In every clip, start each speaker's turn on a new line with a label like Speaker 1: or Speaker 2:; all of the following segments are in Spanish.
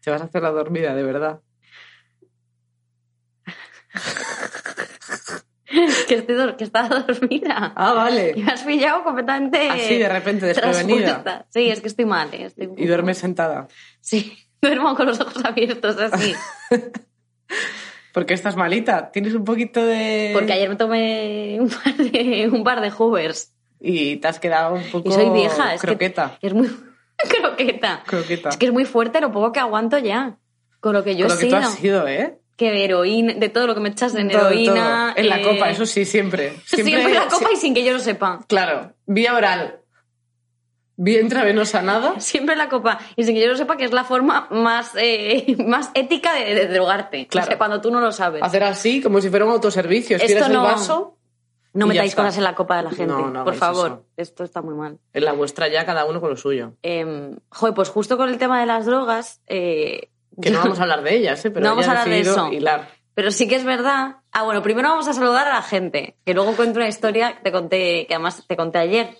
Speaker 1: Se vas a hacer la dormida, de verdad.
Speaker 2: que, estoy dor- que estaba dormida.
Speaker 1: Ah,
Speaker 2: Y
Speaker 1: vale.
Speaker 2: me has pillado completamente.
Speaker 1: Así, Ah, de repente, desprevenida.
Speaker 2: traspuesta. Sí, es que estoy mal. eh, estoy un
Speaker 1: Y
Speaker 2: poco-
Speaker 1: duermes sentada.
Speaker 2: Sí, duermo con los ojos abiertos así.
Speaker 1: Porque estás malita. Tienes un poquito de...
Speaker 2: Porque ayer me tomé un par de, un par de hoovers.
Speaker 1: Y te has quedado un poco...
Speaker 2: Y soy vieja. Es que-
Speaker 1: Croqueta.
Speaker 2: que es muy. croqueta.
Speaker 1: Croqueta.
Speaker 2: Es que es muy fuerte lo poco que aguanto ya. Con lo que yo
Speaker 1: Con
Speaker 2: he
Speaker 1: lo que tú
Speaker 2: sido.
Speaker 1: has sido, ¿eh?
Speaker 2: Que heroína, de todo lo que me echas en
Speaker 1: Todo,
Speaker 2: heroína.
Speaker 1: todo. En la
Speaker 2: eh,
Speaker 1: copa, eso sí, siempre.
Speaker 2: Siempre, en la copa
Speaker 1: si-
Speaker 2: y sin que yo lo sepa.
Speaker 1: Claro, vía oral. Vía intravenosa nada.
Speaker 2: Siempre en la copa y sin que yo lo sepa, que es la forma más, eh, más ética de, de drogarte.
Speaker 1: Claro. Ah,
Speaker 2: O sea, cuando tú no lo sabes.
Speaker 1: Hacer así, como si fuera un autoservicio.
Speaker 2: Esto
Speaker 1: Estiras
Speaker 2: no-
Speaker 1: el vaso,
Speaker 2: No
Speaker 1: y ya
Speaker 2: metáis
Speaker 1: está.
Speaker 2: cosas en la copa de la gente.
Speaker 1: No, no
Speaker 2: por
Speaker 1: hagáis
Speaker 2: favor,
Speaker 1: eso.
Speaker 2: esto está muy mal.
Speaker 1: en la vuestra ya cada uno con lo suyo.
Speaker 2: Eh, joder, pues justo con el tema de las drogas. eh,
Speaker 1: Que no vamos a hablar de ellas, ¿eh? pero
Speaker 2: No vamos
Speaker 1: ella
Speaker 2: a
Speaker 1: ha
Speaker 2: hablar de
Speaker 1: decidido
Speaker 2: eso.
Speaker 1: hilar.
Speaker 2: Pero sí que es verdad. Ah, bueno, primero vamos a saludar a la gente. Que luego cuento una historia que te conté, que además te conté ayer.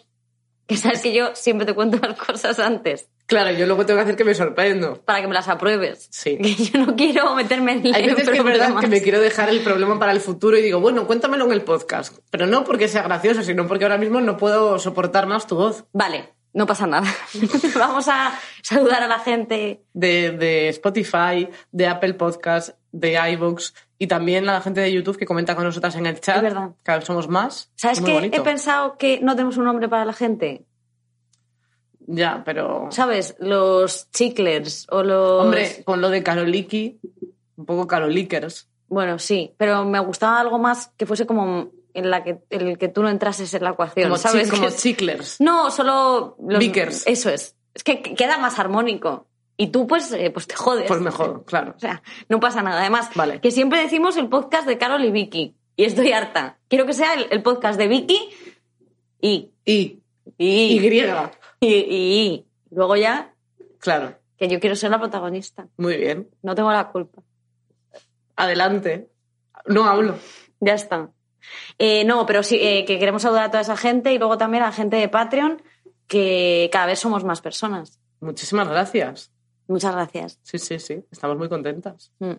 Speaker 2: Que sabes que yo siempre te cuento las cosas antes.
Speaker 1: Claro, yo luego tengo que hacer que me sorprendo.
Speaker 2: para que me las apruebes.
Speaker 1: Sí.
Speaker 2: Que yo no quiero meterme en
Speaker 1: Hay
Speaker 2: en
Speaker 1: veces que es verdad
Speaker 2: problemas.
Speaker 1: que me quiero dejar el problema para el futuro y digo, bueno, cuéntamelo en el podcast. Pero no porque sea gracioso, sino porque ahora mismo no puedo soportar más tu voz.
Speaker 2: Vale, no pasa nada. Vamos a saludar a la gente.
Speaker 1: de, de Spotify, de Apple Podcast, de iVoox y también a la gente de YouTube que comenta con nosotras en el chat.
Speaker 2: Es verdad.
Speaker 1: Cada vez somos más.
Speaker 2: ¿Sabes
Speaker 1: Muy
Speaker 2: qué?
Speaker 1: bonito.
Speaker 2: He pensado que no tenemos un nombre para la gente.
Speaker 1: Ya, pero...
Speaker 2: ¿Sabes? Los chiclers o los...
Speaker 1: Hombre, con lo de Caroliki, un poco Carolikers.
Speaker 2: Bueno, sí, pero me gustaba algo más que fuese como en la que, en el que tú no entrases en la ecuación,
Speaker 1: Como,
Speaker 2: ¿sabes?
Speaker 1: chi- como
Speaker 2: Que-
Speaker 1: chiclers.
Speaker 2: No, solo... Los...
Speaker 1: Vickers.
Speaker 2: Eso es. Es que queda más armónico. Y tú, pues, eh, pues te jodes.
Speaker 1: Pues mejor, claro.
Speaker 2: O sea, no pasa nada. Además,
Speaker 1: Vale.
Speaker 2: que siempre decimos el podcast de Carol y Vicky. Y estoy harta. Quiero que sea el, el podcast de Vicky y.
Speaker 1: Y, y
Speaker 2: Y, y,
Speaker 1: griega.
Speaker 2: y- Luego ya,
Speaker 1: Claro,
Speaker 2: que yo quiero ser la protagonista.
Speaker 1: muy bien.
Speaker 2: No tengo la culpa.
Speaker 1: Adelante. No hablo.
Speaker 2: Ya está. Eh, no, pero sí, eh, que queremos saludar a toda esa gente y luego también a la gente de Patreon, que cada vez somos más personas.
Speaker 1: Muchísimas gracias.
Speaker 2: Muchas gracias.
Speaker 1: Sí, sí, sí. Estamos muy contentas.
Speaker 2: Mm.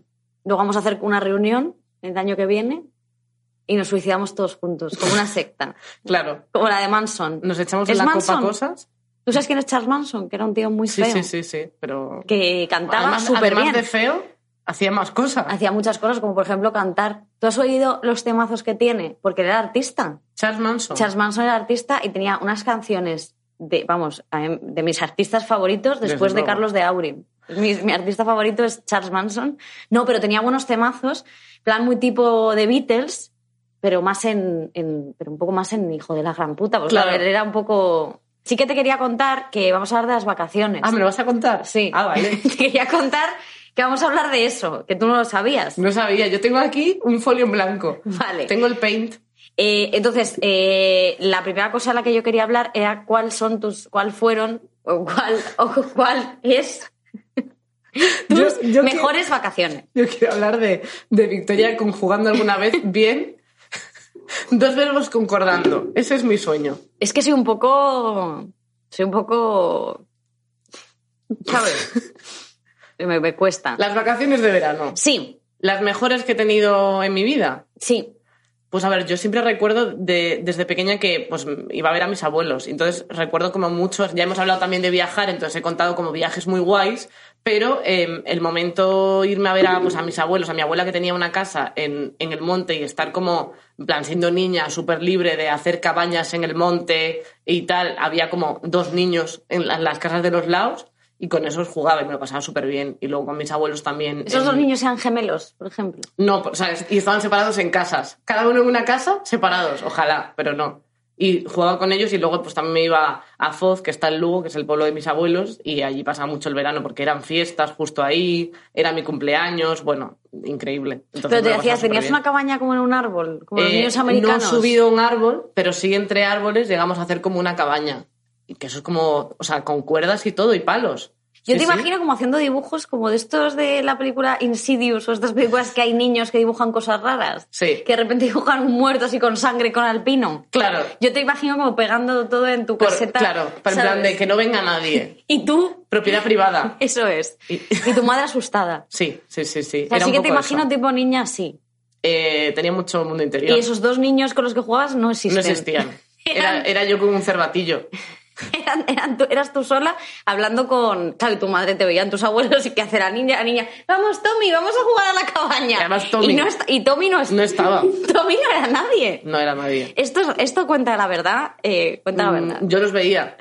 Speaker 2: Luego vamos a hacer una reunión el año que viene y nos suicidamos todos juntos, como una secta,
Speaker 1: Claro.
Speaker 2: como la de Manson.
Speaker 1: Nos echamos
Speaker 2: ¿Es
Speaker 1: en la
Speaker 2: Manson?
Speaker 1: copa cosas.
Speaker 2: ¿Tú sabes quién es Charles Manson? Que era un tío muy
Speaker 1: Sí,
Speaker 2: feo.
Speaker 1: sí, sí, sí. Pero
Speaker 2: Que cantaba
Speaker 1: Además,
Speaker 2: súper
Speaker 1: además
Speaker 2: bien.
Speaker 1: de feo, hacía más cosas.
Speaker 2: Hacía muchas cosas, como por ejemplo cantar. ¿Tú has oído los temazos que tiene? Porque él era artista.
Speaker 1: Charles Manson.
Speaker 2: Charles Manson era artista y tenía unas canciones de, vamos, a mí- de mis artistas favoritos después
Speaker 1: Desde
Speaker 2: de
Speaker 1: luego.
Speaker 2: Carlos de Auri. Mi, mi artista favorito es Charles Manson. No, pero tenía buenos temazos, plan muy tipo de Beatles, pero más en, en- pero un poco más en hijo de la gran puta. Porque
Speaker 1: Claro.
Speaker 2: él era un poco. Sí que te quería contar que vamos a hablar de las vacaciones.
Speaker 1: Ah, ¿me lo vas a contar?
Speaker 2: Sí.
Speaker 1: Ah, vale.
Speaker 2: Te quería contar que vamos a hablar de eso, que tú no lo sabías.
Speaker 1: No sabía. Yo tengo aquí un folio en blanco.
Speaker 2: Vale.
Speaker 1: Tengo el paint.
Speaker 2: Eh, entonces, eh, la primera cosa a la que yo quería hablar era cuál son tus, cuál fueron o cuál, o cuál es tus
Speaker 1: Yo- yo
Speaker 2: mejores vacaciones.
Speaker 1: Yo quiero hablar de, de Victoria conjugando alguna vez bien dos verbos concordando. Ese es mi sueño.
Speaker 2: Es que soy un poco, soy un poco, ¿sabes? me, me cuesta.
Speaker 1: Las vacaciones de verano.
Speaker 2: Sí,
Speaker 1: Las mejores que he tenido en mi vida.
Speaker 2: sí,
Speaker 1: Pues a ver, yo siempre recuerdo de, desde pequeña que pues, iba a ver a mis abuelos. Entonces recuerdo como muchos, ya hemos hablado también de viajar, entonces he contado como viajes muy guays, pero eh, el momento irme a ver a, pues, a mis abuelos, a mi abuela que tenía una casa en, en el monte y estar como, en plan, siendo niña, súper libre de hacer cabañas en el monte y tal, había como dos niños en la- en las casas de los laos y con esos jugaba y me lo pasaba súper bien. Y luego con mis abuelos también.
Speaker 2: esos
Speaker 1: en-
Speaker 2: dos niños sean gemelos, por ejemplo.
Speaker 1: no, o sea, y estaban separados en casas. Cada uno en una casa, separados, ojalá, pero no. Y jugaba con ellos y luego pues también me iba a Foz, que está en Lugo, que es el pueblo de mis abuelos, y allí pasaba mucho el verano porque eran fiestas justo ahí, era mi cumpleaños, bueno, increíble. Entonces
Speaker 2: Pero
Speaker 1: me
Speaker 2: te
Speaker 1: lo
Speaker 2: decías,
Speaker 1: pasaba
Speaker 2: tenías
Speaker 1: superbien.
Speaker 2: una cabaña como en un árbol, como los
Speaker 1: Eh,
Speaker 2: niños americanos.
Speaker 1: No he subido un árbol, pero sí entre árboles llegamos a hacer como una cabaña. Y que eso es como, o sea, con cuerdas y todo y palos. Sí,
Speaker 2: Yo te
Speaker 1: sí.
Speaker 2: imagino como haciendo dibujos como de estos de la película Insidious o estas películas que hay niños que dibujan cosas raras.
Speaker 1: Sí.
Speaker 2: Que de repente dibujan un muerto así con sangre con alpino.
Speaker 1: Claro.
Speaker 2: Yo te imagino como pegando todo en tu
Speaker 1: Por-
Speaker 2: caseta.
Speaker 1: claro, para en plan
Speaker 2: ¿sabes?
Speaker 1: de que no venga nadie.
Speaker 2: Y tú,
Speaker 1: Propiedad privada.
Speaker 2: eso es.
Speaker 1: Y-
Speaker 2: Y tu madre asustada.
Speaker 1: Sí, sí, sí, sí. Era un
Speaker 2: O sea, así Pues que te
Speaker 1: poco
Speaker 2: imagino
Speaker 1: eso.
Speaker 2: tipo niña así.
Speaker 1: Eh, tenía mucho mundo
Speaker 2: Y
Speaker 1: interior.
Speaker 2: esos dos niños con los que jugabas no
Speaker 1: no
Speaker 2: existen.
Speaker 1: existían. Era, era yo con un cervatillo.
Speaker 2: Eran- eran tú- eras tú sola hablando con. Claro, y tu madre te veían tus abuelos y qué hacer la niña, la niña. Vamos, Tommy, vamos a jugar a la cabaña.
Speaker 1: Y además Tommy-
Speaker 2: Y, no est- y Tommy no, est-
Speaker 1: No estaba.
Speaker 2: Tommy no era nadie.
Speaker 1: No era nadie.
Speaker 2: Esto, es- esto cuenta la verdad. eh, cuenta la verdad.
Speaker 1: Mm, Yo los veía.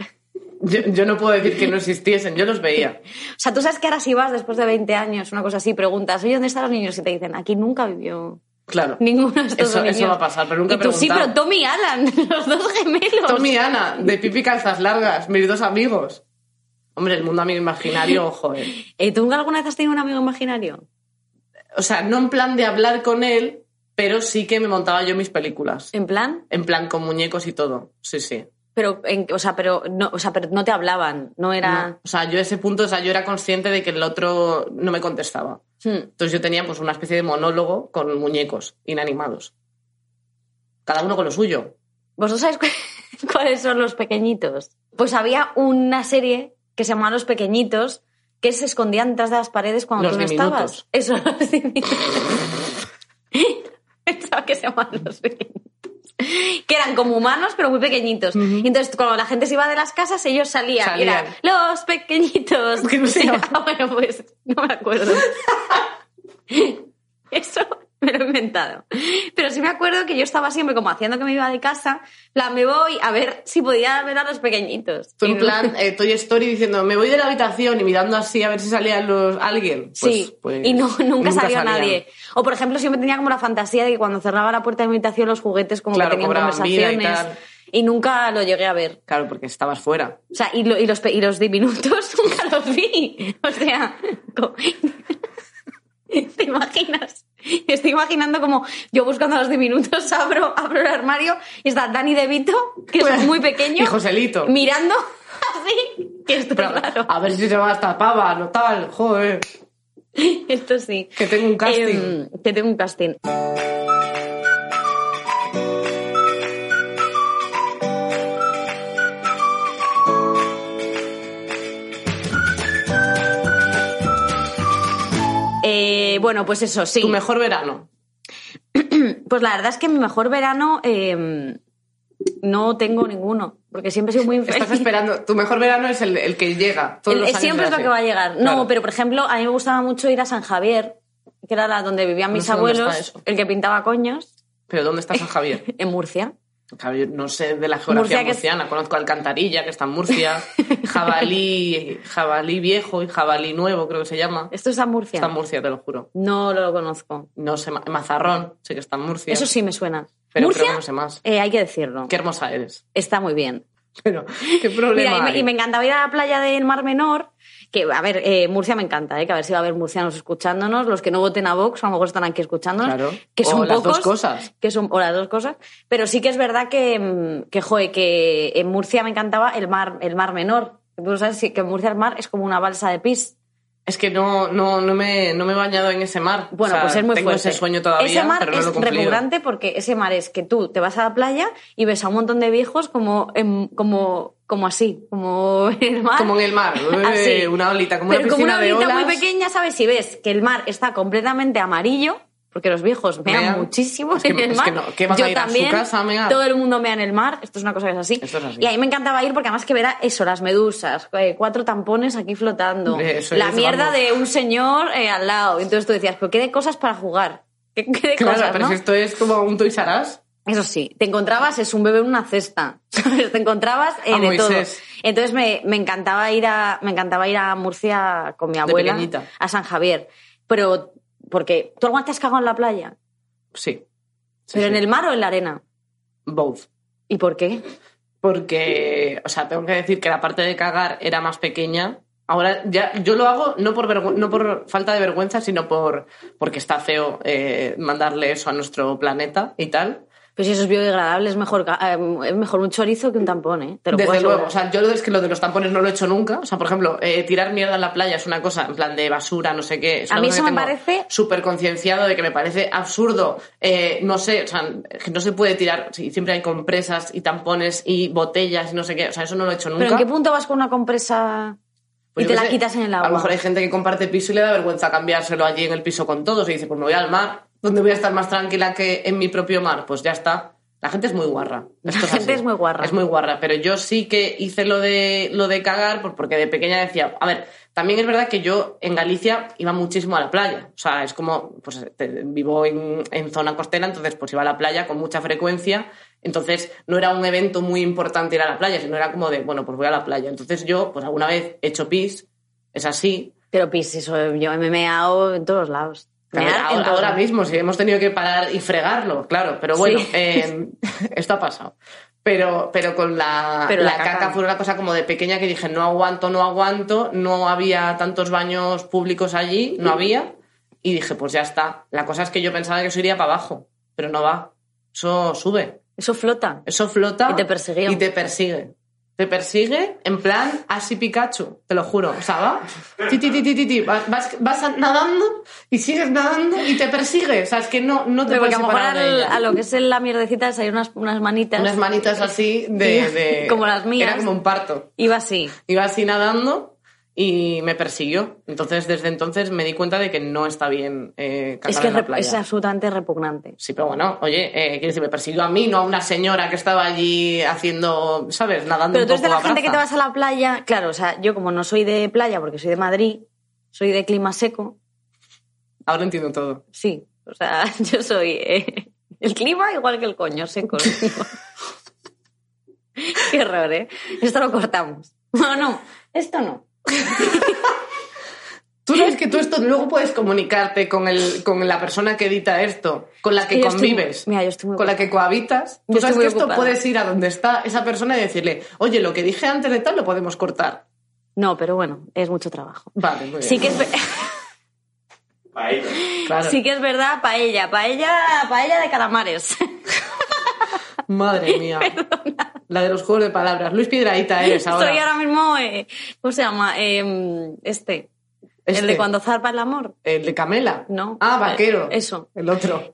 Speaker 1: Yo, yo no puedo decir que no existiesen, yo los veía.
Speaker 2: O sea, tú sabes que ahora si vas después de 20 años, una cosa así, preguntas, oye, ¿dónde están los niños? Y te dicen, aquí nunca vivió
Speaker 1: Claro.
Speaker 2: ninguno de estos
Speaker 1: Eso-
Speaker 2: dos niños.
Speaker 1: eso va a pasar, pero nunca
Speaker 2: Y tú, sí,
Speaker 1: preguntaba.
Speaker 2: pero Tommy y Alan, los dos gemelos.
Speaker 1: Tommy y Ana, de pipi calzas largas, mis dos amigos. Hombre, el mundo amigo imaginario, ojo, eh.
Speaker 2: Eh, ¿Tú alguna vez has tenido un amigo imaginario?
Speaker 1: O sea, no en plan de hablar con él, pero sí que me montaba yo mis películas.
Speaker 2: En plan,
Speaker 1: En plan con muñecos y todo. Sí, sí.
Speaker 2: pero, en- o, sea, pero no, o sea, pero no te hablaban, no
Speaker 1: No.
Speaker 2: era...
Speaker 1: O sea, yo a ese punto, o sea, yo era consciente de que el otro no me contestaba.
Speaker 2: Hmm.
Speaker 1: Entonces yo tenía pues una especie de monólogo con muñecos inanimados. Cada uno con lo suyo.
Speaker 2: ¿Vosotros sabéis cu- cuáles son los pequeñitos? Pues había una serie que se llamaba Los Pequeñitos, que se escondían detrás de las paredes cuando
Speaker 1: Los
Speaker 2: tú no
Speaker 1: diminutos.
Speaker 2: estabas. Eso, los diminutos. Pensaba que se llamaban Los Pequeñitos. Que eran como humanos, pero muy pequeñitos. Y Entonces, cuando la gente se iba de las casas, ellos salían. y
Speaker 1: Salían.
Speaker 2: eran, Los Pequeñitos.
Speaker 1: Que no se
Speaker 2: Sí,
Speaker 1: llama.
Speaker 2: ah, bueno, pues no me acuerdo. Eso me lo he inventado. Pero sí me acuerdo que yo estaba siempre como haciendo que me iba de casa, en plan, me voy a ver si podía ver a los pequeñitos.
Speaker 1: Tú
Speaker 2: Y
Speaker 1: en
Speaker 2: no-
Speaker 1: plan, eh, Toy Story diciendo, me voy de la habitación y mirando así a ver si salía los, alguien. Pues,
Speaker 2: sí,
Speaker 1: pues,
Speaker 2: y no, nunca, salió
Speaker 1: salían.
Speaker 2: nadie. O, por ejemplo, siempre tenía como la fantasía de que cuando cerraba la puerta de mi habitación los juguetes como
Speaker 1: Claro,
Speaker 2: que tenían
Speaker 1: cobraban vida y
Speaker 2: conversaciones.
Speaker 1: tal.
Speaker 2: y nunca lo llegué a ver.
Speaker 1: Claro, porque estabas fuera.
Speaker 2: O sea, y, lo- y los, pe- y los diminutos nunca los vi. O sea, co- ¿te imaginas? Estoy imaginando como yo buscando a los diminutos, abro, abro el armario y está Dani De Vito, que es muy pequeño,
Speaker 1: Pues, Y Joselito.
Speaker 2: mirando así, que esto
Speaker 1: Pero,
Speaker 2: es raro.
Speaker 1: a ver si se va hasta pava, no tal, joder.
Speaker 2: Esto sí.
Speaker 1: Que tengo un casting.
Speaker 2: Em, que tengo un casting. Eh, bueno, pues eso, sí.
Speaker 1: Tu mejor verano.
Speaker 2: Pues la verdad es que mi mejor verano em, no tengo ninguno, porque siempre he sido muy infeliz.
Speaker 1: Estás esperando. Tu mejor verano es el, el que llega. todos
Speaker 2: El- eh,
Speaker 1: los años
Speaker 2: siempre es
Speaker 1: era
Speaker 2: lo que
Speaker 1: así.
Speaker 2: va a llegar. No,
Speaker 1: Claro.
Speaker 2: pero por ejemplo, a mí me gustaba mucho ir a San Javier, que era la donde vivían
Speaker 1: No
Speaker 2: mis
Speaker 1: sé dónde
Speaker 2: abuelos,
Speaker 1: está eso.
Speaker 2: el que pintaba coños,
Speaker 1: Pero ¿dónde está San Javier?
Speaker 2: en Murcia.
Speaker 1: Claro, yo no sé de la geografía
Speaker 2: Murcia, que es-
Speaker 1: murciana. Conozco Alcantarilla, que está en Murcia. Jabalí, jabalí viejo y jabalí nuevo, creo que se llama.
Speaker 2: Esto está en Murcia.
Speaker 1: Está en Murcia, te lo juro.
Speaker 2: No lo conozco.
Speaker 1: No sé, ma- Mazarrón, sé que está en Murcia.
Speaker 2: Eso sí me suena.
Speaker 1: Pero
Speaker 2: Murcia,
Speaker 1: creo que no sé más.
Speaker 2: eh, hay que decirlo.
Speaker 1: Qué hermosa eres.
Speaker 2: Está muy bien.
Speaker 1: Pero, ¿qué problema
Speaker 2: Mira, y me,
Speaker 1: hay?
Speaker 2: y me encantaba ir a la playa del Mar Menor. Que, a ver, eh, Murcia me encanta, eh, que a ver si va a haber murcianos escuchándonos. Los que no voten a Vox, a lo mejor están aquí escuchándonos.
Speaker 1: Claro.
Speaker 2: Que son
Speaker 1: O las
Speaker 2: pocos,
Speaker 1: dos cosas.
Speaker 2: Que son, o las dos cosas. Pero sí que es verdad que, mm, que, joe, que en Murcia me encantaba el mar, el mar Menor. Tú sabes sí, que en Murcia el mar es como una balsa de pis.
Speaker 1: Es que no, no, no, me, no me he bañado en ese mar.
Speaker 2: Bueno,
Speaker 1: O sea,
Speaker 2: pues es muy
Speaker 1: tengo
Speaker 2: fuerte.
Speaker 1: ese sueño todavía,
Speaker 2: Ese mar
Speaker 1: pero no
Speaker 2: es
Speaker 1: lo he cumplido.
Speaker 2: repugnante porque ese mar es que tú te vas a la playa y ves a un montón de viejos como, en- como, como así, como en el mar.
Speaker 1: Como en el mar.
Speaker 2: Así.
Speaker 1: eh, Una olita, como
Speaker 2: Ah, Pero
Speaker 1: una
Speaker 2: como
Speaker 1: piscina
Speaker 2: una
Speaker 1: de
Speaker 2: orillita
Speaker 1: olas.
Speaker 2: muy pequeña, ¿sabes? Si ves que el mar está completamente amarillo, porque los viejos mean,
Speaker 1: Mean.
Speaker 2: muchísimo
Speaker 1: Es que-
Speaker 2: en el
Speaker 1: es
Speaker 2: mar.
Speaker 1: que no, ¿qué van
Speaker 2: Yo
Speaker 1: a ir a su
Speaker 2: también,
Speaker 1: casa a mear?
Speaker 2: todo el mundo mea en el mar, esto es una cosa que es así.
Speaker 1: Esto es así.
Speaker 2: Y a mí me encantaba ir porque además que verá eso, las medusas, eh, cuatro tampones aquí flotando,
Speaker 1: Hombre, eso
Speaker 2: la
Speaker 1: es,
Speaker 2: mierda
Speaker 1: vamos.
Speaker 2: de un señor eh, al lado. Y entonces tú decías, pero qué de cosas para jugar. ¿Qué, qué de
Speaker 1: Claro,
Speaker 2: cosas,
Speaker 1: pero
Speaker 2: ¿no?
Speaker 1: si esto es como un Toys R Us.
Speaker 2: Eso sí, te encontrabas, es un bebé en una cesta. ¿sabes? te encontrabas
Speaker 1: A
Speaker 2: en de todo.
Speaker 1: Ah, Moisés.
Speaker 2: Entonces me, me encantaba ir a, me encantaba ir a Murcia con mi abuela
Speaker 1: pequeñita.
Speaker 2: a San Javier. Pero, porque tú alguna vez te has cagado en la playa,
Speaker 1: Sí. Sí,
Speaker 2: pero
Speaker 1: sí.
Speaker 2: en el mar o en la arena.
Speaker 1: Both.
Speaker 2: ¿Y por qué?
Speaker 1: Porque, o sea, tengo que decir que la parte de cagar era más pequeña. Ahora ya yo lo hago no por vergü- no por falta de vergüenza, sino por porque está feo eh, mandarle eso a nuestro planeta y tal.
Speaker 2: Pero Pero Pues si eso es biodegradable, es mejor, ca- eh, es mejor un chorizo que un tampón, ¿eh? Te lo puedo
Speaker 1: Desde
Speaker 2: asegurar.
Speaker 1: luego, o sea, yo lo, es que lo de los tampones no lo he hecho nunca. O sea, por ejemplo, eh, tirar mierda en la playa es una cosa, en plan de basura, no sé qué. es
Speaker 2: A
Speaker 1: una
Speaker 2: mí
Speaker 1: cosa
Speaker 2: eso
Speaker 1: que
Speaker 2: me
Speaker 1: tengo
Speaker 2: parece-
Speaker 1: Súper concienciado de que me parece absurdo. Eh, no sé, o sea, que no se puede tirar. sí, siempre hay compresas y tampones y botellas y no sé qué. O sea, eso no lo he hecho nunca.
Speaker 2: ¿Pero en qué punto vas con una compresa
Speaker 1: Pues yo
Speaker 2: y te
Speaker 1: qué
Speaker 2: la
Speaker 1: sé,
Speaker 2: quitas en el
Speaker 1: A lo
Speaker 2: agua?
Speaker 1: mejor hay gente que comparte piso y le da vergüenza cambiárselo allí en el piso con todos y dice, pues me voy al mar, donde voy a estar más tranquila que en mi propio mar. Pues ya está. La gente es muy guarra.
Speaker 2: La
Speaker 1: Esto
Speaker 2: gente
Speaker 1: así.
Speaker 2: es muy guarra.
Speaker 1: Es muy guarra. Pero yo sí que hice lo de, lo de cagar pues porque de pequeña decía, a ver, también es verdad que yo en Galicia iba muchísimo a la playa. O sea, es como, pues te- vivo en, en zona costera, entonces pues iba a la playa con mucha frecuencia. Entonces no era un evento muy importante ir a la playa, sino era como de, bueno, pues voy a la playa. Entonces yo, pues alguna vez he hecho pis, es así.
Speaker 2: Pero pis, eso yo me he meado en todos lados.
Speaker 1: A ver,
Speaker 2: Mear en
Speaker 1: ahora,
Speaker 2: todos
Speaker 1: ahora
Speaker 2: lados.
Speaker 1: mismo, sí, hemos tenido que parar y fregarlo, claro, pero bueno,
Speaker 2: Sí.
Speaker 1: eh, esto ha pasado. Pero, pero con la,
Speaker 2: Pero
Speaker 1: la
Speaker 2: la
Speaker 1: caca.
Speaker 2: caca.
Speaker 1: fue una cosa como de pequeña que dije, no aguanto, no aguanto, no había tantos baños públicos allí, no había, y dije, pues ya está. La cosa es que yo pensaba que eso iría para abajo, pero no va, eso sube,
Speaker 2: Eso flota.
Speaker 1: eso flota
Speaker 2: Y te persiguió.
Speaker 1: y te persigue. Te persigue en plan así Pikachu, te lo juro. O sea, va. Ti, ti, ti, ti, ti, ti. Va- Vas, vas nadando y sigues nadando y te persigue. O sea, es que no, no te
Speaker 2: Pero
Speaker 1: puedes
Speaker 2: porque a lo mejor
Speaker 1: separar de
Speaker 2: al-
Speaker 1: ella.
Speaker 2: a lo que es la mierdecita hay unas, unas manitas.
Speaker 1: Unas manitas así de, de-
Speaker 2: Como las mías.
Speaker 1: Era como un parto.
Speaker 2: Iba así.
Speaker 1: Iba así nadando y me persiguió. Entonces, desde entonces me di cuenta de que no está bien eh, cagar
Speaker 2: Es que
Speaker 1: en la
Speaker 2: es repu-
Speaker 1: playa.
Speaker 2: es absolutamente repugnante.
Speaker 1: Sí, pero bueno, oye, eh, quiero decir, me persiguió a mí, no a una señora que estaba allí haciendo, ¿sabes? Nadando
Speaker 2: Pero
Speaker 1: un
Speaker 2: tú eres de
Speaker 1: poco
Speaker 2: la
Speaker 1: a
Speaker 2: gente que te
Speaker 1: braza.
Speaker 2: vas a la playa. Claro, o sea, yo como no soy de playa porque soy de Madrid, soy de clima seco,
Speaker 1: Ahora entiendo todo.
Speaker 2: sí. O sea, yo soy eh, el clima igual que el coño, seco. Qué error, ¿eh? Esto lo cortamos. No, no, esto no.
Speaker 1: Tú sabes que tú esto luego puedes comunicarte con, el, con la persona que edita esto, con la que
Speaker 2: Yo estoy-
Speaker 1: convives,
Speaker 2: mira, yo estoy muy
Speaker 1: con la que cohabitas. Tú
Speaker 2: Yo
Speaker 1: sabes
Speaker 2: estoy muy
Speaker 1: que esto
Speaker 2: ocupada.
Speaker 1: puedes ir a donde está esa persona y decirle, oye, lo que dije antes de tal lo podemos cortar.
Speaker 2: No, pero bueno, es mucho trabajo.
Speaker 1: Vale, muy bien.
Speaker 2: Sí que es, ve-
Speaker 3: Paella.
Speaker 1: Claro.
Speaker 2: sí que es verdad, paella, paella, paella de calamares.
Speaker 1: Pues Madre mía. La de los juegos de palabras. Luis Piedraíta eres ahora.
Speaker 2: Soy ahora mismo, eh, ¿cómo se llama? Eh, este,
Speaker 1: Este,
Speaker 2: el de cuando zarpa el amor.
Speaker 1: el de Camela.
Speaker 2: No. Eh,
Speaker 1: Ah, vaquero.
Speaker 2: Eso.
Speaker 1: El otro.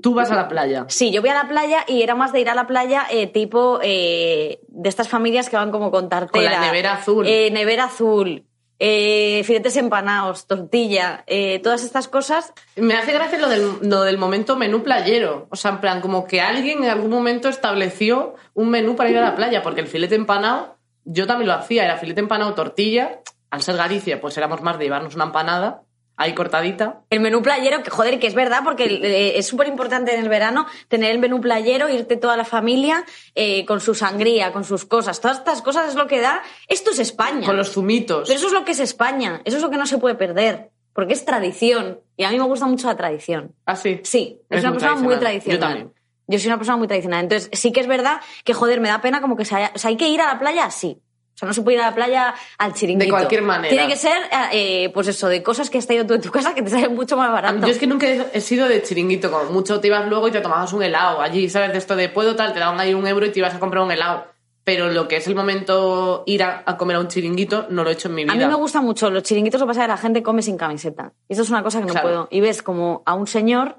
Speaker 1: Tú vas a la playa.
Speaker 2: Sí, yo voy a la playa y era más de ir a la playa eh, tipo eh, de estas familias que van como con tartera.
Speaker 1: Con la nevera azul.
Speaker 2: Eh, nevera azul, eh, filetes empanados, tortilla, eh, todas estas cosas.
Speaker 1: Me hace gracia lo del, lo del momento menú playero. O sea, en plan, como que alguien en algún momento estableció un menú para ir a la playa, porque el filete empanado, yo también lo hacía, era filete empanado, tortilla. Al ser Galicia, pues éramos más de llevarnos una empanada ahí cortadita.
Speaker 2: El menú playero, que joder, que es verdad, porque eh, es súper importante en el verano tener el menú playero, irte toda la familia eh, con su sangría, con sus cosas. Todas estas cosas es lo que da. Esto es España.
Speaker 1: Con los zumitos.
Speaker 2: Pero eso es lo que es España. Eso es lo que no se puede perder. Porque es tradición. Y a mí me gusta mucho la tradición.
Speaker 1: Así.
Speaker 2: Sí, es,
Speaker 1: Es
Speaker 2: una
Speaker 1: muy
Speaker 2: persona muy
Speaker 1: tradicional.
Speaker 2: tradicional.
Speaker 1: Yo también.
Speaker 2: Yo soy una persona muy tradicional. Entonces, sí que es verdad que, joder, me da pena como que se haya... O sea, hay que ir a la playa así. O sea, no se puede ir a la playa al chiringuito.
Speaker 1: De cualquier manera.
Speaker 2: Tiene que ser, eh, pues eso, de cosas que has traído tú en tu casa que te salen mucho más
Speaker 1: A mí-
Speaker 2: barato.
Speaker 1: Yo es que nunca he he sido de chiringuito, como mucho te ibas luego y te tomabas un helado. Allí, ¿sabes? De esto de puedo tal, te daban ahí un euro y te ibas a comprar un helado. Pero lo que es el momento ir a, a comer a un chiringuito, no lo he hecho en mi vida.
Speaker 2: A mí me gusta mucho. Los chiringuitos lo que pasa es que la gente come sin camiseta. Y eso es una cosa que no
Speaker 1: Claro.
Speaker 2: puedo. Y ves como a un señor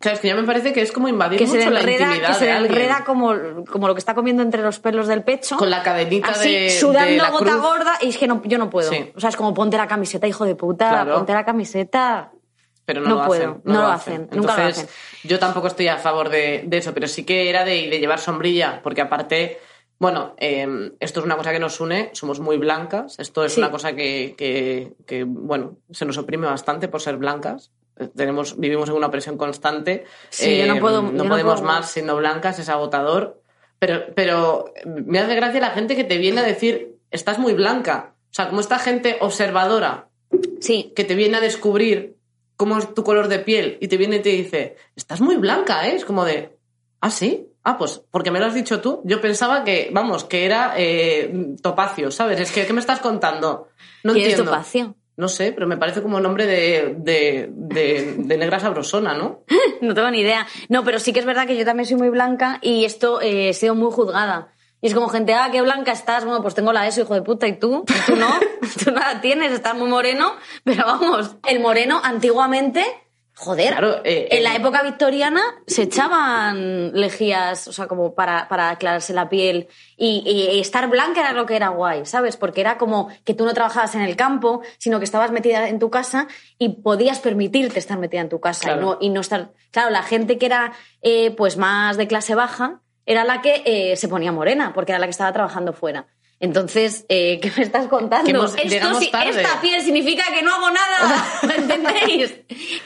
Speaker 1: Claro, es que ya me parece que es como invadir
Speaker 2: que
Speaker 1: mucho
Speaker 2: se le
Speaker 1: la
Speaker 2: enreda,
Speaker 1: intimidad
Speaker 2: que se
Speaker 1: de
Speaker 2: le
Speaker 1: alguien.
Speaker 2: enreda como, como lo que está comiendo entre los pelos del pecho.
Speaker 1: con la cadenita
Speaker 2: así,
Speaker 1: de
Speaker 2: sudando
Speaker 1: de la
Speaker 2: gota
Speaker 1: cruz.
Speaker 2: gorda y es que no, yo no puedo.
Speaker 1: Sí.
Speaker 2: O sea, es como ponte la camiseta, hijo de puta,
Speaker 1: Claro.
Speaker 2: ponte la camiseta.
Speaker 1: pero no,
Speaker 2: No
Speaker 1: lo
Speaker 2: puedo,
Speaker 1: hacen,
Speaker 2: no lo hacen, nunca lo
Speaker 1: Entonces,
Speaker 2: hacen.
Speaker 1: yo tampoco estoy a favor de, de eso, pero sí que era de, de llevar sombrilla, porque aparte, bueno, eh, esto es una cosa que nos une, somos muy blancas, esto es
Speaker 2: Sí.
Speaker 1: una cosa que, que- que, bueno, se nos oprime bastante por ser blancas. Eh, Tenemos, vivimos en una presión constante. em,
Speaker 2: Sí, yo no puedo-
Speaker 1: no
Speaker 2: yo no
Speaker 1: podemos
Speaker 2: puedo.
Speaker 1: más siendo blancas, es agotador. Pero, pero me hace gracia la gente que te viene a decir, estás muy blanca. O sea, como esta gente observadora,
Speaker 2: Sí,
Speaker 1: que te viene a descubrir cómo es tu color de piel y te viene y te dice, estás muy blanca, ¿eh? Es como de, ah, sí, ah, pues porque me lo has dicho tú. Yo pensaba que, vamos, que era eh, topacio, ¿sabes? Es que, ¿qué me estás contando? No
Speaker 2: ¿Quieres
Speaker 1: entiendo.
Speaker 2: topacio?
Speaker 1: No sé, pero me parece como nombre de, de, de, de negra sabrosona, ¿no?
Speaker 2: No tengo ni idea. No, pero sí que es verdad que yo también soy muy blanca y esto eh, he sido muy juzgada. Y es como gente, ah, qué blanca estás. Bueno, pues tengo la ESO, hijo de puta, y tú, ¿Y tú no, tú nada tienes, estás muy moreno. Pero vamos, el moreno antiguamente, joder,
Speaker 1: Claro, eh,
Speaker 2: en
Speaker 1: eh,
Speaker 2: la época victoriana se echaban lejías, o sea, como para, para aclararse la piel. Y, y- y estar blanca era lo que era guay, ¿sabes? Porque era como que tú no trabajabas en el campo, sino que estabas metida en tu casa y podías permitirte estar metida en tu casa
Speaker 1: Claro.
Speaker 2: y, no, y no estar. Claro, la gente que era eh, pues más de clase baja era la que eh, se ponía morena, porque era la que estaba trabajando fuera. Entonces, eh, ¿qué me estás contando?
Speaker 1: Que hemos-
Speaker 2: Esto
Speaker 1: llegamos
Speaker 2: sí-
Speaker 1: tarde.
Speaker 2: Esta piel significa que no hago nada, ¿lo entendéis?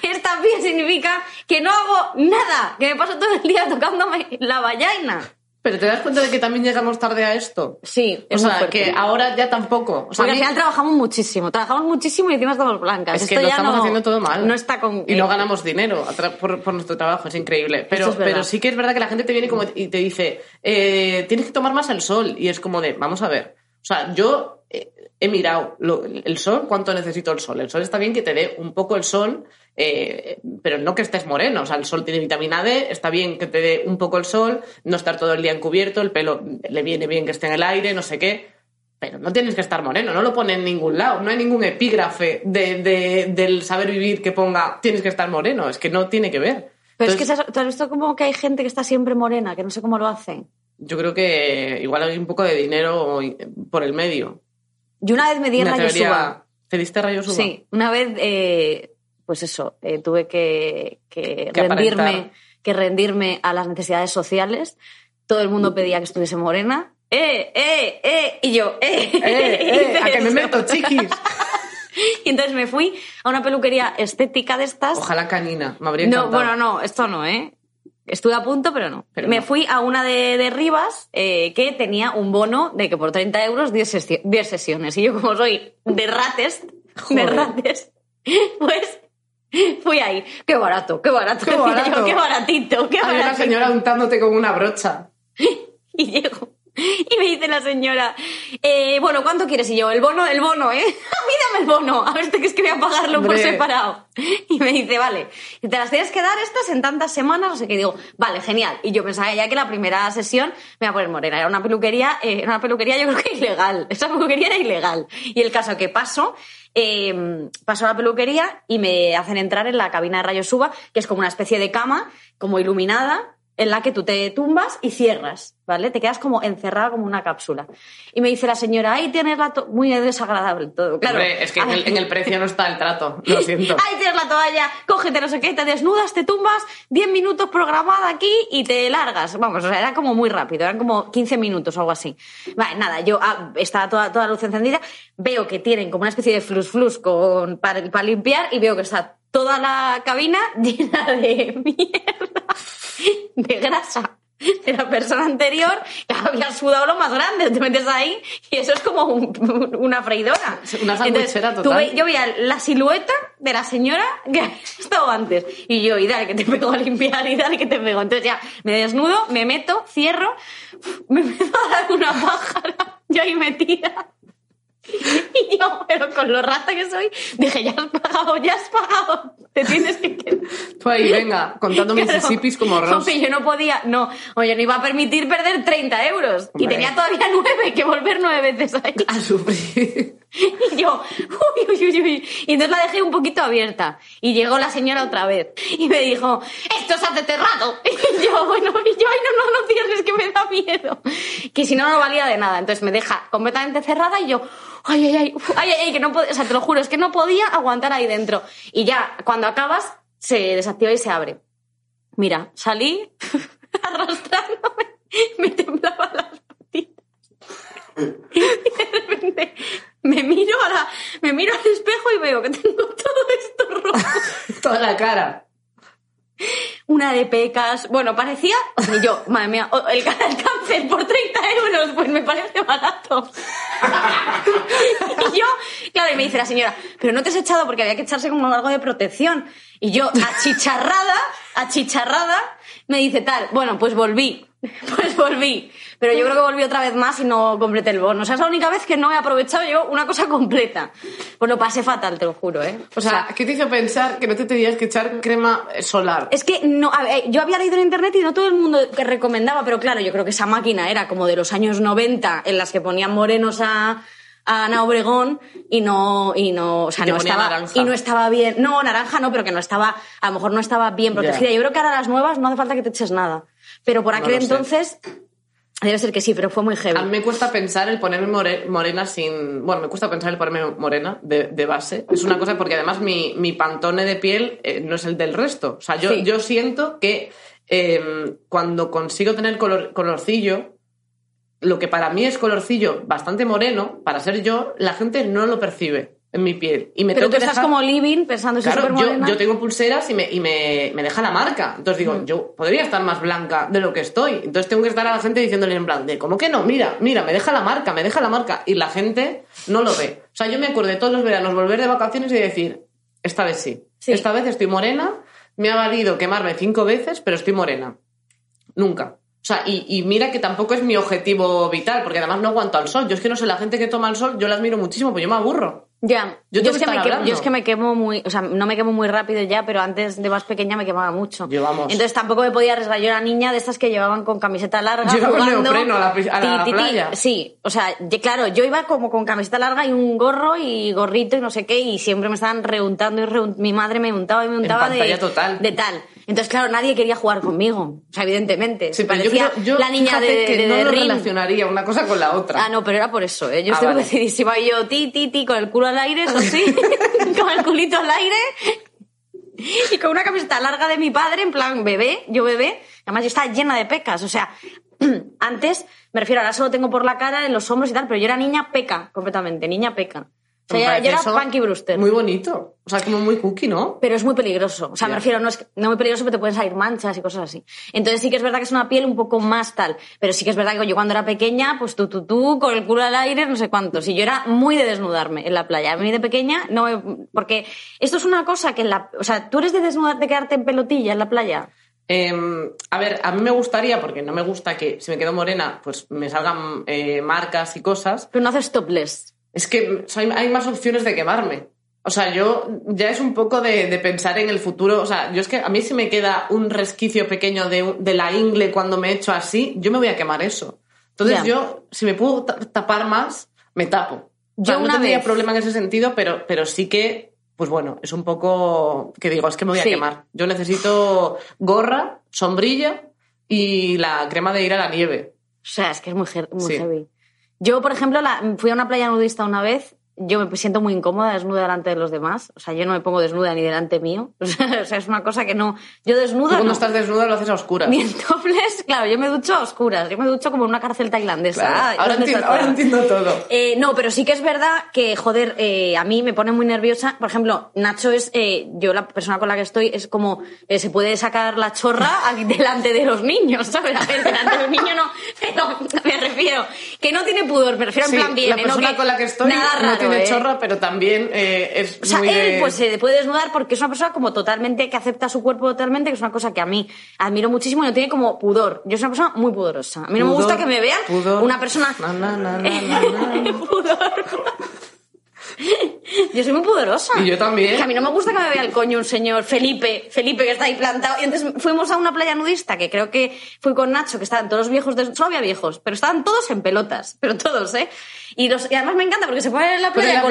Speaker 2: Esta piel significa que no hago nada, que me paso todo el día tocándome la vallaina.
Speaker 1: Pero te das cuenta de que también llegamos tarde a esto.
Speaker 2: Sí,
Speaker 1: O
Speaker 2: es muy
Speaker 1: sea,
Speaker 2: fuerte.
Speaker 1: que ahora ya tampoco. O sea,
Speaker 2: Porque
Speaker 1: a
Speaker 2: al
Speaker 1: mí-
Speaker 2: final trabajamos muchísimo, trabajamos muchísimo y encima estamos blancas.
Speaker 1: es que
Speaker 2: Esto
Speaker 1: lo
Speaker 2: ya
Speaker 1: estamos
Speaker 2: no-
Speaker 1: haciendo todo mal.
Speaker 2: No está con. eh,
Speaker 1: Y no ganamos dinero a tra- por, por nuestro trabajo, es increíble. Pero,
Speaker 2: es verdad.
Speaker 1: pero sí que es verdad que la gente te viene como y te dice, eh, tienes que tomar más el sol. Y es como de, vamos a ver. O sea, yo eh, he mirado lo- el sol, cuánto necesito el sol. El sol está bien que te dé un poco el sol, eh, pero no que estés moreno. O sea, el sol tiene vitamina D, está bien que te dé un poco el sol, no estar todo el día encubierto, el pelo le viene bien que esté en el aire, no sé qué. Pero no tienes que estar moreno, no lo pone en ningún lado, no hay ningún epígrafe de- de- del saber vivir que ponga tienes que estar moreno, es que no tiene que ver.
Speaker 2: Pero
Speaker 1: Entonces,
Speaker 2: es que tú has visto como que hay gente que está siempre morena, que no sé cómo lo hacen.
Speaker 1: Yo creo que igual hay un poco de dinero por el medio.
Speaker 2: Yo una vez me di en
Speaker 1: Una
Speaker 2: Rayo
Speaker 1: teoría-
Speaker 2: Suba.
Speaker 1: ¿Te diste rayos uva?
Speaker 2: Sí, una vez, eh, pues eso, eh, tuve que, que
Speaker 1: Que
Speaker 2: rendirme,
Speaker 1: aparentar.
Speaker 2: que rendirme a las necesidades sociales. Todo el
Speaker 1: Mm.
Speaker 2: mundo pedía que estuviese morena. ¡Eh, eh, eh! Y yo, ¡eh!
Speaker 1: ¡Eh, eh!
Speaker 2: hice
Speaker 1: ¡A que me
Speaker 2: eso.
Speaker 1: meto, chiquis!
Speaker 2: Y entonces me fui a una peluquería estética de estas.
Speaker 1: Ojalá canina, me habría
Speaker 2: No,
Speaker 1: encantado.
Speaker 2: bueno, no, esto no, ¿eh? Estuve a punto, pero no.
Speaker 1: Pero
Speaker 2: me
Speaker 1: no.
Speaker 2: fui a una de, de Rivas eh, que tenía un bono de que por 30 euros 10, sesi- 10 sesiones. Y yo, como soy de rates, de
Speaker 1: Joder.
Speaker 2: rates, pues fui ahí. Qué barato, qué barato.
Speaker 1: Qué
Speaker 2: decía yo,
Speaker 1: barato.
Speaker 2: qué baratito, qué
Speaker 1: Había una
Speaker 2: baratito.
Speaker 1: señora untándote con una brocha.
Speaker 2: Y llego. Y me dice la señora, eh, bueno, ¿cuánto quieres? Y yo, el bono, el bono, ¿eh? A mí dame el bono, a ver, que es que voy a pagarlo por
Speaker 1: Hombre.
Speaker 2: separado. Y me dice, vale, y te las tienes que dar estas en tantas semanas, no sé qué. Y digo, vale, genial. Y yo pensaba ya que la primera sesión me iba a poner morena. Era una peluquería, eh, era una peluquería yo creo que ilegal. Esa peluquería era ilegal. Y el caso que paso, eh, paso a la peluquería y me hacen entrar en la cabina de rayos uva, que es como una especie de cama, como iluminada, en la que tú te tumbas y cierras, ¿vale? Te quedas como encerrada como una cápsula. Y me dice la señora, ahí tienes la to-". muy desagradable todo, claro.
Speaker 1: Hombre, es que en
Speaker 2: Ay.
Speaker 1: el, en el precio no está el trato, lo siento.
Speaker 2: Ahí tienes la toalla, cógete no sé qué, te desnudas, te tumbas, 10 minutos programada aquí y te largas. Vamos, o sea, era como muy rápido, eran como 15 minutos o algo así. Vale, nada, yo ah, estaba toda, toda la luz encendida, veo que tienen como una especie de flus-flus con- para, para limpiar y veo que está toda la cabina llena de mierda, de grasa. De la persona anterior que había sudado lo más grande, te metes ahí y eso es como un- un- una freidora.
Speaker 1: Una sandwichera
Speaker 2: Entonces, tú
Speaker 1: total.
Speaker 2: ve- yo veía la silueta de la señora que había estado antes. Y yo, y dale que te pego a limpiar, y dale que te pego. Entonces ya me desnudo, me meto, cierro, me empiezo a dar una pájara, yo ahí metida. Y yo, pero con lo rata que soy, dije, ya has pagado, ya has pagado, te tienes que quedar.
Speaker 1: Tú ahí, venga, contando
Speaker 2: Claro.
Speaker 1: Mississippis como Ross.
Speaker 2: Hombre, yo no podía, no, oye, no iba a permitir perder 30 euros.
Speaker 1: Hombre.
Speaker 2: Y tenía todavía nueve, que volver nueve veces ahí.
Speaker 1: A sufrir.
Speaker 2: Y yo, uy, uy, uy, uy. Y entonces la dejé un poquito abierta. Y llegó la señora otra vez. Y me dijo, esto es hace rato. Y yo, bueno, y yo, ay, no, no, no cierres, que me da miedo. Que si no, no valía de nada. Entonces me deja completamente cerrada y yo, ay, ay, ay, uf, ay, ay, ay, que no podía, o sea, te lo juro, es que no podía aguantar ahí dentro. Y ya, cuando acabas, se desactiva y se abre. Mira, salí arrastrándome, me temblaban las patitas de repente me miro, a la- me miro al espejo y veo que tengo todo esto rojo.
Speaker 1: Toda la cara.
Speaker 2: Una de pecas. Bueno, parecía. Y yo, madre mía, o- el, ca- el cáncer por 30 euros, pues me parece barato. Y yo, claro, y me dice la señora, pero no te has echado porque había que echarse como algo de protección. Y yo, achicharrada, achicharrada, me dice tal, bueno, pues volví. Pues volví. Pero yo creo que volví otra vez más y no completé el bono. O sea, es la única vez que no he aprovechado yo una cosa completa. Pues lo pasé fatal, te lo juro, ¿eh?
Speaker 1: O sea, ¿qué te hizo pensar que no te tenías que echar crema solar?
Speaker 2: Es que no, a ver, yo había leído en internet y no todo el mundo que recomendaba, pero claro, yo creo que esa máquina era como de los años 90 en las que ponían morenos a, a Ana Obregón y no y no, o sea,
Speaker 1: te
Speaker 2: no
Speaker 1: ponía
Speaker 2: estaba
Speaker 1: naranja.
Speaker 2: y no estaba bien. No, naranja no, pero que no estaba, a lo mejor no estaba bien protegida.
Speaker 1: Ya.
Speaker 2: Yo creo que ahora las nuevas no hace falta que te eches nada. Pero por aquel
Speaker 1: lo sé.
Speaker 2: entonces debe ser que sí, pero fue muy heavy.
Speaker 1: A mí me cuesta pensar el ponerme more- morena sin. Bueno, me cuesta pensar el ponerme morena de, de base. Es una cosa porque además mi, mi pantone de piel eh, no es el del resto. O sea, yo,
Speaker 2: Sí.
Speaker 1: yo siento que eh, cuando consigo tener color, colorcillo, lo que para mí es colorcillo bastante moreno, para ser yo, la gente no lo percibe en mi piel. Y me
Speaker 2: pero
Speaker 1: tengo
Speaker 2: tú
Speaker 1: que
Speaker 2: estás
Speaker 1: dejar-
Speaker 2: como living pensando si es
Speaker 1: Claro, yo,
Speaker 2: supermodena. Mm.
Speaker 1: yo tengo pulseras y, me, y me, me deja la marca. Entonces digo, yo podría estar más blanca de lo que estoy. Entonces tengo que estar a la gente diciéndole en plan, de, ¿cómo que no? Mira, mira, me deja la marca, me deja la marca. Y la gente no lo ve. O sea, yo me acuerdo de todos los veranos volver de vacaciones y decir, esta vez sí.
Speaker 2: Sí.
Speaker 1: Esta vez estoy morena, me ha valido quemarme cinco veces, pero estoy morena. Nunca. O sea, y, y mira que tampoco es mi objetivo vital, porque además no aguanto al sol. Yo es que no sé, la gente que toma el sol, yo la admiro muchísimo, pues yo me aburro.
Speaker 2: Ya,
Speaker 1: Yo
Speaker 2: yo,
Speaker 1: tengo que
Speaker 2: es que me
Speaker 1: estar
Speaker 2: quemo,
Speaker 1: hablando.
Speaker 2: yo es que me quemo muy, o sea, no me quemo muy rápido ya, pero antes de más pequeña me quemaba mucho.
Speaker 1: Yo, vamos.
Speaker 2: Entonces tampoco me podía arriesgar. Yo era niña de estas que llevaban con camiseta larga.
Speaker 1: Yo iba con
Speaker 2: jugando,
Speaker 1: neopreno a la pi- a la playa.
Speaker 2: Sí, o sea, ye- claro, yo iba como con camiseta larga y un gorro y gorrito y no sé qué, y siempre me estaban reuntando y reunt- mi madre me untaba y me untaba de,
Speaker 1: pantalla total.
Speaker 2: de tal. Entonces, claro, nadie quería jugar conmigo, o sea, evidentemente.
Speaker 1: Sí, pero yo
Speaker 2: Parecía
Speaker 1: creo- yo
Speaker 2: la niña de,
Speaker 1: fíjate que
Speaker 2: de-
Speaker 1: no
Speaker 2: de
Speaker 1: lo
Speaker 2: Ring.
Speaker 1: relacionaría una cosa con la otra.
Speaker 2: Ah, no, pero era por eso, ¿eh? Yo
Speaker 1: Ah,
Speaker 2: estoy
Speaker 1: vale.
Speaker 2: decidísima. Y yo, ti, ti, ti, con el culo al aire, eso sí, con el culito al aire. Y con una camiseta larga de mi padre, en plan bebé, yo bebé. Además, yo estaba llena de pecas, o sea, antes, me refiero, ahora solo tengo por la cara, en los hombros y tal, pero yo era niña peca, completamente, niña peca. O sea,
Speaker 1: Me
Speaker 2: yo era- yo,
Speaker 1: parece
Speaker 2: era
Speaker 1: eso
Speaker 2: Punky Brewster.
Speaker 1: Muy bonito. O sea, como muy cookie, ¿no?
Speaker 2: Pero es muy peligroso. O sea,
Speaker 1: Ya.
Speaker 2: me refiero, no es no muy peligroso, pero te pueden salir manchas y cosas así. Entonces sí que es verdad que es una piel un poco más tal. Pero sí que es verdad que yo cuando era pequeña, pues tú, tú, tú, con el culo al aire, no sé cuántos. Y yo era muy de desnudarme en la playa. A mí de pequeña, no me- Porque esto es una cosa que en la... O sea, ¿tú eres de desnudarte, quedarte en pelotilla en la playa?
Speaker 1: Eh, a ver, a mí me gustaría, porque no me gusta que si me quedo morena, pues me salgan eh, marcas y cosas.
Speaker 2: Pero no haces topless.
Speaker 1: Es que o sea, hay, hay más opciones de quemarme. O sea, yo ya es un poco de, de pensar en el futuro. O sea, yo es que a mí si me queda un resquicio pequeño de, un- de la ingle cuando me echo así, yo me voy a quemar eso. Entonces
Speaker 2: Ya.
Speaker 1: yo, si me puedo ta- tapar más, me tapo. O sea,
Speaker 2: Yo
Speaker 1: no
Speaker 2: una
Speaker 1: tendría
Speaker 2: vez-
Speaker 1: problema en ese sentido, pero, pero sí que, pues bueno, es un poco que digo, es que me voy a
Speaker 2: Sí.
Speaker 1: quemar. Yo necesito gorra, sombrilla y la crema de ir a la nieve.
Speaker 2: O sea, es que es muy, ge- muy
Speaker 1: Sí.
Speaker 2: heavy. Yo, por ejemplo, la- fui a una playa nudista una vez. Yo me siento muy incómoda desnuda delante de los demás. O sea, yo no me pongo desnuda ni delante mío. O sea, es una cosa que no. Yo
Speaker 1: Tú
Speaker 2: desnuda.
Speaker 1: cuando
Speaker 2: no.
Speaker 1: estás desnuda lo haces a oscuras.
Speaker 2: Ni en topless, claro, yo me ducho a oscuras. Yo me ducho como en una cárcel tailandesa.
Speaker 1: Claro.
Speaker 2: Ah,
Speaker 1: ahora,
Speaker 2: ¿dónde
Speaker 1: entiendo,
Speaker 2: está todo?
Speaker 1: ahora entiendo todo.
Speaker 2: Eh, no, pero sí que es verdad que, joder, eh, a mí me pone muy nerviosa. Por ejemplo, Nacho es, eh, yo la persona con la que estoy, es como, eh, se puede sacar la chorra aquí delante de los niños, ¿sabes? A ver, delante de los niños no, pero me refiero, que no tiene pudor, me refiero
Speaker 1: Sí,
Speaker 2: en plan bien.
Speaker 1: la
Speaker 2: eh, no
Speaker 1: persona con la que estoy
Speaker 2: nada
Speaker 1: no
Speaker 2: raro,
Speaker 1: tiene
Speaker 2: eh.
Speaker 1: chorra, pero también eh, es
Speaker 2: O sea,
Speaker 1: muy
Speaker 2: él
Speaker 1: de-
Speaker 2: pues se puede desnudar porque es una persona como totalmente que acepta su cuerpo totalmente, que es una cosa que a mí admiro muchísimo y no tiene como pudor. Yo soy una persona muy pudorosa. A mí no me
Speaker 1: Pudor,
Speaker 2: gusta que me vean
Speaker 1: pudor.
Speaker 2: una persona
Speaker 1: Na, na, na, na, na, na.
Speaker 2: Yo soy muy pudorosa.
Speaker 1: Y yo también.
Speaker 2: Que a mí no me gusta que me vea el coño un señor Felipe, Felipe que está ahí plantado. Y entonces fuimos a una playa nudista que creo que fui con Nacho, que estaban todos los viejos, des- solo había viejos, pero estaban todos en pelotas, pero todos, ¿eh? Y, los, y además me encanta porque se ponen en la
Speaker 1: Ponen
Speaker 2: playa
Speaker 1: las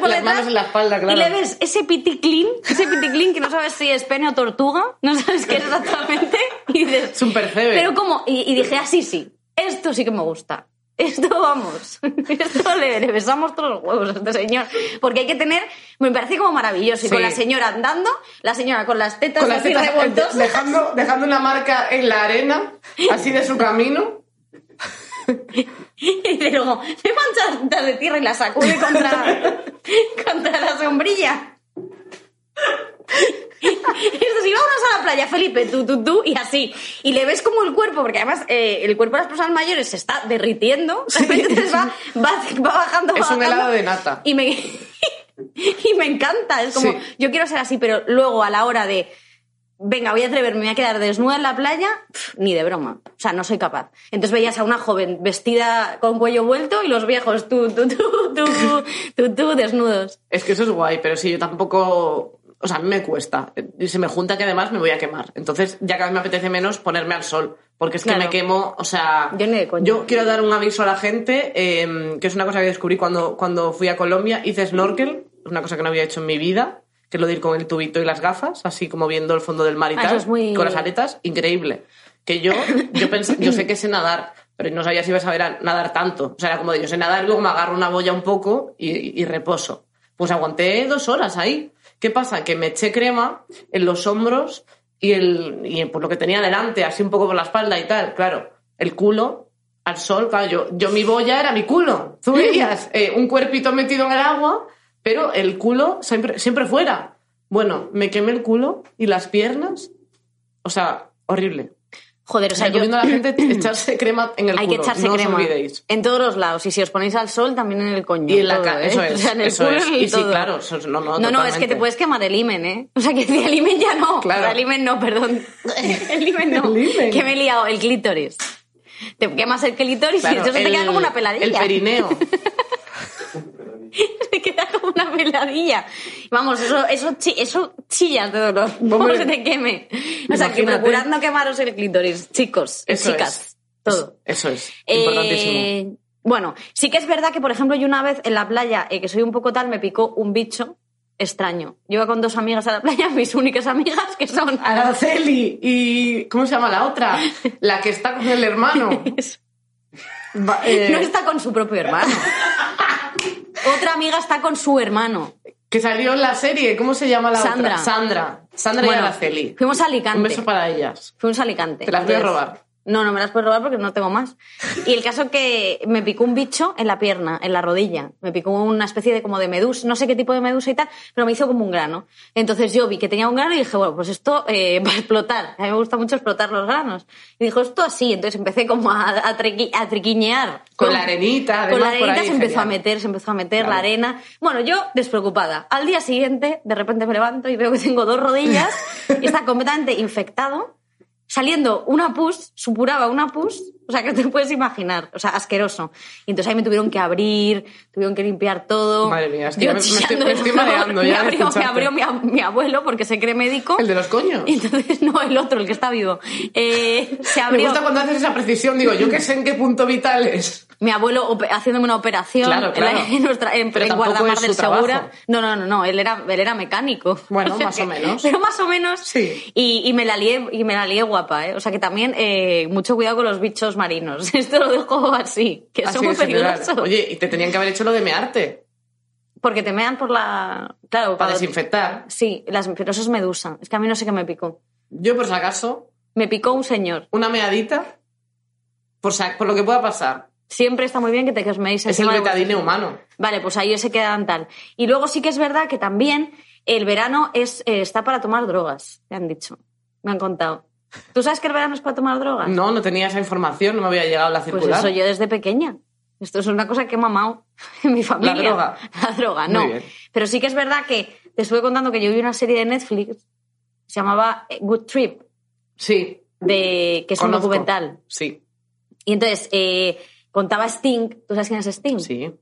Speaker 1: man-
Speaker 2: los brazos
Speaker 1: la-
Speaker 2: por
Speaker 1: las
Speaker 2: detrás
Speaker 1: manos en la espalda, claro.
Speaker 2: y le ves ese piticlín, ese piticlín que no sabes si es pene o tortuga, no sabes qué es exactamente, y dices...
Speaker 1: Es un percebe.
Speaker 2: Pero como, y, y dije, así sí, esto sí que me gusta. Esto vamos, esto le, le besamos todos los huevos a este señor. Porque hay que tener, me parece como maravilloso. Y
Speaker 1: Sí.
Speaker 2: con la señora andando, la señora con las tetas
Speaker 1: Con las
Speaker 2: así
Speaker 1: tetas
Speaker 2: revoltosas.
Speaker 1: dejando, dejando una marca en la arena, así de su camino.
Speaker 2: Y luego, me mancha las tetas de tierra y la sacude contra, contra la sombrilla. Esto, si vamos a la playa, Felipe, tú, tú, tú, y así. Y le ves como el cuerpo, porque además eh, el cuerpo de las personas mayores se está derritiendo. De repente entonces va, va- va bajando, va
Speaker 1: Es un
Speaker 2: bajando.
Speaker 1: helado de nata.
Speaker 2: Y me, y me encanta. Es como,
Speaker 1: Sí.
Speaker 2: yo quiero ser así, pero luego a la hora de venga, voy a atreverme, me voy a quedar desnuda en la playa, pf, ni de broma. O sea, no soy capaz. Entonces veías a una joven vestida con cuello vuelto y los viejos, tú, tú, tú, tú, tú, tú, desnudos.
Speaker 1: Es que eso es guay, pero sí, yo tampoco. O sea, a mí me cuesta. Y se me junta que además me voy a quemar. Entonces, ya cada vez me apetece menos ponerme al sol. Porque es que
Speaker 2: Claro.
Speaker 1: me quemo, o sea.
Speaker 2: Yo ni de coña.
Speaker 1: Yo quiero dar un aviso a la gente, eh, que es una cosa que descubrí cuando, cuando fui a Colombia. Hice snorkel, es una cosa que no había hecho en mi vida, que es lo de ir con el tubito y las gafas, así como viendo el fondo del mar y
Speaker 2: Ah,
Speaker 1: tal,
Speaker 2: eso es muy-
Speaker 1: con las aletas, increíble. Que yo, yo, pens- yo sé que sé nadar, pero no sabía si iba a saber a- nadar tanto. O sea, era como de yo sé nadar, luego me agarro una boya un poco y, y reposo. Pues aguanté dos horas ahí. ¿Qué pasa? Que me eché crema en los hombros y, el, y por lo que tenía delante, así un poco por la espalda y tal. Claro, el culo al sol, claro, yo, yo mi boya era mi culo. Tú veías eh, un cuerpito metido en el agua, pero el culo siempre, siempre fuera. Bueno, me quemé el culo y las piernas. O sea, horrible.
Speaker 2: Joder, o sea, yo...
Speaker 1: Recomiendo a la gente echarse crema en el
Speaker 2: Hay
Speaker 1: culo.
Speaker 2: que echarse
Speaker 1: no os
Speaker 2: crema.
Speaker 1: olvidéis.
Speaker 2: En todos los lados. Y si os ponéis al sol, también en el coño.
Speaker 1: Y en la
Speaker 2: todo,
Speaker 1: ca-
Speaker 2: ¿eh?
Speaker 1: Eso
Speaker 2: O
Speaker 1: es.
Speaker 2: sea, en el
Speaker 1: eso
Speaker 2: culo
Speaker 1: es.
Speaker 2: y
Speaker 1: Y sí,
Speaker 2: todo.
Speaker 1: claro. eso es- no, no,
Speaker 2: No, no, es que te
Speaker 1: totalmente.
Speaker 2: puedes quemar el imen, ¿eh? O sea, que el imen ya no.
Speaker 1: Claro.
Speaker 2: O sea, El imen no, perdón. El imen no.
Speaker 1: El himen.
Speaker 2: Que me he liado, el clítoris. Te quemas el clítoris
Speaker 1: Claro,
Speaker 2: y entonces te queda como una peladilla.
Speaker 1: El perineo.
Speaker 2: te queda como una peladilla. Vamos, eso, eso, chi- eso chillas de dolor. Como
Speaker 1: Hombre.
Speaker 2: se te queme. O sea,
Speaker 1: Imagínate.
Speaker 2: que procurad no quemaros el clítoris, chicos,
Speaker 1: Eso
Speaker 2: chicas.
Speaker 1: es.
Speaker 2: Todo.
Speaker 1: Eso es.
Speaker 2: Eh,
Speaker 1: Importantísimo.
Speaker 2: bueno, sí que es verdad que, por ejemplo, yo una vez en la playa, eh, que soy un poco tal, me picó un bicho extraño. Yo iba con dos amigas a la playa, mis únicas amigas, que son...
Speaker 1: Ah, Araceli y. ¿Cómo se llama la otra? La que está con el hermano. Va- eh,
Speaker 2: No está con su propio hermano. Otra amiga está con su hermano.
Speaker 1: Que salió en la serie. ¿Cómo se llama la
Speaker 2: Sandra.
Speaker 1: otra? Sandra. Sandra
Speaker 2: Bueno,
Speaker 1: y Araceli.
Speaker 2: Fuimos a Alicante.
Speaker 1: Un beso para ellas.
Speaker 2: Fuimos a Alicante.
Speaker 1: Te las voy a robar.
Speaker 2: No, no me las puedes robar porque no tengo más. Y el caso que me picó un bicho en la pierna, en la rodilla. Me picó una especie de como de medusa, no sé qué tipo de medusa y tal, pero me hizo como un grano. Entonces yo vi que tenía un grano y dije, bueno, pues esto eh, va a explotar. A mí me gusta mucho explotar los granos. Y dijo, esto así. Entonces empecé como a, a triqui- a triquiñear.
Speaker 1: Con la arenita,
Speaker 2: Con la
Speaker 1: además, por
Speaker 2: arenita
Speaker 1: ahí,
Speaker 2: se empezó a
Speaker 1: genial.
Speaker 2: meter, se empezó a meter la
Speaker 1: Claro.
Speaker 2: arena. Bueno, yo despreocupada. Al día siguiente, de repente me levanto y veo que tengo dos rodillas y está completamente infectado, saliendo una pus, supuraba una pus, o sea, que te puedes imaginar, o sea, asqueroso. Y entonces ahí me tuvieron que abrir, tuvieron que limpiar todo.
Speaker 1: Madre mía, estoy-
Speaker 2: Yo
Speaker 1: me- me estoy-
Speaker 2: chillando
Speaker 1: me
Speaker 2: de
Speaker 1: estoy
Speaker 2: dolor.
Speaker 1: mareando
Speaker 2: Me
Speaker 1: ya de
Speaker 2: abrió, me
Speaker 1: escucharte.
Speaker 2: abrió mi, ab- mi abuelo porque se cree médico.
Speaker 1: El de los coños.
Speaker 2: Y entonces, no, el otro, el que está vivo. Eh, se
Speaker 1: Me
Speaker 2: abrió.
Speaker 1: gusta cuando haces esa precisión, digo, yo qué sé en qué punto vital es.
Speaker 2: mi abuelo op- haciéndome una operación
Speaker 1: Claro,
Speaker 2: en la-
Speaker 1: claro.
Speaker 2: en, nuestra, en,
Speaker 1: Pero
Speaker 2: en
Speaker 1: tampoco
Speaker 2: Guardamar
Speaker 1: es
Speaker 2: del
Speaker 1: su trabajo.
Speaker 2: Segura. No, no, no, no, él era, él era mecánico.
Speaker 1: Bueno,
Speaker 2: sea
Speaker 1: más o
Speaker 2: que-
Speaker 1: menos.
Speaker 2: Pero más o menos.
Speaker 1: Sí.
Speaker 2: Y, y me la lié, y me la lié guapa, ¿eh? O sea que también eh, mucho cuidado con los bichos marinos. Esto lo dejo así, que
Speaker 1: Así
Speaker 2: son muy
Speaker 1: en general.
Speaker 2: peligrosos.
Speaker 1: Oye, y te tenían que haber hecho lo de mearte,
Speaker 2: Porque te mean por la.
Speaker 1: para
Speaker 2: Claro, cuando-
Speaker 1: desinfectar.
Speaker 2: Sí, las, pero eso es medusa. Es que a mí no sé qué me picó.
Speaker 1: Yo, por si acaso,
Speaker 2: Me picó un señor.
Speaker 1: una meadita, por, si ac- por lo que pueda pasar.
Speaker 2: Siempre está muy bien que te queméis
Speaker 1: Es el
Speaker 2: encima de vuestros
Speaker 1: betadine humano.
Speaker 2: Vale, pues ahí se quedan tal. Y luego sí que es verdad que también el verano es, eh, está para tomar drogas, me han dicho, me han contado. ¿Tú sabes que el verano es para tomar drogas?
Speaker 1: No, no tenía esa información, no me había llegado la
Speaker 2: Ah. pues
Speaker 1: Mm, circular.
Speaker 2: eso yo desde pequeña. Esto es una cosa que he mamado en mi familia.
Speaker 1: droga.
Speaker 2: La droga,
Speaker 1: Muy
Speaker 2: no.
Speaker 1: bien.
Speaker 2: Pero sí que es verdad que te estuve contando que yo vi una serie de Netflix, se llamaba eh, Good Trip,
Speaker 1: Sí,
Speaker 2: de, que es
Speaker 1: Conozco.
Speaker 2: un documental.
Speaker 1: sí,
Speaker 2: Y entonces eh, contaba Sting, ¿tú sabes quién es Sting?
Speaker 1: sí.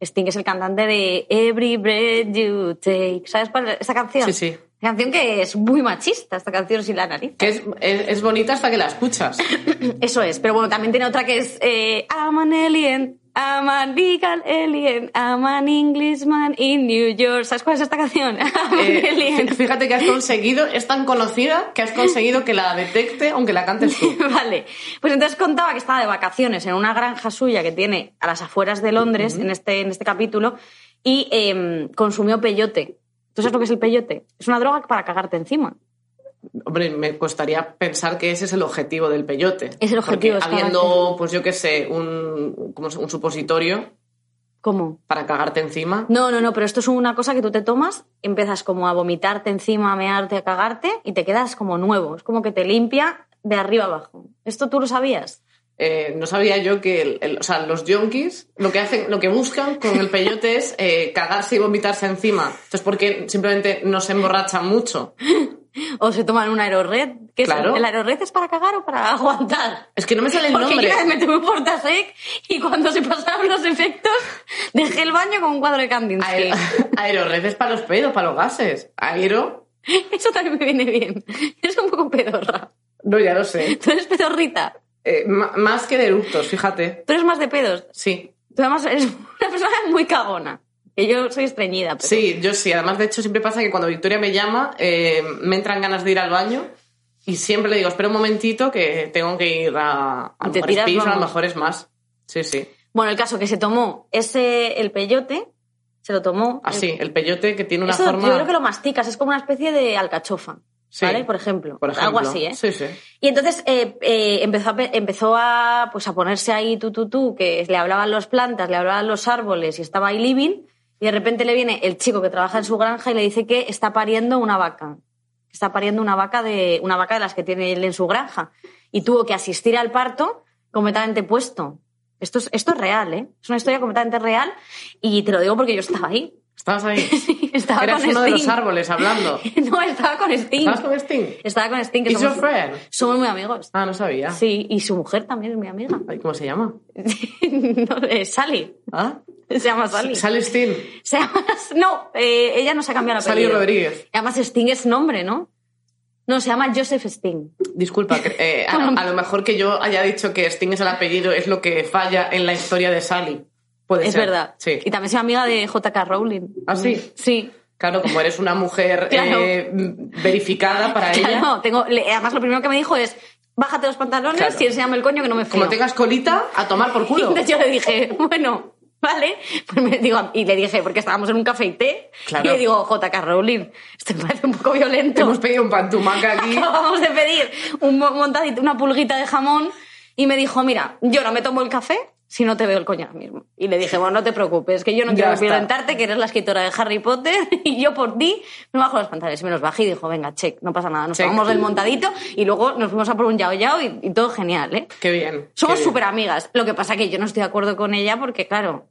Speaker 2: Sting es el cantante de Every Breath You Take. ¿Sabes cuál es esa canción?
Speaker 1: Sí, sí.
Speaker 2: Esa canción que es muy machista, esta canción sin la nariz.
Speaker 1: Que es, es- es bonita hasta que la escuchas.
Speaker 2: Eso es, pero bueno, también tiene otra que es eh, I'm an alien, I'm a legal alien, I'm an Englishman in New York. ¿Sabes cuál es esta canción? I'm an
Speaker 1: Eh,
Speaker 2: alien.
Speaker 1: fíjate que has conseguido, es tan conocida que has conseguido que la detecte aunque la cantes tú.
Speaker 2: vale. Pues entonces contaba que estaba de vacaciones en una granja suya que tiene a las afueras de Londres, en, este, en este capítulo, y em, consumió peyote. ¿Tú sabes lo que es el peyote? Es una droga para cagarte encima.
Speaker 1: Hombre, me costaría pensar que ese es el objetivo del peyote.
Speaker 2: Es el objetivo, es
Speaker 1: Porque habiendo, pues yo qué sé, un, como es- un supositorio
Speaker 2: ¿Cómo?
Speaker 1: para cagarte encima.
Speaker 2: No, no, no, pero esto es una cosa que tú te tomas, empiezas como a vomitarte encima, a mearte, a cagarte y te quedas como nuevo. Es como que te limpia de arriba abajo. ¿Esto tú lo sabías?
Speaker 1: Eh, no sabía yo que el- el- o sea, los yonkis lo que hacen, lo que buscan con el peyote es eh, cagarse y vomitarse encima. Entonces, porque simplemente no se emborrachan mucho.
Speaker 2: o se toman un aerorred. que es-
Speaker 1: Claro.
Speaker 2: ¿El aerorred es para cagar o para aguantar?
Speaker 1: Es que no me sale el
Speaker 2: Porque
Speaker 1: nombre.
Speaker 2: yo una vez me tuve un portasec y cuando se pasaron los efectos dejé el baño con un cuadro de Kandinsky.
Speaker 1: Aero, aerorred es para los pedos, para los gases. Aero,
Speaker 2: Eso también me viene bien. Es un poco pedorra.
Speaker 1: no, ya lo sé.
Speaker 2: Tú eres pedorrita.
Speaker 1: Eh, ma- más que de eructos, fíjate.
Speaker 2: Tú eres más de pedos.
Speaker 1: Sí,
Speaker 2: Tú además eres una persona muy cagona. Que yo soy estreñida. pero-
Speaker 1: sí, yo sí. Además, de hecho, siempre pasa que cuando Victoria me llama, eh, me entran ganas de ir al baño y siempre le digo, espera un momentito que tengo que ir a, a lo
Speaker 2: Te
Speaker 1: mejor
Speaker 2: tiras,
Speaker 1: es pis, a lo
Speaker 2: vamos.
Speaker 1: mejor es más. Sí, sí.
Speaker 2: Bueno, el caso que se tomó ese, el peyote, se lo tomó.
Speaker 1: Así, el peyote que tiene una
Speaker 2: Eh, Eso
Speaker 1: forma...
Speaker 2: yo creo que lo masticas, es como una especie de alcachofa.
Speaker 1: Sí.
Speaker 2: ¿Vale? Por ejemplo.
Speaker 1: por
Speaker 2: Algo
Speaker 1: ejemplo.
Speaker 2: así, ¿eh?
Speaker 1: Sí, sí.
Speaker 2: Y entonces eh, eh, empezó, a, pe- empezó a, pues, a ponerse ahí tú, tú, tú, que le hablaban las plantas, le hablaban los árboles y estaba ahí living. Y de repente le viene el chico que trabaja en su granja y le dice que está pariendo una vaca. Está pariendo una vaca de, una vaca de las que tiene él en su granja. Y tuvo que asistir al parto completamente puesto. Esto es, esto es real, ¿eh? Es una historia completamente real. Y te lo digo porque yo estaba ahí.
Speaker 1: Estabas ahí.
Speaker 2: Estaba
Speaker 1: Eras
Speaker 2: con
Speaker 1: uno de los
Speaker 2: Sting.
Speaker 1: árboles hablando.
Speaker 2: No, estaba con Sting.
Speaker 1: ¿Estabas con Sting?
Speaker 2: Estaba con Sting. que
Speaker 1: ¿Is your
Speaker 2: somos,
Speaker 1: friend?
Speaker 2: somos muy amigos.
Speaker 1: Ah, no sabía.
Speaker 2: Sí, y su mujer también es mi amiga.
Speaker 1: Ay, ¿Cómo se llama?
Speaker 2: no, eh, Sally.
Speaker 1: ¿Ah?
Speaker 2: Se llama Sally.
Speaker 1: Sally Sting.
Speaker 2: Se llama... No, eh, ella no se ha cambiado la
Speaker 1: Sally Rodríguez.
Speaker 2: Además, Sting es nombre, ¿no? No, se llama Joseph Sting.
Speaker 1: Disculpa, que- eh, a, a lo mejor que yo haya dicho que Sting es el apellido es lo que falla en la historia de Sally. Puede
Speaker 2: Es
Speaker 1: ser.
Speaker 2: verdad.
Speaker 1: Sí.
Speaker 2: Y también soy amiga de J.K. Rowling.
Speaker 1: ¿Ah, sí?
Speaker 2: Sí.
Speaker 1: Claro, como eres una mujer
Speaker 2: Claro.
Speaker 1: eh, verificada para ella.
Speaker 2: Claro, tengo... le- Además, lo primero que me dijo es, bájate los pantalones
Speaker 1: Claro.
Speaker 2: y enséñame el coño que no me fío.
Speaker 1: Como tengas colita, a tomar por culo.
Speaker 2: Entonces yo le dije, bueno, vale. Pues me digo, y le dije, porque estábamos en un café y té.
Speaker 1: Claro.
Speaker 2: Y le digo, J.K. Rowling, esto me parece un poco violento.
Speaker 1: Hemos pedido un pantumaca aquí.
Speaker 2: Acabamos de pedir un mo- montadito, una pulguita de jamón y me dijo, mira, yo no me tomo el café si no te veo el coño ahora mismo. Y le dije, bueno, no te preocupes, que yo no
Speaker 1: Ya
Speaker 2: quiero
Speaker 1: está.
Speaker 2: violentarte, que eres la escritora de Harry Potter y yo por ti me bajo los pantalones. Y me los bajé y dijo, venga, check, no pasa nada, nos
Speaker 1: Check.
Speaker 2: tomamos el montadito y luego nos fuimos a por un yao yao y, y todo genial, ¿eh?
Speaker 1: Qué bien.
Speaker 2: Somos
Speaker 1: qué bien.
Speaker 2: súper amigas. Lo que pasa que yo no estoy de acuerdo con ella porque, claro,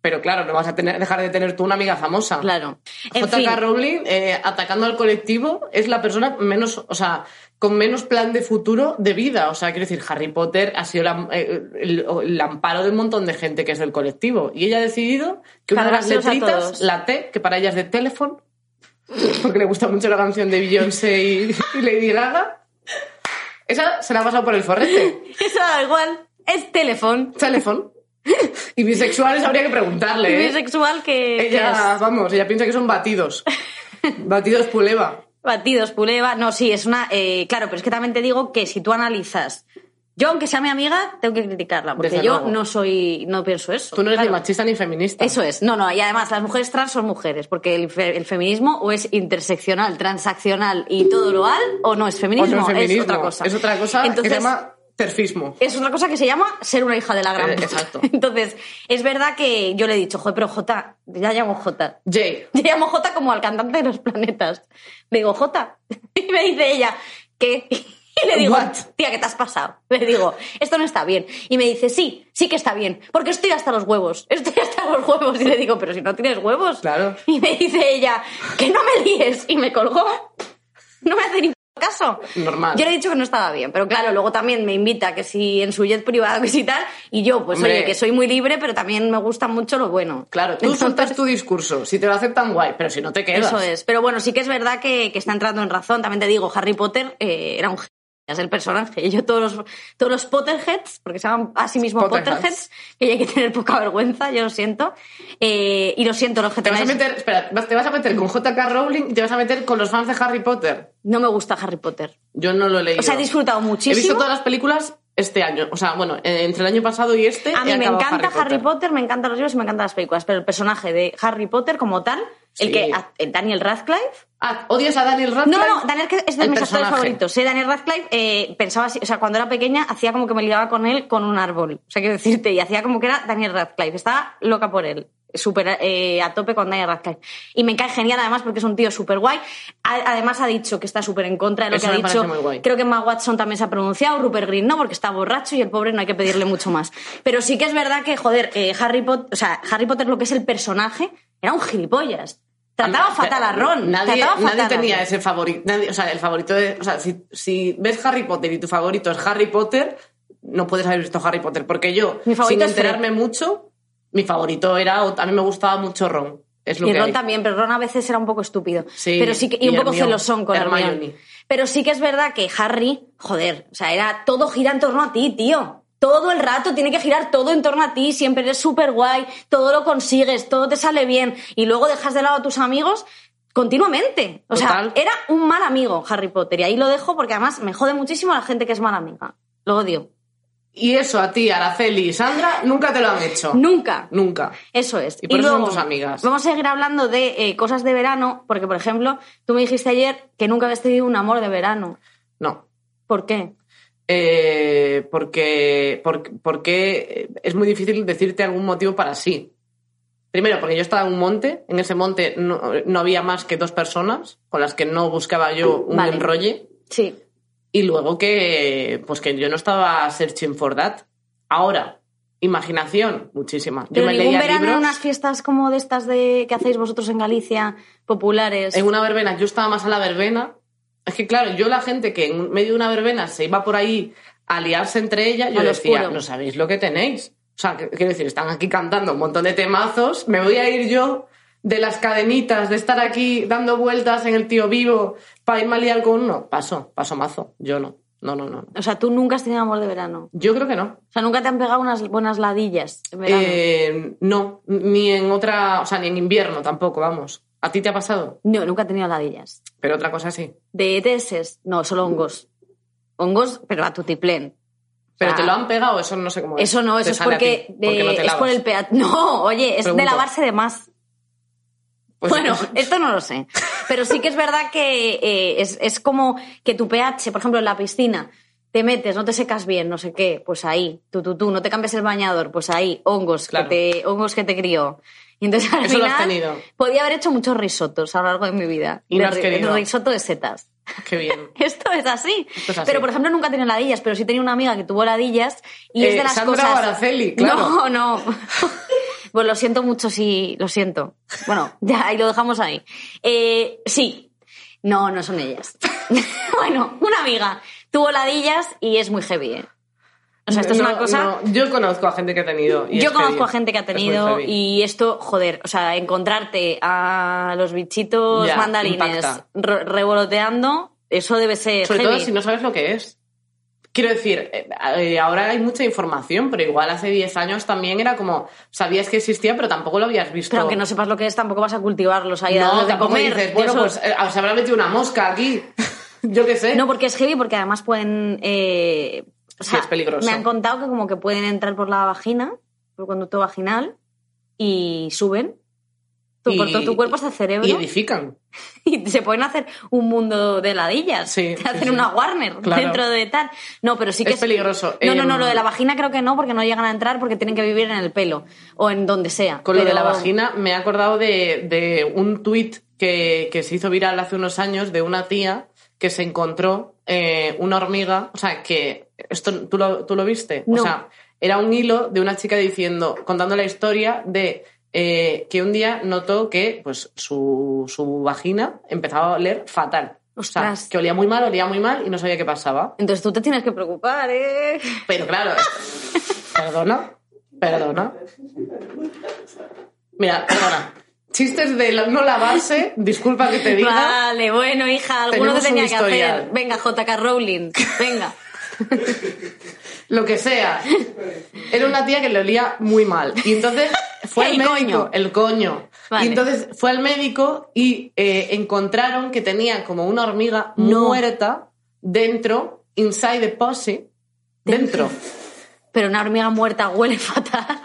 Speaker 1: Pero claro, no vas a tener, dejar de tener tú una amiga famosa.
Speaker 2: claro. En fin,
Speaker 1: J.K. Rowling eh, atacando al colectivo es la persona menos, o sea, con menos plan de futuro de vida. O sea, quiero decir, Harry Potter ha sido la- eh, el, el amparo de un montón de gente que es del colectivo. Y ella ha decidido que una de las
Speaker 2: Cargárselos a
Speaker 1: letritas,
Speaker 2: todos.
Speaker 1: la T, que para ella es de teléfono, porque le gusta mucho la canción de Beyoncé y, y Lady Gaga, esa se la ha pasado por el forrete.
Speaker 2: eso da igual, es teléfono.
Speaker 1: Teléfono. Y bisexuales habría que preguntarle. ¿eh?
Speaker 2: Bisexual que... que es.
Speaker 1: Ella, vamos, ella piensa que son batidos. batidos puleva.
Speaker 2: Batidos, puleva. No, sí, es una. eh, claro, pero es que también te digo que si tú analizas. Yo, aunque sea mi amiga, tengo que criticarla, porque
Speaker 1: Desde
Speaker 2: yo
Speaker 1: luego.
Speaker 2: no soy. No pienso eso.
Speaker 1: Tú no eres
Speaker 2: Claro.
Speaker 1: ni machista ni feminista.
Speaker 2: Eso es. No, no, y además las mujeres trans son mujeres, porque el, fe- el feminismo o es interseccional, transaccional y todo lo al, o no es
Speaker 1: Otro
Speaker 2: feminismo, es
Speaker 1: feminismo.
Speaker 2: otra cosa.
Speaker 1: Es otra cosa que
Speaker 2: Entonces,
Speaker 1: se llama terfismo.
Speaker 2: es otra cosa que se llama ser una hija de la gran
Speaker 1: Eh,
Speaker 2: puta.
Speaker 1: exacto.
Speaker 2: Entonces, es verdad que yo le he dicho, joder, pero Jota, ya llamo Jota.
Speaker 1: Jay,
Speaker 2: Yo llamo Jota como al cantante de los planetas. Le digo, Jota. Y me dice ella, ¿qué? Y le digo,
Speaker 1: What?
Speaker 2: tía, ¿qué te has pasado? Le digo, esto no está bien. Y me dice, sí, sí que está bien, porque estoy hasta los huevos. Estoy hasta los huevos. Y le digo, pero si no tienes huevos.
Speaker 1: Claro.
Speaker 2: Y me dice ella, que no me líes. Y me colgó. No me hace ni caso.
Speaker 1: Normal.
Speaker 2: Yo le he dicho que no estaba bien, pero claro, luego también me invita que si en su jet privado, que si tal. Y yo, pues
Speaker 1: Hombre.
Speaker 2: oye, que soy muy libre, pero también me gusta mucho lo bueno.
Speaker 1: claro, tú
Speaker 2: Entonces-
Speaker 1: soltas tu discurso. Si te lo aceptan, guay, pero si no te quedas.
Speaker 2: eso es. Pero bueno, sí que es verdad que, que está entrando en razón. También te digo, Harry Potter eh, era un genio, es el personaje. Yo todos los, todos los Potterheads, porque se llaman a sí mismo
Speaker 1: Potterheads.
Speaker 2: Potterheads, que hay que tener poca vergüenza, yo lo siento. Eh, y lo siento, los que
Speaker 1: Te vas a
Speaker 2: tengáis-
Speaker 1: meter, espera, vas- te vas a meter con J.K. Rowling y te vas a meter con los fans de Harry Potter.
Speaker 2: No me gusta Harry Potter.
Speaker 1: Yo no lo he leído.
Speaker 2: O sea, he disfrutado
Speaker 1: He visto
Speaker 2: muchísimo.
Speaker 1: todas las películas este año. O sea, bueno, eh, entre el año pasado y este.
Speaker 2: A
Speaker 1: he
Speaker 2: mí me
Speaker 1: acabado
Speaker 2: encanta Harry Potter. me encantan los libros y me encantan las películas, pero el personaje de Harry Potter como tal, el
Speaker 1: Sí.
Speaker 2: que el Daniel Radcliffe,
Speaker 1: Ah, ¿Odias a Daniel Radcliffe?
Speaker 2: No, no, Daniel Radcliffe es de
Speaker 1: El
Speaker 2: mis actores
Speaker 1: personaje.
Speaker 2: favoritos. ¿eh? Daniel Radcliffe eh, pensaba así, o sea, cuando era pequeña hacía como que me ligaba con él con un árbol. O sea, quiero decirte, y hacía como que era Daniel Radcliffe. Estaba loca por él. Súper eh, a tope con Daniel Radcliffe. Y me cae genial además porque es un tío súper guay. A- Además ha dicho que está súper en contra de lo
Speaker 1: Eso
Speaker 2: que ha
Speaker 1: me parece
Speaker 2: dicho.
Speaker 1: muy guay.
Speaker 2: Creo que Emma Watson también se ha pronunciado, Rupert Green no, porque está borracho y el pobre no hay que pedirle mucho más. Pero sí que es verdad que, joder, eh, Harry Potter, o sea, Harry Potter lo que es el personaje, era un gilipollas. Trataba fatal a Ron.
Speaker 1: Nadie,
Speaker 2: trataba fatal
Speaker 1: nadie
Speaker 2: a
Speaker 1: tenía
Speaker 2: Ron.
Speaker 1: ese favorito. nadie- o sea, el favorito de. O sea, si, si ves Harry Potter y tu favorito es Harry Potter, no puedes haber visto Harry Potter. Porque yo,
Speaker 2: Mi favorito
Speaker 1: sin
Speaker 2: es Fred.
Speaker 1: enterarme mucho, mi favorito era. A mí me gustaba mucho Ron. Es lo
Speaker 2: Y
Speaker 1: que
Speaker 2: Ron
Speaker 1: hay.
Speaker 2: también, pero Ron a veces era un poco estúpido.
Speaker 1: Sí,
Speaker 2: pero sí que, y,
Speaker 1: y
Speaker 2: un poco
Speaker 1: Hermione.
Speaker 2: celosón con
Speaker 1: Hermione.
Speaker 2: Hermione. Pero sí que es verdad que Harry, joder, o sea, era todo gira en torno a ti, tío. Todo el rato tiene que girar todo en torno a ti, siempre eres súper guay, todo lo consigues, todo te sale bien y luego dejas de lado a tus amigos continuamente. O
Speaker 1: Total.
Speaker 2: sea, era un mal amigo Harry Potter y ahí lo dejo porque además me jode muchísimo la gente que es mala amiga. Lo odio.
Speaker 1: Y eso a ti, Araceli y Sandra, nunca te lo han hecho.
Speaker 2: Nunca.
Speaker 1: Nunca.
Speaker 2: Eso es.
Speaker 1: Y por eso son
Speaker 2: luego,
Speaker 1: tus amigas.
Speaker 2: Vamos a seguir hablando de eh, cosas de verano, porque, por ejemplo, tú me dijiste ayer que nunca habías tenido un amor de verano.
Speaker 1: No.
Speaker 2: ¿Por qué?
Speaker 1: Eh, porque, por- porque es muy difícil decirte algún motivo para sí. Primero, porque yo estaba en un monte, en ese monte no, no había más que dos personas con las que no buscaba yo un
Speaker 2: Vale.
Speaker 1: enrolle.
Speaker 2: Sí.
Speaker 1: Y luego que, pues que yo no estaba searching for that. Ahora, imaginación, muchísima. Yo
Speaker 2: Pero
Speaker 1: me
Speaker 2: ningún
Speaker 1: leía
Speaker 2: verano
Speaker 1: libros.
Speaker 2: en unas fiestas como de estas de que hacéis vosotros en Galicia, populares.
Speaker 1: En una verbena, yo estaba más a la verbena. Es que claro, yo la gente que en medio de una verbena se iba por ahí a liarse entre ella, yo
Speaker 2: lo
Speaker 1: decía,
Speaker 2: oscuro.
Speaker 1: no sabéis lo que tenéis. O sea, que- quiero decir, están aquí cantando un montón de temazos, me voy a ir yo de las cadenitas, de estar aquí dando vueltas en el tío vivo para irme a liar con uno. Paso, paso mazo, yo no. No, no, no. no.
Speaker 2: O sea, tú nunca has tenido amor de verano.
Speaker 1: Yo creo que no.
Speaker 2: O sea, nunca te han pegado unas buenas ladillas en verano.
Speaker 1: Eh, no, ni en otra, o sea, ni en invierno tampoco, vamos. ¿A ti te ha pasado?
Speaker 2: No, nunca he tenido ladillas.
Speaker 1: Pero otra cosa sí.
Speaker 2: De E ETS, no, solo hongos. Hongos, pero a tutiplén.
Speaker 1: Pero
Speaker 2: Ah.
Speaker 1: te lo han pegado, eso no sé cómo es.
Speaker 2: Eso no,
Speaker 1: Te
Speaker 2: eso es
Speaker 1: sale a
Speaker 2: porque,
Speaker 1: ti, porque
Speaker 2: de-
Speaker 1: no te
Speaker 2: es por
Speaker 1: lavas.
Speaker 2: el peat. No, oye, es de
Speaker 1: Pregunto.
Speaker 2: lavarse de más.
Speaker 1: Pues
Speaker 2: bueno,
Speaker 1: entonces-
Speaker 2: esto no lo sé. Pero sí que es verdad que eh, es, es como que tu pH, por ejemplo, en la piscina, te metes, no te secas bien, no sé qué, pues ahí, tú, tú, tú, no te cambias el bañador, pues ahí, hongos,
Speaker 1: Claro.
Speaker 2: que, te, hongos que te crió. Y entonces al
Speaker 1: Eso lo
Speaker 2: final
Speaker 1: has tenido.
Speaker 2: podía haber hecho muchos risotos a lo largo de mi vida.
Speaker 1: Y
Speaker 2: De
Speaker 1: no has
Speaker 2: ri-
Speaker 1: querido.
Speaker 2: Risoto de setas.
Speaker 1: qué bien.
Speaker 2: Esto es, así.
Speaker 1: es así.
Speaker 2: Pero, por ejemplo, nunca he tenido ladillas, pero sí tenía una amiga que tuvo ladillas y es
Speaker 1: Eh,
Speaker 2: de las
Speaker 1: Sandra
Speaker 2: cosas...
Speaker 1: o Araceli, claro.
Speaker 2: No, no. pues lo siento mucho si... Lo siento. Bueno, ya, ahí lo dejamos ahí. Eh, sí. No, no son ellas. bueno, una amiga tuvo ladillas y es muy heavy, ¿eh? O sea, esto es
Speaker 1: No,
Speaker 2: una cosa...
Speaker 1: no, yo conozco a gente que ha tenido. y
Speaker 2: Yo
Speaker 1: es
Speaker 2: conozco
Speaker 1: heavy.
Speaker 2: a gente que ha
Speaker 1: Es muy
Speaker 2: tenido
Speaker 1: heavy.
Speaker 2: y esto, joder, o sea, encontrarte a los bichitos
Speaker 1: Ya,
Speaker 2: mandarines
Speaker 1: impacta.
Speaker 2: re- revoloteando, eso debe ser
Speaker 1: Sobre
Speaker 2: heavy.
Speaker 1: todo si no sabes lo que es. Quiero decir, eh, eh, ahora hay mucha información, pero igual hace 10 años también era como, sabías que existía, pero tampoco lo habías visto.
Speaker 2: Pero aunque no sepas lo que es, tampoco vas a cultivarlos ahí
Speaker 1: No,
Speaker 2: dándoles de
Speaker 1: tampoco
Speaker 2: comer.
Speaker 1: dices, bueno,
Speaker 2: Eso-
Speaker 1: pues eh, se habrá metido una mosca aquí. yo qué sé.
Speaker 2: No, porque es heavy, porque además pueden... eh, o
Speaker 1: Sí,
Speaker 2: sea,
Speaker 1: es peligroso.
Speaker 2: Me han contado que como que pueden entrar por la vagina, por el conducto vaginal, y suben tu- por
Speaker 1: Y-
Speaker 2: todo tu cuerpo hasta el cerebro
Speaker 1: y
Speaker 2: y,
Speaker 1: edifican.
Speaker 2: se pueden hacer un mundo de heladillas.
Speaker 1: Sí,
Speaker 2: Te
Speaker 1: sí,
Speaker 2: hacen
Speaker 1: sí.
Speaker 2: una Warner
Speaker 1: Claro.
Speaker 2: dentro de tal. No, pero sí que
Speaker 1: Es peligroso.
Speaker 2: No, no, no,
Speaker 1: Em,
Speaker 2: lo de la vagina creo que no, porque no llegan a entrar porque tienen que vivir en el pelo o en donde sea.
Speaker 1: Con lo de
Speaker 2: Pero-
Speaker 1: la vagina me he acordado de, de un tuit que, que se hizo viral hace unos años de una tía que se encontró eh, una hormiga, o sea, que esto tú lo, tú lo viste,
Speaker 2: No.
Speaker 1: o sea, era un hilo de una chica diciendo, contando la historia de eh, que un día notó que pues su, su vagina empezaba a oler fatal. O
Speaker 2: Ostras.
Speaker 1: sea, que olía muy mal, olía muy mal y no sabía qué pasaba.
Speaker 2: Entonces tú te tienes que preocupar, ¿eh?
Speaker 1: Pero claro, perdona, perdona. Mira, perdona. Chistes de la- no lavarse, disculpa que te diga.
Speaker 2: Vale, bueno, hija, alguno
Speaker 1: Tenemos
Speaker 2: te tenía
Speaker 1: un
Speaker 2: que
Speaker 1: historial.
Speaker 2: hacer. Venga, JK Rowling, venga.
Speaker 1: Lo que sea. Era una tía que le olía muy mal. Y entonces fue al
Speaker 2: El
Speaker 1: médico.
Speaker 2: coño.
Speaker 1: El coño.
Speaker 2: Vale.
Speaker 1: Y entonces fue al médico y eh, encontraron que tenía como una hormiga
Speaker 2: No.
Speaker 1: muerta dentro, inside the pussy, dentro.
Speaker 2: Pero una hormiga muerta huele fatal.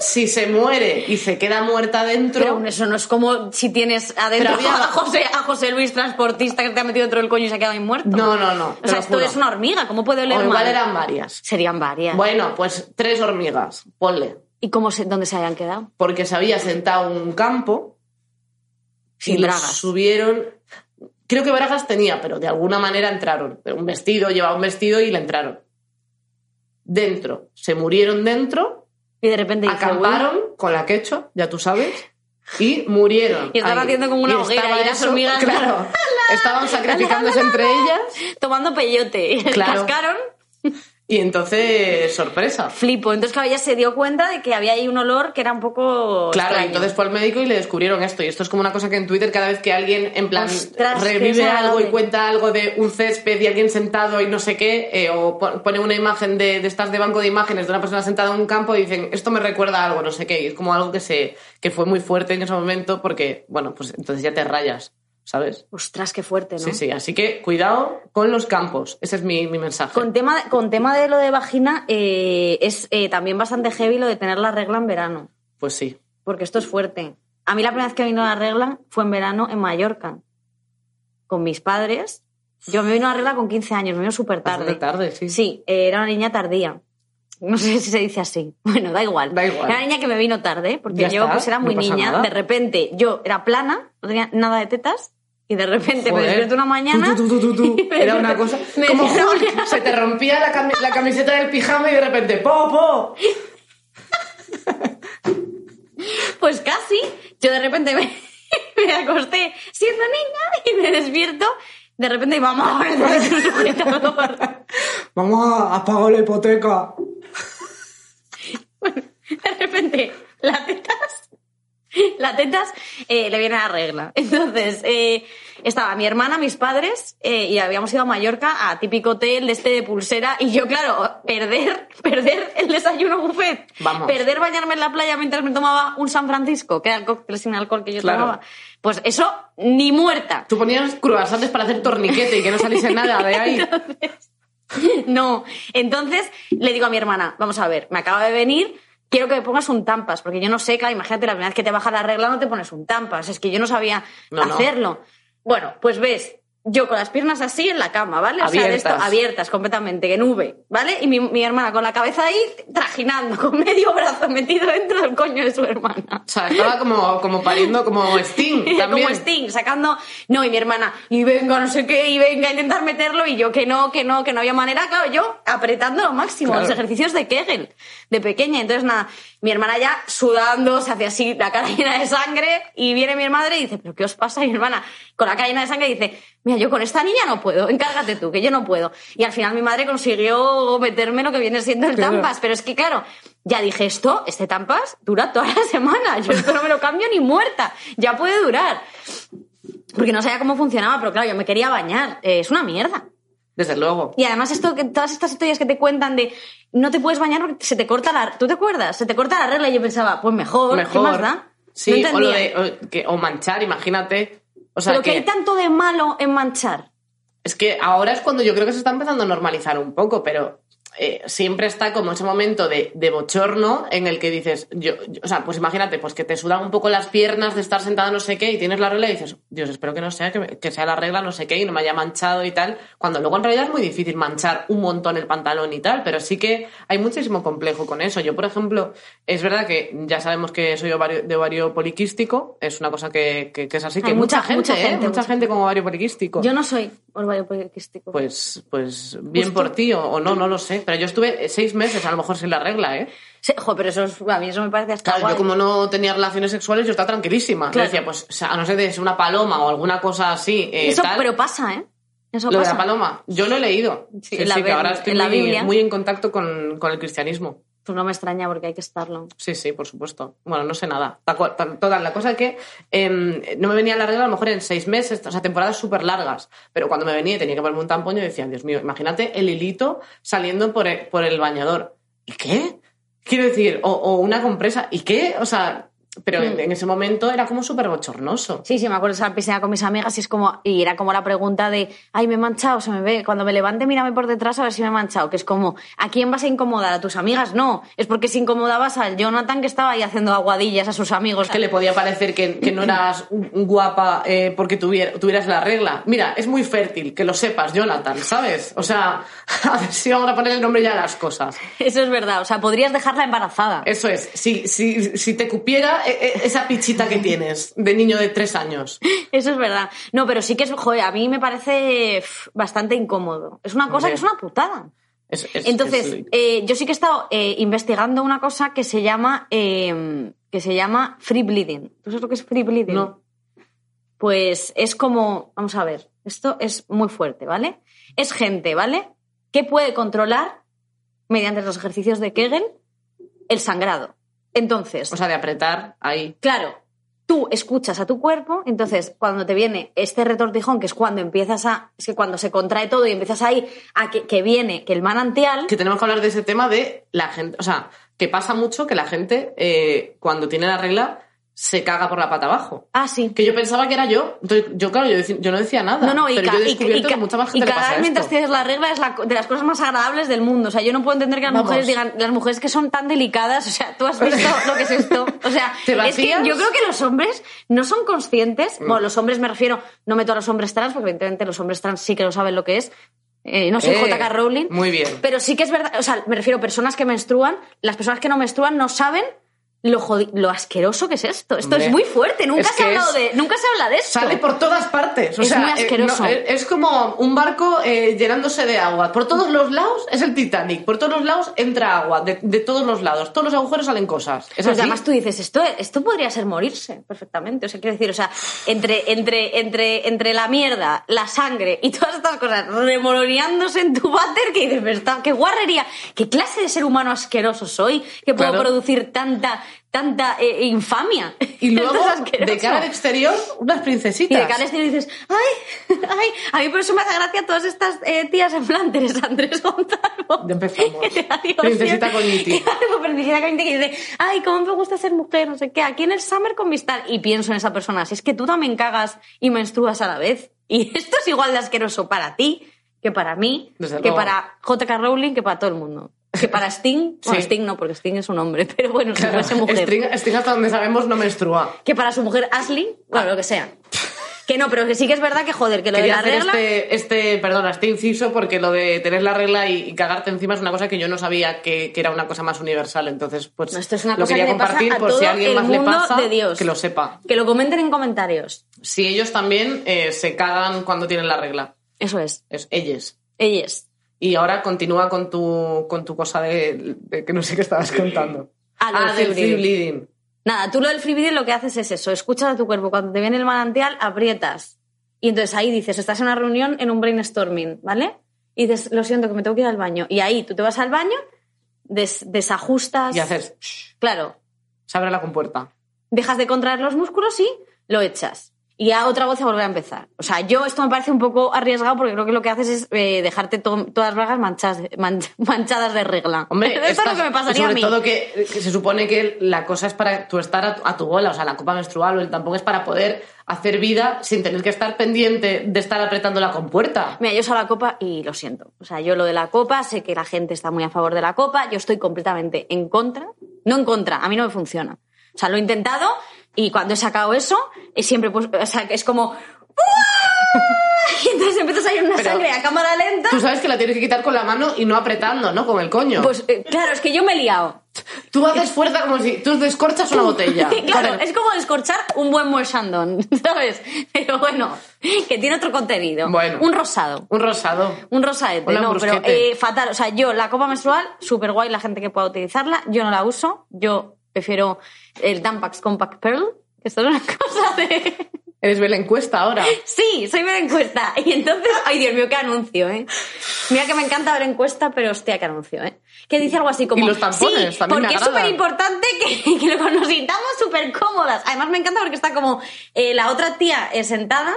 Speaker 1: Si se muere y se queda muerta dentro.
Speaker 2: Pero aún eso no es como si tienes adentro
Speaker 1: Pero había-
Speaker 2: a, José, a José Luis, transportista, que te ha metido dentro del coño y se ha quedado ahí muerto.
Speaker 1: No, no, no,
Speaker 2: O
Speaker 1: te
Speaker 2: sea,
Speaker 1: lo
Speaker 2: esto
Speaker 1: juro.
Speaker 2: es una hormiga, ¿cómo puede oler
Speaker 1: o
Speaker 2: mal?
Speaker 1: igual eran varias.
Speaker 2: Serían varias.
Speaker 1: Bueno, pues tres hormigas, ponle.
Speaker 2: ¿Y cómo se, dónde se hayan quedado?
Speaker 1: Porque se había sentado en un campo
Speaker 2: Sin
Speaker 1: y los
Speaker 2: bragas.
Speaker 1: subieron. Creo que Bragas tenía, pero de alguna manera entraron. Un vestido, llevaba un vestido y le entraron. Dentro. Se murieron dentro,
Speaker 2: Y de repente dice, "Uy,
Speaker 1: acamparon con la quecho, ya tú sabes. y murieron.
Speaker 2: Y estaban
Speaker 1: ahí.
Speaker 2: haciendo como una
Speaker 1: Y
Speaker 2: hoguera
Speaker 1: estaba
Speaker 2: y las
Speaker 1: eso-
Speaker 2: hormigas-
Speaker 1: Claro, estaban sacrificándose entre ellas
Speaker 2: Tomando peyote.
Speaker 1: Claro.
Speaker 2: Cascaron.
Speaker 1: y entonces, sorpresa.
Speaker 2: Flipo. Entonces, claro, ella se dio cuenta de que había ahí un olor que era un poco.
Speaker 1: Claro,
Speaker 2: extraño.
Speaker 1: entonces fue al médico y le descubrieron esto. Y esto es como una cosa que en Twitter cada vez que alguien en plan
Speaker 2: Ostras, qué
Speaker 1: revive
Speaker 2: desagradable.
Speaker 1: algo y cuenta algo de un césped y alguien sentado y no sé qué, eh, o po- pone una imagen de, de estas de banco de imágenes de una persona sentada en un campo y dicen, esto me recuerda a algo, no sé qué. Y es como algo que, se, que fue muy fuerte en ese momento porque, bueno, pues entonces ya te rayas, ¿sabes?
Speaker 2: Ostras, qué fuerte, ¿no?
Speaker 1: Sí, sí, así que cuidado con los campos. Ese es mi, mi mensaje.
Speaker 2: Con tema, con tema de lo de vagina, eh, es eh, también bastante heavy lo de tener la regla en verano,
Speaker 1: Pues sí.
Speaker 2: porque esto es fuerte. A mí la primera vez que vino la regla fue en verano en Mallorca, con mis padres. Yo me vino la regla con 15 años, me vino súper
Speaker 1: Bastante
Speaker 2: tarde.
Speaker 1: tarde, sí.
Speaker 2: Sí, eh, era una niña tardía. No sé si se dice así. Bueno, da igual.
Speaker 1: Da igual.
Speaker 2: Era una niña que me vino tarde, porque
Speaker 1: Ya
Speaker 2: yo
Speaker 1: está,
Speaker 2: pues era
Speaker 1: no
Speaker 2: muy
Speaker 1: pasa
Speaker 2: niña.
Speaker 1: nada.
Speaker 2: De repente yo era plana, no tenía nada de tetas, y de repente me
Speaker 1: Joder.
Speaker 2: despierto una mañana.
Speaker 1: Tu, tu, tu, tu, tu. Era una cosa.
Speaker 2: Me
Speaker 1: Como
Speaker 2: despierto una
Speaker 1: Hulk, se te rompía la, cami- la camiseta del pijama y de repente ¡Po, po!
Speaker 2: Pues casi. Yo de repente me, me acosté siendo niña y me despierto. De repente, mamá, ahora tengo un sujetador.
Speaker 1: ¡Mamá, apago la hipoteca!
Speaker 2: De repente, las tetas. Las tetas eh, le viene la regla. Entonces, eh, estaba mi hermana, mis padres, eh, y habíamos ido a Mallorca a típico hotel de este de pulsera. Y yo, claro, perder, perder el desayuno buffet.
Speaker 1: Vamos.
Speaker 2: Perder bañarme en la playa mientras me tomaba un San Francisco, que era el cóctel sin alcohol que yo
Speaker 1: Claro.
Speaker 2: tomaba. Pues eso, ni muerta.
Speaker 1: Tú ponías cruasantes para hacer torniquete y que no saliese nada de ahí.
Speaker 2: No. Entonces le digo a mi hermana, vamos a ver, me acaba de venir, quiero que me pongas un tampas, porque yo no sé, claro, imagínate, la primera vez que te baja la regla no te pones un tampas, es que yo no sabía
Speaker 1: No, no.
Speaker 2: hacerlo. Bueno, pues ves, yo con las piernas así en la cama, ¿vale? O sea, de esto,
Speaker 1: Abiertas.
Speaker 2: abiertas completamente, en V, ¿vale? Y mi, mi hermana con la cabeza ahí trajinando, con medio brazo metido dentro del coño de su hermana.
Speaker 1: O sea, estaba como, como pariendo como Sting también.
Speaker 2: Como Sting, sacando. No, y mi hermana, y venga, no sé qué, y venga, a intentar meterlo, y yo que no, que no, que no había manera. Claro, yo apretando lo máximo,
Speaker 1: Claro.
Speaker 2: los ejercicios de Kegel, de pequeña. Entonces, nada, mi hermana ya sudando, se hace así, la cara llena de sangre, y viene mi madre y dice, ¿pero qué os pasa? Y mi hermana, con la cara llena de sangre, dice, mira, yo con esta niña no puedo, encárgate tú, que yo no puedo. Y al final mi madre consiguió meterme lo que viene siendo el
Speaker 1: Claro.
Speaker 2: tampas, pero es que claro, ya dije esto, este tampas dura toda la semana, yo esto no me lo cambio ni muerta, ya puede durar. Porque no sabía cómo funcionaba, pero claro, yo me quería bañar, Eh, es una mierda.
Speaker 1: Desde luego.
Speaker 2: Y además esto que todas estas historias que te cuentan de no te puedes bañar porque se te corta la ¿tú te acuerdas? Se te corta la regla y yo pensaba, pues mejor, ¿qué
Speaker 1: Mejor.
Speaker 2: más da? No
Speaker 1: Sí, o, lo
Speaker 2: entendía.
Speaker 1: de, o, que- o manchar, imagínate. O sea,
Speaker 2: pero que...
Speaker 1: que-
Speaker 2: hay tanto de malo en manchar.
Speaker 1: Es que ahora es cuando yo creo que se está empezando a normalizar un poco, pero eh, siempre está como ese momento de, de bochorno en el que dices, yo, yo- o sea, pues imagínate, pues que te sudan un poco las piernas de estar sentada no sé qué y tienes la regla y dices, Dios, espero que no sea, que, me- que sea la regla no sé qué y no me haya manchado y tal, cuando luego en realidad es muy difícil manchar un montón el pantalón y tal, pero sí que hay muchísimo complejo con eso. Yo, por ejemplo, es verdad que ya sabemos que soy ovario- de ovario poliquístico, es una cosa que, que- que es así, que
Speaker 2: Hay
Speaker 1: mucha,
Speaker 2: mucha-
Speaker 1: gente,
Speaker 2: mucha
Speaker 1: ¿eh?
Speaker 2: gente,
Speaker 1: mucha,
Speaker 2: mucha
Speaker 1: gente con ovario poliquístico
Speaker 2: Yo no soy ovario poliquístico.
Speaker 1: pues, pues bien por ti o, o no, no lo sé. Pero yo estuve seis meses, a lo mejor sin la regla, ¿eh?
Speaker 2: Sí, jo, pero eso es- a mí eso me parece hasta
Speaker 1: Claro,
Speaker 2: guay.
Speaker 1: yo como no tenía relaciones sexuales, yo estaba tranquilísima. Yo
Speaker 2: Claro.
Speaker 1: decía, pues, o sea, a no ser de ser una paloma o alguna cosa así, eh,
Speaker 2: Eso,
Speaker 1: tal.
Speaker 2: pero pasa, ¿eh? Eso
Speaker 1: lo de
Speaker 2: pasa.
Speaker 1: la paloma, yo lo he leído.
Speaker 2: Sí,
Speaker 1: Sí,
Speaker 2: en la
Speaker 1: sí, que
Speaker 2: Biblia-
Speaker 1: ahora estoy
Speaker 2: en la
Speaker 1: muy,
Speaker 2: Biblia.
Speaker 1: muy en contacto con, con el cristianismo.
Speaker 2: Pues no me extraña porque hay que estarlo.
Speaker 1: Sí, sí, por supuesto. Bueno, no sé nada. Ta- cua- ta- Total, la cosa es que em, no me venía la regla a lo mejor en seis meses, o sea, temporadas súper largas. Pero cuando me venía y tenía que ponerme un tampón, yo decía, Dios mío, imagínate el hilito saliendo por el, por el bañador. ¿Y qué? Quiero decir, o, o una compresa. ¿Y qué? O sea, pero en, en ese momento era como súper bochornoso.
Speaker 2: Sí, sí, me acuerdo esa piscina con mis amigas y, es como, y era como la pregunta de, ay, me he manchado, se me ve, cuando me levante mírame por detrás a ver si me he manchado, que es como, ¿a quién vas a incomodar? ¿A tus amigas? No, es porque si incomodabas al Jonathan que estaba ahí haciendo aguadillas a sus amigos.
Speaker 1: Que le podía parecer que, que no eras un- un guapa eh, porque tuvier- tuvieras la regla. Mira, es muy fértil, que lo sepas, Jonathan, ¿sabes? O sea, a ver si vamos a poner el nombre ya a las cosas.
Speaker 2: Eso es verdad, o sea, podrías dejarla embarazada.
Speaker 1: Eso es, si, si, si te cupiera eh, eh, esa pichita que tienes de niño de tres años.
Speaker 2: Eso es verdad. No, pero sí que es, joder, a mí me parece pf, bastante incómodo. Es una cosa
Speaker 1: Hombre.
Speaker 2: que es una putada.
Speaker 1: Es- es-
Speaker 2: Entonces,
Speaker 1: es-
Speaker 2: eh, yo sí que he estado eh, investigando una cosa que se llama eh, que se llama free bleeding. ¿Tú sabes lo que es free bleeding?
Speaker 1: No.
Speaker 2: Pues es como, vamos a ver, esto es muy fuerte, ¿vale? Es gente, ¿vale? Que puede controlar mediante los ejercicios de Kegel el sangrado. Entonces,
Speaker 1: o sea, de apretar ahí.
Speaker 2: Claro, tú escuchas a tu cuerpo, entonces cuando te viene este retortijón, que es cuando empiezas a. Es que cuando se contrae todo y empiezas ahí a que, que viene, que el manantial.
Speaker 1: Que tenemos que hablar de ese tema de la gente. O sea, que pasa mucho que la gente, eh, cuando tiene la regla, se caga por la pata abajo.
Speaker 2: Ah, sí.
Speaker 1: Que yo pensaba que era yo. Entonces, yo, claro, yo, deci- yo no decía nada.
Speaker 2: No, no, y,
Speaker 1: pero
Speaker 2: ca-
Speaker 1: yo he
Speaker 2: y-
Speaker 1: descubierto
Speaker 2: y
Speaker 1: que
Speaker 2: ca-
Speaker 1: a mucha más
Speaker 2: y
Speaker 1: gente le pasa
Speaker 2: cagar mientras
Speaker 1: esto.
Speaker 2: tienes la regla es la co- de las cosas más agradables del mundo. O sea, yo no puedo entender que las
Speaker 1: Vamos.
Speaker 2: mujeres digan, las mujeres que son tan delicadas, o sea, tú has visto lo que es esto. O sea,
Speaker 1: ¿Te
Speaker 2: es que
Speaker 1: vacías? Mm.
Speaker 2: yo creo que los hombres no son conscientes, bueno, los hombres me refiero, no meto a los hombres trans, porque evidentemente los hombres trans sí que lo saben lo que es. Eh, no soy
Speaker 1: Eh,
Speaker 2: JK Rowling.
Speaker 1: Muy bien.
Speaker 2: Pero sí que es verdad, o sea, me refiero a personas que menstruan, las personas que no menstruan no saben lo, jodi- lo asqueroso que es esto. Esto
Speaker 1: Hombre,
Speaker 2: es muy fuerte, nunca,
Speaker 1: es
Speaker 2: se, ha
Speaker 1: que
Speaker 2: hablado
Speaker 1: es-
Speaker 2: de, nunca se habla de esto.
Speaker 1: Sale por todas partes. O
Speaker 2: Es
Speaker 1: sea,
Speaker 2: muy
Speaker 1: eh, no,
Speaker 2: asqueroso.
Speaker 1: eh, es como un barco eh, llenándose de agua. Por todos los lados es el Titanic. Por todos los lados entra agua. De, de todos los lados. Todos los agujeros salen cosas. Es
Speaker 2: Pues
Speaker 1: así.
Speaker 2: además tú dices, esto, esto podría ser morirse perfectamente. O sea, quiero decir, o sea, entre, entre, entre, entre la mierda, la sangre y todas estas cosas remoloneándose en tu váter, que dices, "Pero está- qué guarrería, qué clase de ser humano asqueroso soy, que puedo
Speaker 1: Claro.
Speaker 2: producir tanta, tanta eh, infamia.
Speaker 1: Y luego,
Speaker 2: Esto es asqueroso.
Speaker 1: de cara al exterior, unas
Speaker 2: Y
Speaker 1: princesitas.
Speaker 2: de cara al exterior dices, ay, ay, a mí por eso me hace gracia todas estas eh, tías en plan Teresa Andrés Gonzalo.
Speaker 1: Ya empezamos.
Speaker 2: Que te da Dios,
Speaker 1: Princesita
Speaker 2: tío.
Speaker 1: Cogniti.
Speaker 2: Claro, princesita Cogniti que dice, ay, cómo me gusta ser mujer, no sé qué, aquí en el Summer con mis tal. Y pienso en esa persona, si es que tú también cagas y menstruas a la vez. Y esto es igual de asqueroso para ti, que para mí,
Speaker 1: Desde
Speaker 2: que
Speaker 1: luego.
Speaker 2: para J.K. Rowling, que para todo el mundo. Que para Sting, bueno,
Speaker 1: Sí.
Speaker 2: Sting no, porque Sting es un hombre, pero bueno, si fuese mujer
Speaker 1: Sting, Sting, hasta donde sabemos, no menstrua.
Speaker 2: que para su mujer Ashley, bueno, lo que sea. Que no, pero que sí que es verdad que joder, que lo
Speaker 1: Quería
Speaker 2: de la
Speaker 1: hacer
Speaker 2: regla.
Speaker 1: este, este, perdona, este inciso porque lo de tener la regla y, y cagarte encima es una cosa que yo no sabía que, que era una cosa más universal. Entonces, pues
Speaker 2: No, esto es una
Speaker 1: lo
Speaker 2: cosa
Speaker 1: quería
Speaker 2: que le pasa
Speaker 1: compartir
Speaker 2: a
Speaker 1: por si
Speaker 2: todo
Speaker 1: a alguien
Speaker 2: el
Speaker 1: más le
Speaker 2: mundo
Speaker 1: pasa,
Speaker 2: de Dios.
Speaker 1: que lo sepa.
Speaker 2: Que lo comenten en comentarios.
Speaker 1: Si ellos también eh, se cagan cuando tienen la regla.
Speaker 2: Eso es.
Speaker 1: Es ellos.
Speaker 2: Ellas.
Speaker 1: Y ahora continúa con tu, con tu cosa de, de que no sé qué estabas contando.
Speaker 2: Ah, lo del
Speaker 1: del
Speaker 2: free
Speaker 1: free
Speaker 2: bleeding.
Speaker 1: bleeding.
Speaker 2: Nada, tú lo del free video lo que haces es eso, escuchas a tu cuerpo, cuando te viene el manantial, aprietas. Y entonces ahí dices, estás en una reunión, en un brainstorming, ¿vale? Y dices, lo siento, que me tengo que ir al baño. Y ahí tú te vas al baño, des- desajustas.
Speaker 1: Y haces, "Shh",
Speaker 2: Claro,
Speaker 1: se abre la compuerta.
Speaker 2: dejas de contraer los músculos y lo echas. Y a otra voz a volver a empezar. O sea, yo esto me parece un poco arriesgado porque creo que lo que haces es eh, dejarte to- todas las bragas manchas- manch- manchadas de regla.
Speaker 1: Hombre,
Speaker 2: esto es
Speaker 1: estás-
Speaker 2: lo que me pasaría
Speaker 1: sobre
Speaker 2: a mí.
Speaker 1: todo que, que se supone que la cosa es para tú estar a tu, a tu bola, o sea, la copa menstrual o el tampón es para poder hacer vida sin tener que estar pendiente de estar apretando la compuerta.
Speaker 2: Mira, yo soy la copa y lo siento. O sea, yo lo de la copa, sé que la gente está muy a favor de la copa, yo estoy completamente en contra. No en contra, a mí no me funciona. O sea, lo he intentado y cuando he sacado eso, eh, siempre pues, o sea, que es como... ¡Uah! Y entonces empiezas a ir una
Speaker 1: Pero-
Speaker 2: sangre a cámara lenta.
Speaker 1: Tú sabes que la tienes que quitar con la mano y no apretando, ¿no? Con el coño.
Speaker 2: Pues eh, claro, es que yo me he liado.
Speaker 1: tú haces fuerza como si tú descorchas una botella.
Speaker 2: claro,
Speaker 1: Con el-
Speaker 2: es como descorchar un buen Moët Chandon, ¿sabes? Pero bueno, que tiene otro contenido.
Speaker 1: Bueno.
Speaker 2: Un rosado.
Speaker 1: Un rosado.
Speaker 2: Un rosadete,
Speaker 1: Hola,
Speaker 2: no, pero
Speaker 1: brusquete.
Speaker 2: eh, fatal. O sea, yo la copa menstrual, súper guay la gente que pueda utilizarla. Yo no la uso. Yo prefiero el Tampax Compact Pearl, que esto es una cosa de...
Speaker 1: Eres ver la encuesta ahora.
Speaker 2: Sí, soy ver encuesta. Y entonces, ay Dios mío, qué anuncio, ¿eh? Mira que me encanta ver encuesta, pero hostia, qué anuncio, ¿eh? Que dice algo así como...
Speaker 1: Y los tampones,
Speaker 2: sí,
Speaker 1: también me
Speaker 2: porque es
Speaker 1: agradan".
Speaker 2: súper importante que, que luego nos sintamos súper cómodas. Además me encanta porque está como eh, la otra tía eh, sentada,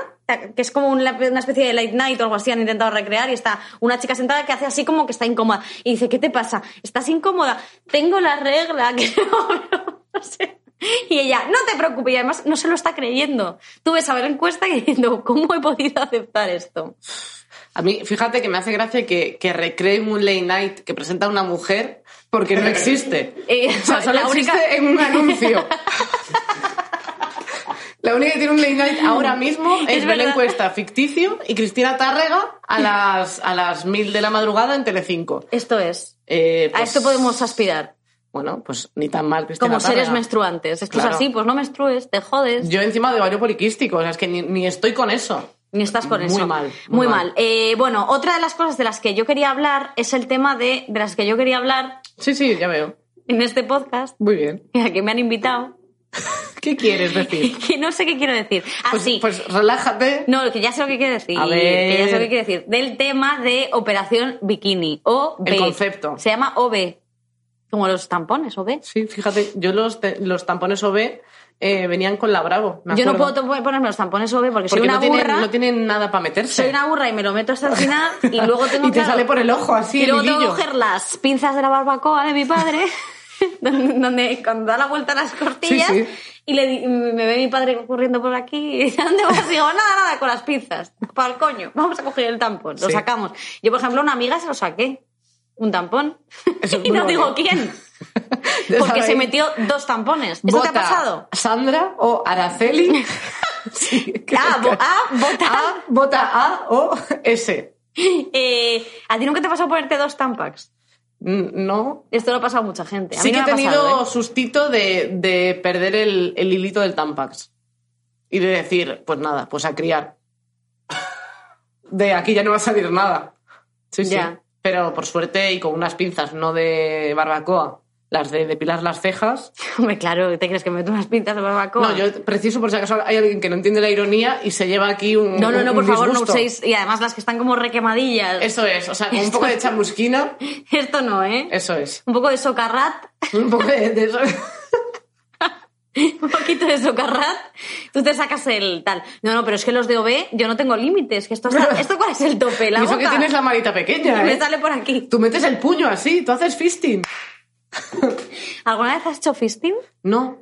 Speaker 2: que es como una una especie de late night o algo así, han intentado recrear, y está una chica sentada que hace así como que está incómoda. Y dice, ¿qué te pasa? ¿Estás incómoda? Tengo la regla, que no, no sé. Y ella, no te preocupes, y además no se lo está creyendo. Tú ves a ver encuesta y diciendo, ¿cómo he podido aceptar esto?
Speaker 1: A mí, fíjate que me hace gracia que, que recreen un late night que presenta una mujer porque no existe.
Speaker 2: Eh,
Speaker 1: O sea, solo
Speaker 2: la única-
Speaker 1: existe en un anuncio. La única que tiene un late night ahora mismo es,
Speaker 2: Es
Speaker 1: ver la
Speaker 2: verdad.
Speaker 1: encuesta ficticio y Cristina Tárrega a las, a las mil de la madrugada en Telecinco.
Speaker 2: Esto es.
Speaker 1: Eh,
Speaker 2: A
Speaker 1: pues,
Speaker 2: esto podemos aspirar.
Speaker 1: Bueno, pues ni tan mal, Cristina
Speaker 2: Como seres
Speaker 1: Tárrega.
Speaker 2: menstruantes. Esto
Speaker 1: Claro.
Speaker 2: es así, pues no menstrues, te jodes.
Speaker 1: Yo encima de ovario poliquístico, o sea, es que ni, ni estoy con eso.
Speaker 2: Ni estás con
Speaker 1: Muy
Speaker 2: eso.
Speaker 1: mal, muy
Speaker 2: Muy, mal.
Speaker 1: mal.
Speaker 2: Eh, bueno, otra de las cosas de las que yo quería hablar es el tema de, de las que yo quería hablar
Speaker 1: Sí, sí, ya veo.
Speaker 2: en este podcast,
Speaker 1: Muy bien.
Speaker 2: a que me han invitado,
Speaker 1: ¿Qué quieres decir?
Speaker 2: que no sé qué quiero decir.
Speaker 1: Pues,
Speaker 2: Así.
Speaker 1: pues relájate.
Speaker 2: No, que ya sé lo que quiero decir.
Speaker 1: A ver.
Speaker 2: Que ya sé lo que quiero decir. Del tema de Operación Bikini. O
Speaker 1: El concepto.
Speaker 2: Se llama OB. Como los tampones, OB.
Speaker 1: Sí, fíjate, yo los, te- los tampones OB eh, venían con la Bravo. me
Speaker 2: Yo no puedo
Speaker 1: acuerdo.
Speaker 2: to- ponerme los tampones OB porque, soy
Speaker 1: Porque
Speaker 2: una
Speaker 1: no
Speaker 2: burra.
Speaker 1: tienen, no tienen nada para meterse.
Speaker 2: Soy una burra y me lo meto hasta el final y luego tengo
Speaker 1: Y te
Speaker 2: claro,
Speaker 1: sale por el ojo, así,
Speaker 2: Y
Speaker 1: el
Speaker 2: luego tengo que
Speaker 1: hilillo.
Speaker 2: coger las pinzas de la barbacoa de mi padre, donde, donde cuando da la vuelta a las costillas,
Speaker 1: Sí, sí.
Speaker 2: y le di- y me ve mi padre corriendo por aquí y dice, ¿dónde vas? Y digo, nada, nada, con las pinzas. Para el coño, vamos a coger el tampón, lo
Speaker 1: Sí.
Speaker 2: sacamos. Yo, por ejemplo, a una amiga se lo saqué, un tampón,
Speaker 1: Eso es
Speaker 2: y
Speaker 1: muy
Speaker 2: no digo
Speaker 1: bonito.
Speaker 2: quién,
Speaker 1: Ya
Speaker 2: porque se
Speaker 1: sabéis.
Speaker 2: metió dos tampones. ¿Eso te ha
Speaker 1: Bota,
Speaker 2: pasado?
Speaker 1: ¿Sandra o Araceli? sí, que-
Speaker 2: Ah, bo- ah, bota.
Speaker 1: A, bota A o S.
Speaker 2: Eh, ¿A ti nunca te ha pasado ponerte dos tampax?
Speaker 1: N- No.
Speaker 2: Esto lo ha pasado a mucha gente. A
Speaker 1: sí
Speaker 2: mí
Speaker 1: que he
Speaker 2: no me ha
Speaker 1: tenido
Speaker 2: pasado, ¿eh?
Speaker 1: sustito de, de perder el, el hilito del Tampax. Y de decir, pues nada, pues a criar. De aquí ya no va a salir nada. Sí, sí.
Speaker 2: Ya.
Speaker 1: Pero por suerte y con unas pinzas, no de barbacoa. Las de depilar las cejas.
Speaker 2: ¿eh? Hombre, claro, ¿te crees que me meto unas pintas de barbacoa?
Speaker 1: No, yo preciso por si acaso hay alguien que no entiende la ironía y se lleva aquí un.
Speaker 2: no, no, no,
Speaker 1: un
Speaker 2: por favor, no
Speaker 1: disgusto.
Speaker 2: uséis. Y además las que están como requemadillas.
Speaker 1: Eso es, o sea, con un poco de chamusquina,
Speaker 2: Esto no, ¿eh?
Speaker 1: eso es.
Speaker 2: Un poco de socarrat,
Speaker 1: Un poco de, de eso.
Speaker 2: un poquito de socarrat, tú te sacas el tal. No, no, pero es que los de OB, yo no tengo límites. Que esto, está- ¿Esto cuál es el tope? La
Speaker 1: Y eso que
Speaker 2: boca.
Speaker 1: tienes la manita pequeña,
Speaker 2: Me
Speaker 1: ¿eh?
Speaker 2: sale por aquí.
Speaker 1: Tú metes el puño así, tú haces fisting.
Speaker 2: ¿Alguna vez has hecho fisting?
Speaker 1: No.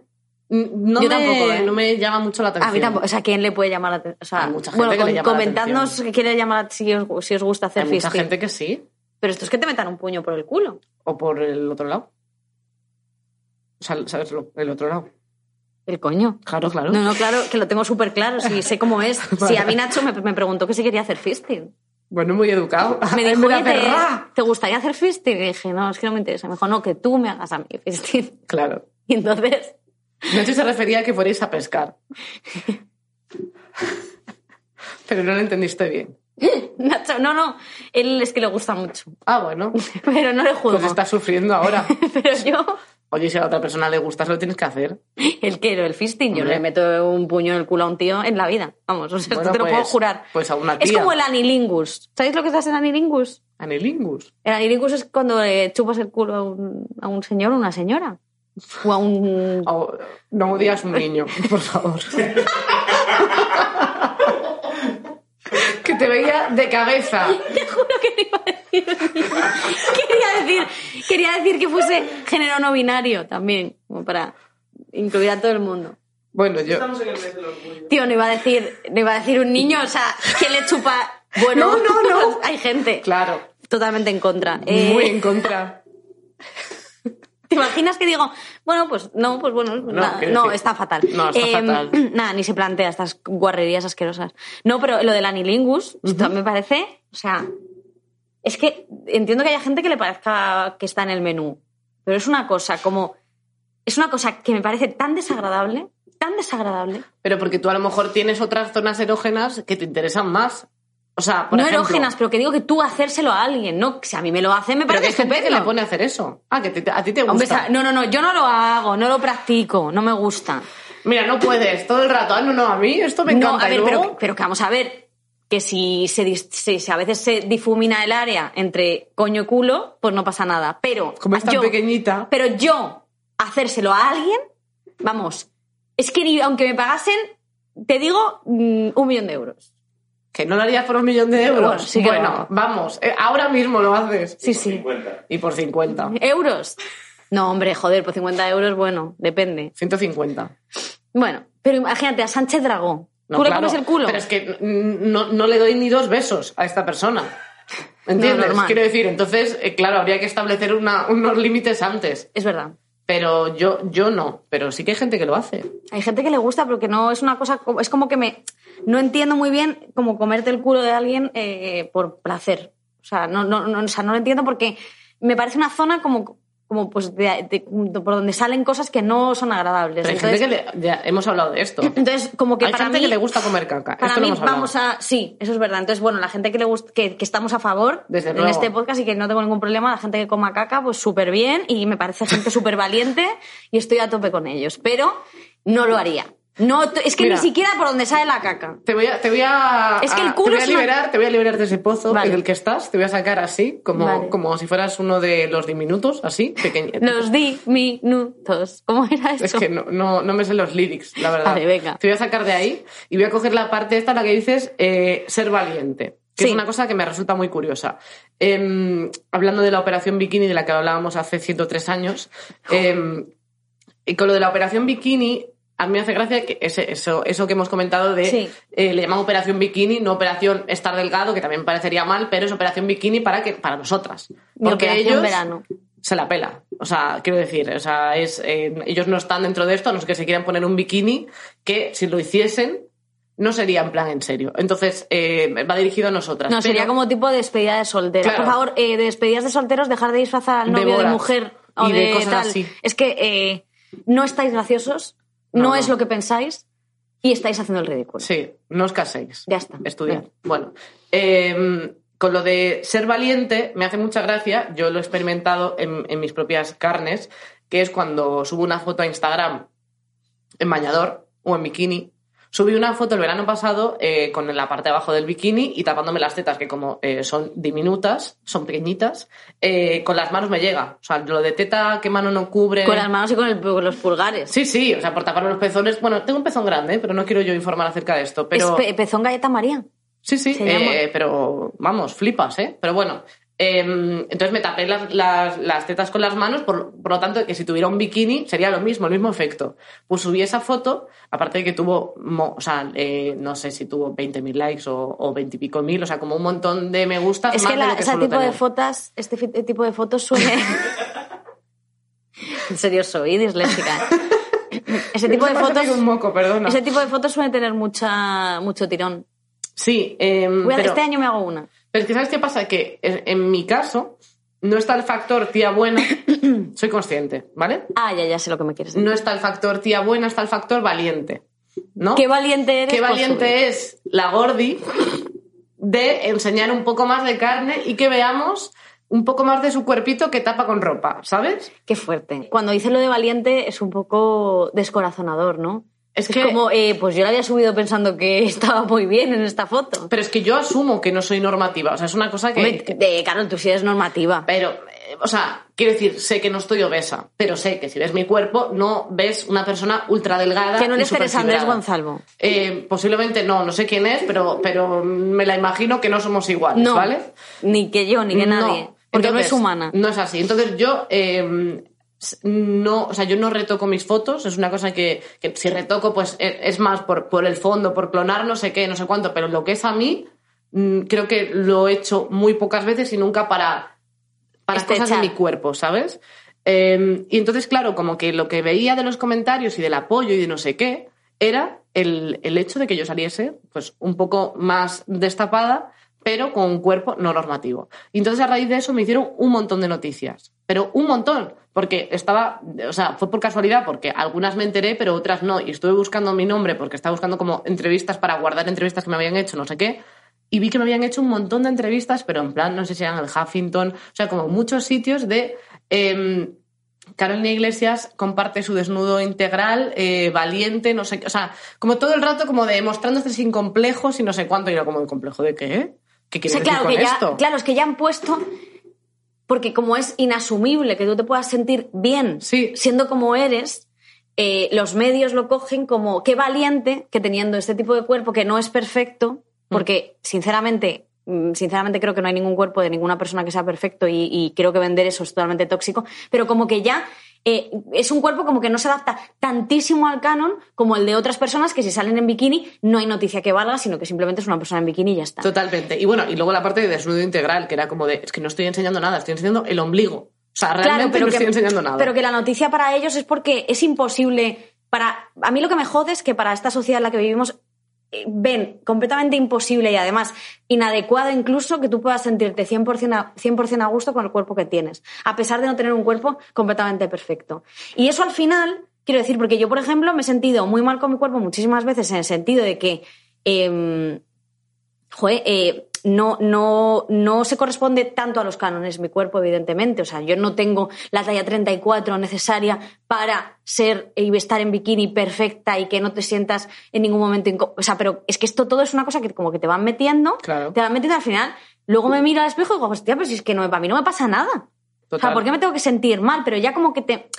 Speaker 1: N- no
Speaker 2: Yo
Speaker 1: me,
Speaker 2: tampoco, ¿eh?
Speaker 1: No me llama mucho la atención.
Speaker 2: A mí tampoco. O sea, ¿quién le puede llamar la atención? O sea,
Speaker 1: Hay mucha gente
Speaker 2: bueno,
Speaker 1: que le
Speaker 2: con-
Speaker 1: llama la
Speaker 2: comentadnos
Speaker 1: atención.
Speaker 2: qué le llama la- si os, si os gusta hacer
Speaker 1: Hay mucha
Speaker 2: fisting.
Speaker 1: gente que sí,
Speaker 2: Pero esto es que te metan un puño por el culo.
Speaker 1: o por el otro lado. O sea, ¿sabes? lo- El otro lado.
Speaker 2: El coño.
Speaker 1: Claro, claro.
Speaker 2: No, no, claro, que lo tengo súper claro, sí, sé cómo es. Si
Speaker 1: Vale.
Speaker 2: a mí Nacho me, me preguntó que si quería hacer fisting.
Speaker 1: Bueno, muy educado.
Speaker 2: Me
Speaker 1: En
Speaker 2: dijo,
Speaker 1: vez de
Speaker 2: "Oye, ¿te,
Speaker 1: hacer ra.
Speaker 2: te gustaría hacer fisting? Y dije, no, es que no me interesa. Me dijo, no, que tú me hagas a mí fisting.
Speaker 1: Claro.
Speaker 2: Y entonces,
Speaker 1: Nacho se refería a que fuerais a pescar. Pero no lo entendiste bien.
Speaker 2: Nacho, no, no, él es que le gusta mucho,
Speaker 1: Ah, bueno.
Speaker 2: pero no le juzgo.
Speaker 1: Pues estás sufriendo ahora.
Speaker 2: Pero yo,
Speaker 1: Oye, si a la otra persona le gustas, lo tienes que hacer.
Speaker 2: el quiero, el fisting, yo
Speaker 1: Hombre.
Speaker 2: le meto un puño en el culo a un tío en la vida. Vamos, o sea,
Speaker 1: Bueno,
Speaker 2: esto te lo puedo
Speaker 1: pues-
Speaker 2: jurar.
Speaker 1: pues a una
Speaker 2: Es
Speaker 1: tía.
Speaker 2: como el anilingus. ¿Sabéis lo que es el anilingus?
Speaker 1: Anilingus.
Speaker 2: El anilingus es cuando le chupas el culo a un, a un señor o una señora. O a un
Speaker 1: Oh, no digas un niño, por favor. que te veía de cabeza.
Speaker 2: Te juro que no iba a decir un niño. quería decir quería decir que fuese género no binario también como para incluir a todo el mundo
Speaker 1: Bueno, yo.
Speaker 3: Estamos en el mes del orgullo.
Speaker 2: tío no iba a decir no iba a decir un niño o sea que le chupa bueno
Speaker 1: No, no, no.
Speaker 2: hay gente
Speaker 1: Claro,
Speaker 2: totalmente en contra Eh,
Speaker 1: muy en contra.
Speaker 2: te imaginas que digo bueno pues no pues bueno nada, no,
Speaker 1: quiero decir-
Speaker 2: está fatal Em,
Speaker 1: No, está fatal.
Speaker 2: nada ni se plantea estas guarrerías asquerosas no pero lo del anilingus esto me parece o sea Es que entiendo que haya gente que le parezca que está en el menú, pero es una cosa como. Es una cosa que me parece tan desagradable, tan desagradable.
Speaker 1: Pero porque tú a lo mejor tienes otras zonas erógenas que te interesan más. O sea, por
Speaker 2: no
Speaker 1: ejemplo,
Speaker 2: erógenas, pero que digo que tú hacérselo a alguien, no, si a mí me lo hace, me
Speaker 1: Pero que
Speaker 2: parece
Speaker 1: hay gente que
Speaker 2: estupendo.
Speaker 1: le pone a hacer eso. Ah, que te- a ti te gusta.
Speaker 2: Hombre, esa- no, no, no, yo no lo hago, no lo practico, no me gusta.
Speaker 1: Mira, no puedes todo el rato. Ah, no, no, a mí esto me
Speaker 2: No,
Speaker 1: encanta.
Speaker 2: a
Speaker 1: Y
Speaker 2: ver,
Speaker 1: luego-
Speaker 2: pero, pero que vamos a ver, que si, se, dis- si- si a veces se difumina el área entre coño y culo, pues no pasa nada. Pero
Speaker 1: Como es tan
Speaker 2: yo-
Speaker 1: pequeñita.
Speaker 2: Pero yo hacérselo a alguien, vamos, es que ni- aunque me pagasen, te digo mm, un millón de euros.
Speaker 1: Que no lo harías por un millón de euros.
Speaker 2: Bueno, Oh, sí que
Speaker 1: Bueno,
Speaker 2: no.
Speaker 1: vamos, eh, ahora mismo lo haces.
Speaker 2: Sí,
Speaker 3: Por
Speaker 2: sí.
Speaker 3: 50.
Speaker 1: Y por 50.
Speaker 2: ¿Euros? No, hombre, joder, por 50 euros, bueno, depende.
Speaker 1: 150.
Speaker 2: Bueno, pero imagínate a Sánchez Dragón.
Speaker 1: No,
Speaker 2: ¿Tú le
Speaker 1: claro,
Speaker 2: pones el culo?
Speaker 1: Pero es que mm, no, no le doy ni dos besos a esta persona. ¿Entiendes?
Speaker 2: No, normal.
Speaker 1: Quiero decir, entonces, eh, claro, habría que establecer una- unos límites antes.
Speaker 2: Es verdad.
Speaker 1: Pero yo, yo no. Pero sí que hay gente que lo hace.
Speaker 2: Hay gente que le gusta, pero que no es una cosa. co- Es como que me. No entiendo muy bien como comerte el culo de alguien eh, por placer. O sea, no, no, no, o sea, no lo entiendo porque me parece una zona como, como como pues de- de- por donde salen cosas que no son agradables.
Speaker 1: Pero hay
Speaker 2: Entonces,
Speaker 1: gente que le- ya hemos hablado de esto.
Speaker 2: entonces, como que
Speaker 1: hay
Speaker 2: para
Speaker 1: gente
Speaker 2: mí,
Speaker 1: que le gusta comer caca.
Speaker 2: para
Speaker 1: Ah, esto lo
Speaker 2: mí
Speaker 1: hemos hablado.
Speaker 2: vamos a... Sí, eso es verdad. Entonces, bueno, la gente que le gusta, que, que estamos a favor
Speaker 1: Desde
Speaker 2: en
Speaker 1: luego.
Speaker 2: este podcast y que no tengo ningún problema, la gente que coma caca, pues súper bien y me parece gente súper valiente y estoy a tope con ellos. Pero no lo haría. No, t- es que
Speaker 1: Mira.
Speaker 2: ni siquiera por donde sale la caca.
Speaker 1: Te voy a, te voy a,
Speaker 2: Es que el
Speaker 1: a-
Speaker 2: culo
Speaker 1: te voy a
Speaker 2: es una-
Speaker 1: liberar, te voy a liberar de ese pozo
Speaker 2: Vale.
Speaker 1: en el que estás, te voy a sacar así, como,
Speaker 2: Vale.
Speaker 1: como si fueras uno de los diminutos, así, pequeño.
Speaker 2: Los diminutos. ¿Cómo era eso?
Speaker 1: Es que no, no, no me sé los lyrics, la verdad.
Speaker 2: Vale, venga.
Speaker 1: Te voy a sacar de ahí y voy a coger la parte esta en la que dices eh, ser valiente. Que
Speaker 2: Sí.
Speaker 1: es una cosa que me resulta muy curiosa. Em, hablando de la operación bikini de la que hablábamos hace 103 años, em, y con lo de la operación bikini, a mí me hace gracia que ese- eso, eso que hemos comentado de
Speaker 2: Sí.
Speaker 1: eh, le llaman operación bikini, no operación estar delgado, que también parecería mal, pero es operación bikini para que para nosotras.
Speaker 2: Mi
Speaker 1: Porque
Speaker 2: operación
Speaker 1: ellos
Speaker 2: verano.
Speaker 1: se la pela. O sea, quiero decir, o sea, es, eh, ellos no están dentro de esto, a no ser que se quieran poner un bikini, que si lo hiciesen, no sería en plan en serio. Entonces, eh, va dirigido a nosotras.
Speaker 2: No,
Speaker 1: Pero
Speaker 2: sería como tipo de despedida de solteros.
Speaker 1: Claro.
Speaker 2: Por favor, eh, de despedidas de solteros, dejar de disfrazar al
Speaker 1: De
Speaker 2: novio de,
Speaker 1: bodas
Speaker 2: mujer o
Speaker 1: y
Speaker 2: de,
Speaker 1: de cosas
Speaker 2: tal.
Speaker 1: así.
Speaker 2: Es que eh, no estáis graciosos, no,
Speaker 1: No, no.
Speaker 2: es lo que pensáis y estáis haciendo el ridículo.
Speaker 1: Sí, no os caséis.
Speaker 2: Ya está.
Speaker 1: Estudiar.
Speaker 2: Venga.
Speaker 1: Bueno, eh, con lo de ser valiente, me hace mucha gracia, yo lo he experimentado en, en mis propias carnes, que es cuando subo una foto a Instagram en bañador o en bikini. Subí una foto el verano pasado eh, con la parte de abajo del bikini y tapándome las tetas, que como eh, son diminutas, son pequeñitas, eh, con las manos me llega. O sea, lo de teta, qué mano no cubre.
Speaker 2: Con las manos y con, el- con los pulgares.
Speaker 1: Sí, sí, o sea, por taparme los pezones. Bueno, tengo un pezón grande, ¿eh? pero no quiero yo informar acerca de esto. Pero...
Speaker 2: Es pe- pezón galleta María.
Speaker 1: Sí, sí,
Speaker 2: Se llama.
Speaker 1: eh, pero vamos, flipas, ¿eh? Pero bueno, eh, entonces me tapé las, las- las tetas con las manos, por, por lo tanto, que si tuviera un bikini sería lo mismo, el mismo efecto. Pues subí esa foto, aparte de que tuvo, mo- o sea, eh, no sé si tuvo 20.000 likes o, o 20 y pico mil, o sea, como un montón de me gustas
Speaker 2: Es
Speaker 1: más
Speaker 2: que,
Speaker 1: de
Speaker 2: la-
Speaker 1: lo que
Speaker 2: ese
Speaker 1: suelo
Speaker 2: tipo de
Speaker 1: tener.
Speaker 2: fotos, este fi- tipo de fotos suele. en serio, soy disléxica. ese tipo de
Speaker 1: Me ha
Speaker 2: fotos.
Speaker 1: salido un moco, perdona.
Speaker 2: Ese tipo de fotos suele tener mucha, mucho tirón.
Speaker 1: Sí, eh,
Speaker 2: Voy a-
Speaker 1: pero-
Speaker 2: este año me hago una.
Speaker 1: Pero es que, ¿sabes qué pasa? Que en en mi caso no está el factor tía buena, soy consciente, ¿vale?
Speaker 2: Ah, ya, ya sé lo que me quieres decir.
Speaker 1: No está el factor tía buena, está el factor valiente, ¿no?
Speaker 2: Qué valiente eres.
Speaker 1: Qué
Speaker 2: por subir.
Speaker 1: valiente es la Gordi de enseñar un poco más de carne y que veamos un poco más de su cuerpito que tapa con ropa, ¿sabes?
Speaker 2: Qué fuerte. Cuando dices lo de valiente es un poco descorazonador, ¿no?
Speaker 1: Es que-
Speaker 2: como, eh, pues yo la había subido pensando que estaba muy bien en esta foto.
Speaker 1: Pero es que yo asumo que no soy normativa, o sea, es una cosa que...
Speaker 2: Hombre, eh, Carol, tú sí eres normativa.
Speaker 1: Pero, eh, o sea, quiero decir, sé que no estoy obesa, pero sé que si ves mi cuerpo no ves una persona ultra delgada.
Speaker 2: Que no
Speaker 1: y
Speaker 2: eres Teresa Andrés
Speaker 1: superfibrada.
Speaker 2: Gonzalvo.
Speaker 1: Eh, posiblemente no, no sé quién es, pero, pero me la imagino que no somos iguales,
Speaker 2: No,
Speaker 1: ¿vale?
Speaker 2: ni que yo, ni que
Speaker 1: No.
Speaker 2: nadie. Porque no
Speaker 1: Entonces,
Speaker 2: es humana.
Speaker 1: No es así. Entonces yo eh, s- no, o sea, yo no retoco mis fotos. Es una cosa que, que si retoco, pues e- es más por, por el fondo, por clonar, no sé qué, no sé cuánto. Pero lo que es a mí, mm, creo que lo he hecho muy pocas veces y nunca para, para cosas de
Speaker 2: Estrechar.
Speaker 1: mi cuerpo, ¿sabes? Eh, y entonces, claro, como que lo que veía de los comentarios y del apoyo y de no sé qué, era el, el hecho de que yo saliese pues un poco más destapada, pero con un cuerpo no normativo. Y entonces a raíz de eso me hicieron un montón de noticias, pero un montón, porque estaba, o sea, fue por casualidad, porque algunas me enteré, pero otras no, y estuve buscando mi nombre porque estaba buscando como entrevistas para guardar entrevistas que me habían hecho, no sé qué. Y vi que me habían hecho un montón de entrevistas, pero en plan, no sé si eran el Huffington, o sea, como muchos sitios de em, Carolina Iglesias comparte su desnudo integral, eh, valiente, no sé qué. O sea, como todo el rato, como de mostrándose sin complejos y no sé cuánto. Y era como el complejo de qué. ¿Qué
Speaker 2: O
Speaker 1: quieres
Speaker 2: sea,
Speaker 1: decir
Speaker 2: claro,
Speaker 1: con
Speaker 2: que ya,
Speaker 1: esto?
Speaker 2: claro, es que ya han puesto. Porque como es inasumible que tú te puedas sentir bien
Speaker 1: Sí.
Speaker 2: siendo como eres, eh, los medios lo cogen como qué valiente que teniendo este tipo de cuerpo que no es perfecto, porque sinceramente. mm, Sinceramente creo que no hay ningún cuerpo de ninguna persona que sea perfecto y, y creo que vender eso es totalmente tóxico, pero como que ya eh, es un cuerpo como que no se adapta tantísimo al canon como el de otras personas que si salen en bikini no hay noticia que valga, sino que simplemente es una persona en bikini y ya está.
Speaker 1: Totalmente. Y bueno, y luego la parte de desnudo integral, que era como de, es que no estoy enseñando nada, estoy enseñando el ombligo. O sea, realmente no estoy enseñando nada.
Speaker 2: Pero que la noticia para ellos es porque es imposible. Para, a mí lo que me jode es que para esta sociedad en la que vivimos eh, ven completamente imposible y además inadecuado incluso que tú puedas sentirte 100% a, 100% a gusto con el cuerpo que tienes, a pesar de no tener un cuerpo completamente perfecto. Y eso al final, quiero decir, porque yo, por ejemplo, me he sentido muy mal con mi cuerpo muchísimas veces en el sentido de que... em, joe, eh, no, no, no se corresponde tanto a los cánones mi cuerpo, evidentemente. O sea, yo no tengo la talla 34 necesaria para ser y estar en bikini perfecta y que no te sientas en ningún momento incómodo. O sea, pero es que esto todo es una cosa que como que te van metiendo,
Speaker 1: Claro.
Speaker 2: te van metiendo al final. Luego me miro al espejo y digo, hostia, pero si es que no, para mí no me pasa nada. O sea,
Speaker 1: Total.
Speaker 2: ¿por qué me tengo que sentir mal? Pero ya como que te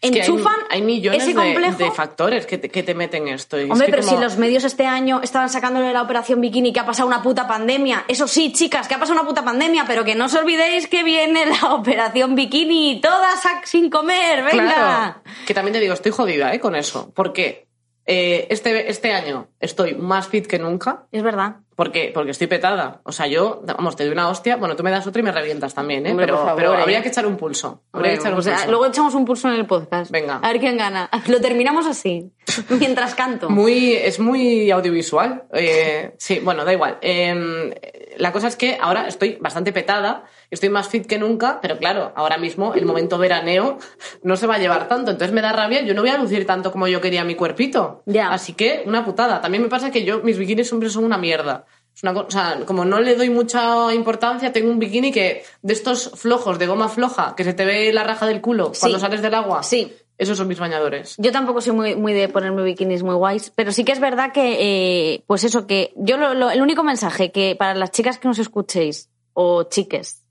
Speaker 1: Es que hay-
Speaker 2: enchufan
Speaker 1: hay, millones
Speaker 2: ese
Speaker 1: de-
Speaker 2: complejo.
Speaker 1: De, factores que te, que te meten esto. y es
Speaker 2: Hombre,
Speaker 1: que
Speaker 2: pero
Speaker 1: como-
Speaker 2: si los medios este año estaban sacándole la operación bikini, que ha pasado una puta pandemia. Eso sí, chicas, que ha pasado una puta pandemia, pero que no os olvidéis que viene la operación bikini, todas a- sin comer, venga.
Speaker 1: Claro. Que también te digo, estoy jodida ¿eh? con eso. ¿Por qué? Eh, este, este año estoy más fit que nunca
Speaker 2: Es verdad.
Speaker 1: porque, porque estoy petada. O sea, yo, vamos, te doy una hostia. Bueno, tú me das otra y me revientas también, ¿eh?
Speaker 2: Hombre,
Speaker 1: pero
Speaker 2: por favor,
Speaker 1: pero
Speaker 2: ¿eh?
Speaker 1: habría que echar un pulso. Habría que echar un
Speaker 2: o sea,
Speaker 1: pulso.
Speaker 2: luego echamos un pulso en el podcast.
Speaker 1: Venga.
Speaker 2: A ver quién gana. Lo terminamos así, mientras canto.
Speaker 1: Muy, es muy audiovisual. Eh, sí, bueno, da igual. Eh, la cosa es que ahora estoy bastante petada, estoy más fit que nunca, pero claro, ahora mismo el momento veraneo no se va a llevar tanto, entonces me da rabia, yo no voy a lucir tanto como yo quería mi cuerpito.
Speaker 2: Ya.
Speaker 1: Así que una putada. También me pasa que yo, mis bikinis siempre son una mierda. Es una co- o sea, como no le doy mucha importancia, tengo un bikini que de estos flojos, de goma floja, que se te ve la raja del culo
Speaker 2: Sí.
Speaker 1: cuando sales del agua.
Speaker 2: Sí.
Speaker 1: Esos son mis bañadores.
Speaker 2: Yo tampoco soy muy, muy de ponerme bikinis muy guays, pero sí que es verdad que, eh, pues eso, que yo lo- lo- el único mensaje que para las chicas que nos escuchéis, o chiques,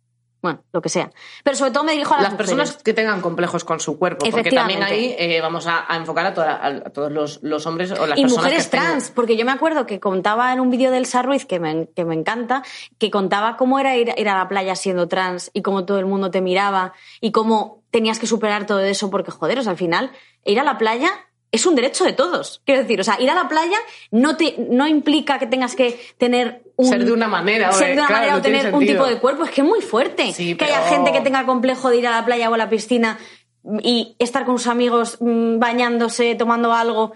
Speaker 2: bueno, lo que sea, pero sobre todo me dirijo a las,
Speaker 1: las personas
Speaker 2: mujeres.
Speaker 1: que tengan complejos con su cuerpo, porque también ahí
Speaker 2: Efectivamente.
Speaker 1: eh, vamos a, a enfocar a, toda- a todos los, los hombres o las
Speaker 2: y
Speaker 1: personas
Speaker 2: mujeres
Speaker 1: que estén-
Speaker 2: trans, porque yo me acuerdo que contaba en un vídeo del Ruiz, que me, que me encanta, que contaba cómo era ir, ir a la playa siendo trans y cómo todo el mundo te miraba y cómo tenías que superar todo eso, porque joder, o sea, al final, ir a la playa es un derecho de todos. Quiero decir, o sea, ir a la playa no, te, no implica que tengas que tener un.
Speaker 1: Ser de una manera, o
Speaker 2: ser
Speaker 1: de-
Speaker 2: de una
Speaker 1: claro,
Speaker 2: manera
Speaker 1: no
Speaker 2: o
Speaker 1: tiene
Speaker 2: tener un
Speaker 1: sentido.
Speaker 2: tipo de cuerpo. Es que es muy fuerte
Speaker 1: Sí,
Speaker 2: que haya
Speaker 1: pero-
Speaker 2: gente que tenga complejo de ir a la playa o a la piscina y estar con sus amigos mm, bañándose, tomando algo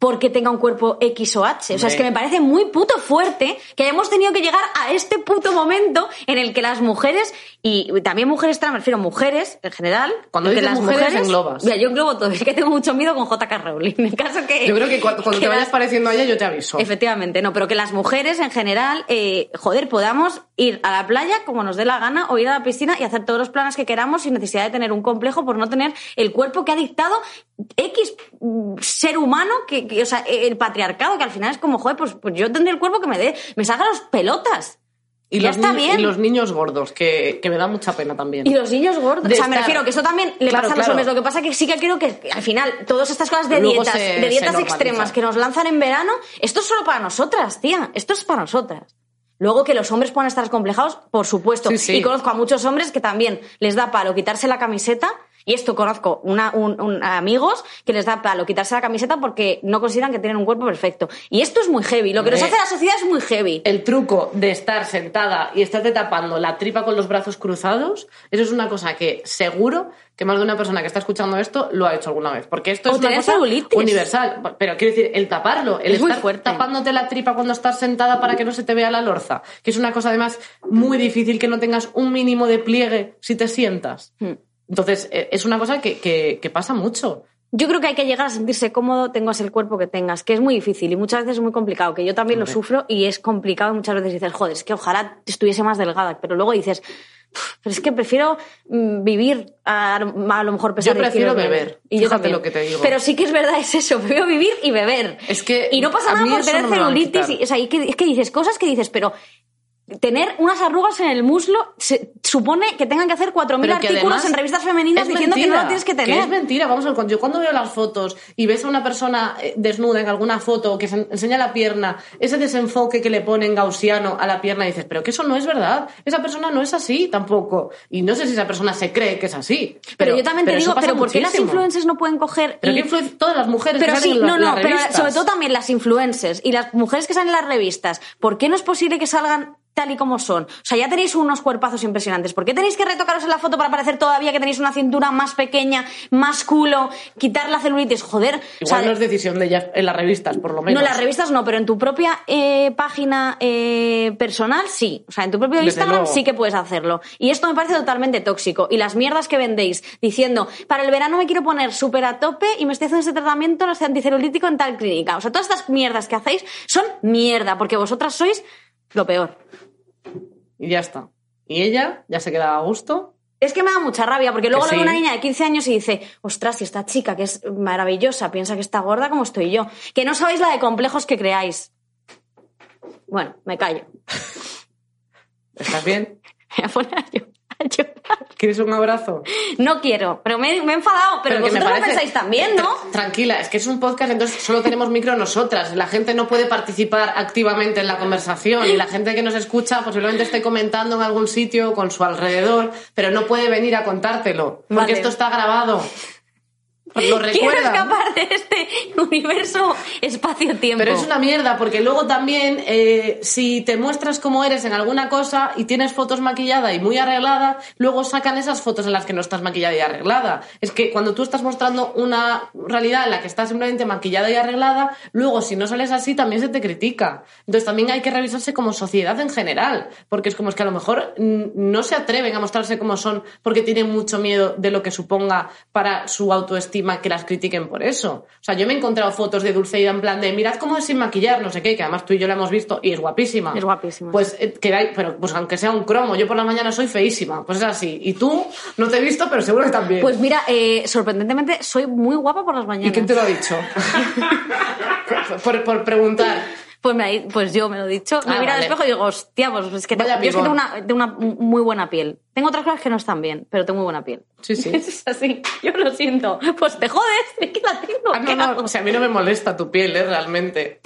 Speaker 2: porque tenga un cuerpo X o H. O sea, es
Speaker 1: Hombre.
Speaker 2: que me parece muy puto fuerte que hayamos tenido que llegar a este puto momento en el que las mujeres, y también mujeres trans, me refiero a mujeres en general,
Speaker 1: Cuando
Speaker 2: en que
Speaker 1: dices
Speaker 2: las
Speaker 1: mujeres, englobas.
Speaker 2: Mira, yo englobo todo, es que tengo mucho miedo con JK Rowling. En caso que...
Speaker 1: Yo creo que cuando, cuando
Speaker 2: que
Speaker 1: te vayas
Speaker 2: las-
Speaker 1: pareciendo a ella, yo te aviso.
Speaker 2: Efectivamente, no, pero que las mujeres en general, eh, joder, podamos ir a la playa como nos dé la gana o ir a la piscina y hacer todos los planes que queramos sin necesidad de tener un complejo por no tener el cuerpo que ha dictado X ser humano, que, que, o sea, el patriarcado, que al final es como, joder, pues, pues yo tendré el cuerpo que me dé, me salga los pelotas.
Speaker 1: Y,
Speaker 2: ya
Speaker 1: los
Speaker 2: está
Speaker 1: niños,
Speaker 2: bien.
Speaker 1: y los niños gordos, que, que me da mucha pena también.
Speaker 2: Y los niños gordos.
Speaker 1: De
Speaker 2: o sea, me
Speaker 1: estar-
Speaker 2: refiero que eso también le
Speaker 1: Claro,
Speaker 2: pasa a los
Speaker 1: claro.
Speaker 2: hombres. Lo que pasa que sí que creo que al final todas estas cosas de
Speaker 1: Luego
Speaker 2: dietas,
Speaker 1: se-
Speaker 2: de dietas
Speaker 1: se normaliza.
Speaker 2: extremas que nos lanzan en verano, esto es solo para nosotras, tía. Esto es para nosotras. Luego que los hombres puedan estar complejados, por supuesto.
Speaker 1: Sí, sí.
Speaker 2: Y conozco a muchos hombres que también les da palo quitarse la camiseta. Y esto conozco una, un- un- a amigos que les da palo quitarse la camiseta porque no consideran que tienen un cuerpo perfecto. Y esto es muy heavy. Lo que nos
Speaker 1: Hombre.
Speaker 2: hace la sociedad es muy heavy.
Speaker 1: El truco de estar sentada y estarte tapando la tripa con los brazos cruzados, eso es una cosa que seguro que más de una persona que está escuchando esto lo ha hecho alguna vez. Porque esto
Speaker 2: O
Speaker 1: es una
Speaker 2: tener
Speaker 1: cosa
Speaker 2: celulitis.
Speaker 1: universal. Pero quiero decir, el taparlo, el
Speaker 2: Es muy
Speaker 1: estar
Speaker 2: fuerte.
Speaker 1: tapándote la tripa cuando estás sentada para que no se te vea la lorza, que es una cosa además muy difícil que no tengas un mínimo de pliegue si te sientas.
Speaker 2: Hmm.
Speaker 1: Entonces, eh, es una cosa que, que- que pasa mucho.
Speaker 2: Yo creo que hay que llegar a sentirse cómodo, tengas el cuerpo que tengas, que es muy difícil y muchas veces es muy complicado, que yo también lo
Speaker 1: Hombre.
Speaker 2: sufro y es complicado y muchas veces dices, joder, es que ojalá estuviese más delgada, pero luego dices, "Uf, pero es que prefiero mm, vivir a, a lo mejor pesar
Speaker 1: Yo
Speaker 2: 10
Speaker 1: prefiero
Speaker 2: kilos menos".
Speaker 1: beber,
Speaker 2: Y yo
Speaker 1: fíjate
Speaker 2: también.
Speaker 1: lo que te digo.
Speaker 2: Pero sí que es verdad, es eso, prefiero vivir y beber.
Speaker 1: Es que
Speaker 2: y no pasa
Speaker 1: a
Speaker 2: nada
Speaker 1: mí
Speaker 2: por
Speaker 1: eso
Speaker 2: tener
Speaker 1: no me lo van a
Speaker 2: celulitis,
Speaker 1: quitar.
Speaker 2: y- o sea, y que, es que dices cosas que dices, pero tener unas arrugas en el muslo se- supone que tengan que hacer 4.000
Speaker 1: Pero que
Speaker 2: artículos
Speaker 1: además
Speaker 2: en revistas femeninas
Speaker 1: es
Speaker 2: diciendo que no
Speaker 1: mentira,
Speaker 2: lo tienes que tener.
Speaker 1: es mentira, vamos a ver, cuando- yo cuando veo las fotos y ves a una persona eh, desnuda en alguna foto que se en- enseña la pierna, ese desenfoque que le ponen gaussiano a la pierna, dices, pero que eso no es verdad, esa persona no es así tampoco. Y no sé si esa persona se cree que es así.
Speaker 2: Pero, yo también te
Speaker 1: eso
Speaker 2: digo,
Speaker 1: pasa
Speaker 2: pero ¿por qué las
Speaker 1: muchísimo.
Speaker 2: influencers no pueden coger
Speaker 1: Pero
Speaker 2: y-
Speaker 1: que influen- todas las mujeres
Speaker 2: Pero
Speaker 1: que salen
Speaker 2: sí,
Speaker 1: en la-
Speaker 2: no, no,
Speaker 1: las
Speaker 2: pero
Speaker 1: revistas.
Speaker 2: sobre todo también las influencers y las mujeres que salen en las revistas, ¿por qué no es posible que salgan tal y como son. O sea, ya tenéis unos cuerpazos impresionantes. ¿Por qué tenéis que retocaros en la foto para parecer todavía que tenéis una cintura más pequeña, más culo, quitar la celulitis? Joder. o sea,
Speaker 1: Igual no es decisión de ella en las revistas, por lo menos.
Speaker 2: no, en las revistas no, pero en tu propia eh, página eh, personal sí. O sea, en tu propio
Speaker 1: Desde
Speaker 2: Instagram
Speaker 1: luego.
Speaker 2: sí que puedes hacerlo. Y esto me parece totalmente tóxico. Y las mierdas que vendéis diciendo, para el verano me quiero poner súper a tope y me estoy haciendo este tratamiento no sé, anticelulítico en tal clínica. O sea, todas estas mierdas que hacéis son mierda, porque vosotras sois lo peor.
Speaker 1: Y ya está. Y ella ya se queda a gusto.
Speaker 2: Es que me da mucha rabia, porque luego
Speaker 1: Que
Speaker 2: lo ve
Speaker 1: sí.
Speaker 2: una niña de 15 años y dice, ostras, si esta chica que es maravillosa piensa que está gorda como estoy yo. Que no sabéis la de complejos que creáis. Bueno, me callo.
Speaker 1: ¿Estás bien?
Speaker 2: Me voy a poner a llorar, a llorar.
Speaker 1: ¿Quieres un abrazo?
Speaker 2: No quiero, pero me, me he enfadado, pero,
Speaker 1: que me
Speaker 2: vosotros lo
Speaker 1: parece-
Speaker 2: pensáis también, ¿no?
Speaker 1: Tra- Tranquila, es que es un podcast, entonces solo tenemos micro nosotras. La gente no puede participar activamente en la conversación y la gente que nos escucha posiblemente esté comentando en algún sitio con su alrededor, pero no puede venir a contártelo porque
Speaker 2: Vale.
Speaker 1: esto está grabado. Lo
Speaker 2: Quiero
Speaker 1: recuerda.
Speaker 2: escapar de este universo espacio-tiempo.
Speaker 1: Pero es una mierda, porque luego también, eh, si te muestras como eres en alguna cosa y tienes fotos maquillada y muy arreglada, luego sacan esas fotos en las que no estás maquillada y arreglada. Es que cuando tú estás mostrando una realidad en la que estás simplemente maquillada y arreglada, luego si no sales así también se te critica. Entonces también hay que revisarse como sociedad en general, porque es como es que a lo mejor mm, no se atreven a mostrarse como son porque tienen mucho miedo de lo que suponga para su autoestima que las critiquen por eso. O sea, yo me he encontrado fotos de Dulceida en plan de mirad cómo es sin maquillar, no sé qué, que además tú y yo la hemos visto y es guapísima.
Speaker 2: Es guapísima.
Speaker 1: Pues eh, que hay, pero pues aunque sea un cromo, yo por la mañana soy feísima, pues es así. Y tú no te he visto, pero seguro que también.
Speaker 2: Pues mira, eh, sorprendentemente soy muy guapa por las
Speaker 1: ¿Y
Speaker 2: mañanas.
Speaker 1: quién te lo ha dicho? por, por preguntar.
Speaker 2: Pues, me ha- pues yo me lo he dicho. me
Speaker 1: Ah,
Speaker 2: miro al
Speaker 1: vale.
Speaker 2: espejo y digo, hostia, pues es que, tengo,
Speaker 1: Vaya
Speaker 2: yo es que tengo,
Speaker 1: pibón.
Speaker 2: una, tengo una muy buena piel. Tengo otras cosas que no están bien, pero tengo muy buena piel.
Speaker 1: Sí, sí.
Speaker 2: Es así, yo lo siento. Pues te jodes, es que la tengo.
Speaker 1: Ah, no,
Speaker 2: ¿qué
Speaker 1: no,
Speaker 2: hago?
Speaker 1: o sea, a mí no me molesta tu piel, ¿eh? realmente.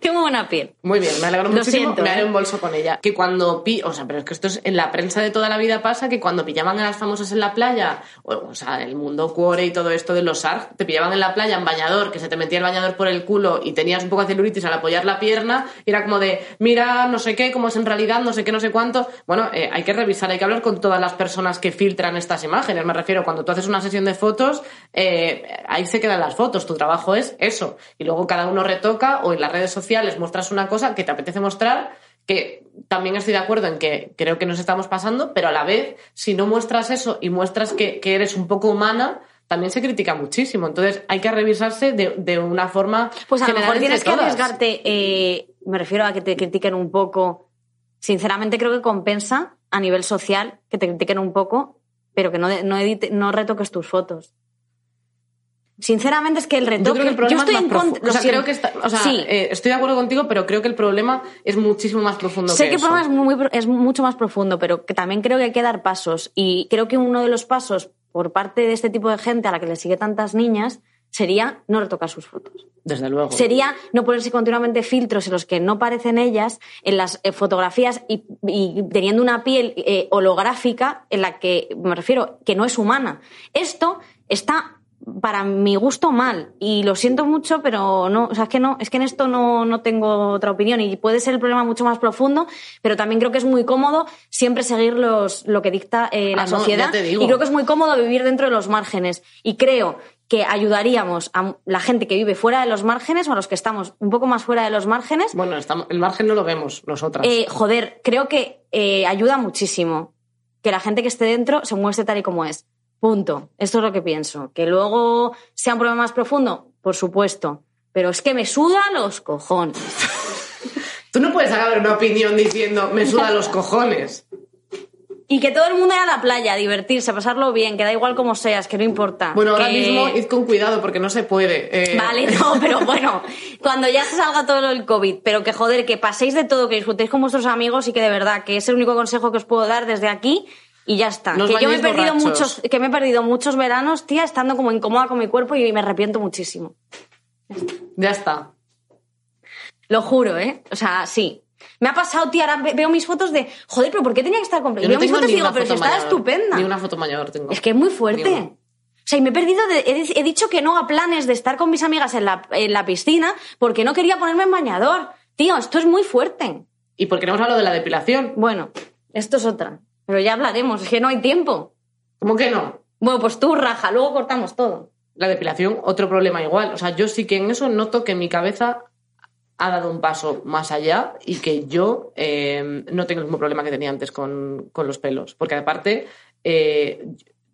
Speaker 2: Tengo muy buena piel.
Speaker 1: Muy bien, me alegro
Speaker 2: Lo
Speaker 1: muchísimo.
Speaker 2: siento,
Speaker 1: me
Speaker 2: ¿eh?
Speaker 1: haré un bolso con ella. Que cuando pi, o sea, pero es que esto es en la prensa de toda la vida pasa que cuando pillaban a las famosas en la playa, o, o sea, el mundo cuore y todo esto de los SARC, te pillaban en la playa en bañador, que se te metía el bañador por el culo y tenías un poco de celulitis al apoyar la pierna, y era como de, mira, no sé qué, cómo es en realidad, no sé qué, no sé cuánto. Bueno, eh, hay que revisar, hay que hablar con todas las personas que filtran estas imágenes. Me refiero, cuando tú haces una sesión de fotos, eh, ahí se quedan las fotos. Tu trabajo es eso. Y luego cada uno retoca o en las redes sociales muestras una cosa que te apetece mostrar, que también estoy de acuerdo en que creo que nos estamos pasando, pero a la vez, si no muestras eso y muestras que, que eres un poco humana, también se critica muchísimo. Entonces hay que revisarse de, de una forma.
Speaker 2: Pues a lo
Speaker 1: general
Speaker 2: mejor
Speaker 1: entre
Speaker 2: tienes que
Speaker 1: todas.
Speaker 2: arriesgarte, eh, me refiero a que te critiquen un poco. Sinceramente creo que compensa a nivel social que te critiquen un poco, pero que no, de- no, edite- no retoques tus fotos. Sinceramente es que el retoque...
Speaker 1: Yo creo que el problema
Speaker 2: estoy
Speaker 1: es más
Speaker 2: en contra...
Speaker 1: profundo. O sea,
Speaker 2: lo siento.
Speaker 1: creo que está- o sea,
Speaker 2: sí,
Speaker 1: eh, estoy de acuerdo contigo, pero creo que el problema es muchísimo más profundo
Speaker 2: sé que,
Speaker 1: que
Speaker 2: el
Speaker 1: eso.
Speaker 2: problema es, muy, es mucho más profundo, pero que también creo que hay que dar pasos. Y creo que uno de los pasos por parte de este tipo de gente a la que le sigue tantas niñas sería no retocar sus fotos.
Speaker 1: Desde luego.
Speaker 2: sería no ponerse continuamente filtros en los que no parecen ellas en las eh, fotografías y, y teniendo una piel eh, holográfica en la que me refiero que no es humana. Esto está para mi gusto mal y lo siento mucho, pero no, o sea, es que no, es que en esto no, no tengo otra opinión y puede ser el problema mucho más profundo, pero también creo que es muy cómodo siempre seguir los, lo que dicta eh, la
Speaker 1: Ah, no, ya
Speaker 2: sociedad
Speaker 1: te digo.
Speaker 2: y creo que es muy cómodo vivir dentro de los márgenes. Y creo que ayudaríamos a la gente que vive fuera de los márgenes o a los que estamos un poco más fuera de los márgenes.
Speaker 1: Bueno, estamos- el margen no lo vemos nosotras.
Speaker 2: Eh, joder, creo que eh, ayuda muchísimo que la gente que esté dentro se muestre tal y como es. Punto. Esto es lo que pienso. Que luego sea un problema más profundo, por supuesto. Pero es que me suda los cojones.
Speaker 1: Tú no puedes sacar una opinión diciendo me suda los cojones.
Speaker 2: Y que todo el mundo vaya a la playa, a divertirse, a pasarlo bien, que da igual como seas, que no importa.
Speaker 1: Bueno, ahora
Speaker 2: Que-
Speaker 1: mismo id con cuidado porque no se puede. eh,
Speaker 2: Eh, Vale, no, pero bueno, cuando ya se salga todo el COVID, pero que joder, que paséis de todo, que disfrutéis con vuestros amigos y que de verdad, que es el único consejo que os puedo dar desde aquí y ya está.
Speaker 1: No os
Speaker 2: que yo me he
Speaker 1: bañéis
Speaker 2: perdido
Speaker 1: borrachos.
Speaker 2: muchos, que me he perdido muchos veranos, tía, estando como incómoda con mi cuerpo y me arrepiento muchísimo.
Speaker 1: Ya está.
Speaker 2: Lo juro, ¿eh? O sea, sí. Me ha pasado, tía, ahora ve- veo mis fotos de, joder, pero ¿por qué tenía que estar completa?
Speaker 1: Yo no
Speaker 2: veo mis
Speaker 1: tengo
Speaker 2: fotos
Speaker 1: ni
Speaker 2: y digo,
Speaker 1: una
Speaker 2: pero si
Speaker 1: foto
Speaker 2: estaba
Speaker 1: mayor,
Speaker 2: estupenda.
Speaker 1: Ni una foto mayor tengo.
Speaker 2: Es que es muy fuerte.
Speaker 1: Ni una.
Speaker 2: O sea, y me he perdido, de- he, dic- he dicho que no a planes de estar con mis amigas en la, en la piscina porque no quería ponerme en bañador. Tío, esto es muy fuerte.
Speaker 1: Y porque no hemos hablado de la depilación.
Speaker 2: Bueno, esto es otra. Pero ya hablaremos, es que no hay tiempo.
Speaker 1: ¿Cómo que no?
Speaker 2: Bueno, pues tú raja, luego cortamos todo.
Speaker 1: La depilación, otro problema igual. O sea, yo sí que en eso noto que mi cabeza ha dado un paso más allá y que yo eh, no tengo el mismo problema que tenía antes con, con los pelos. Porque aparte, eh,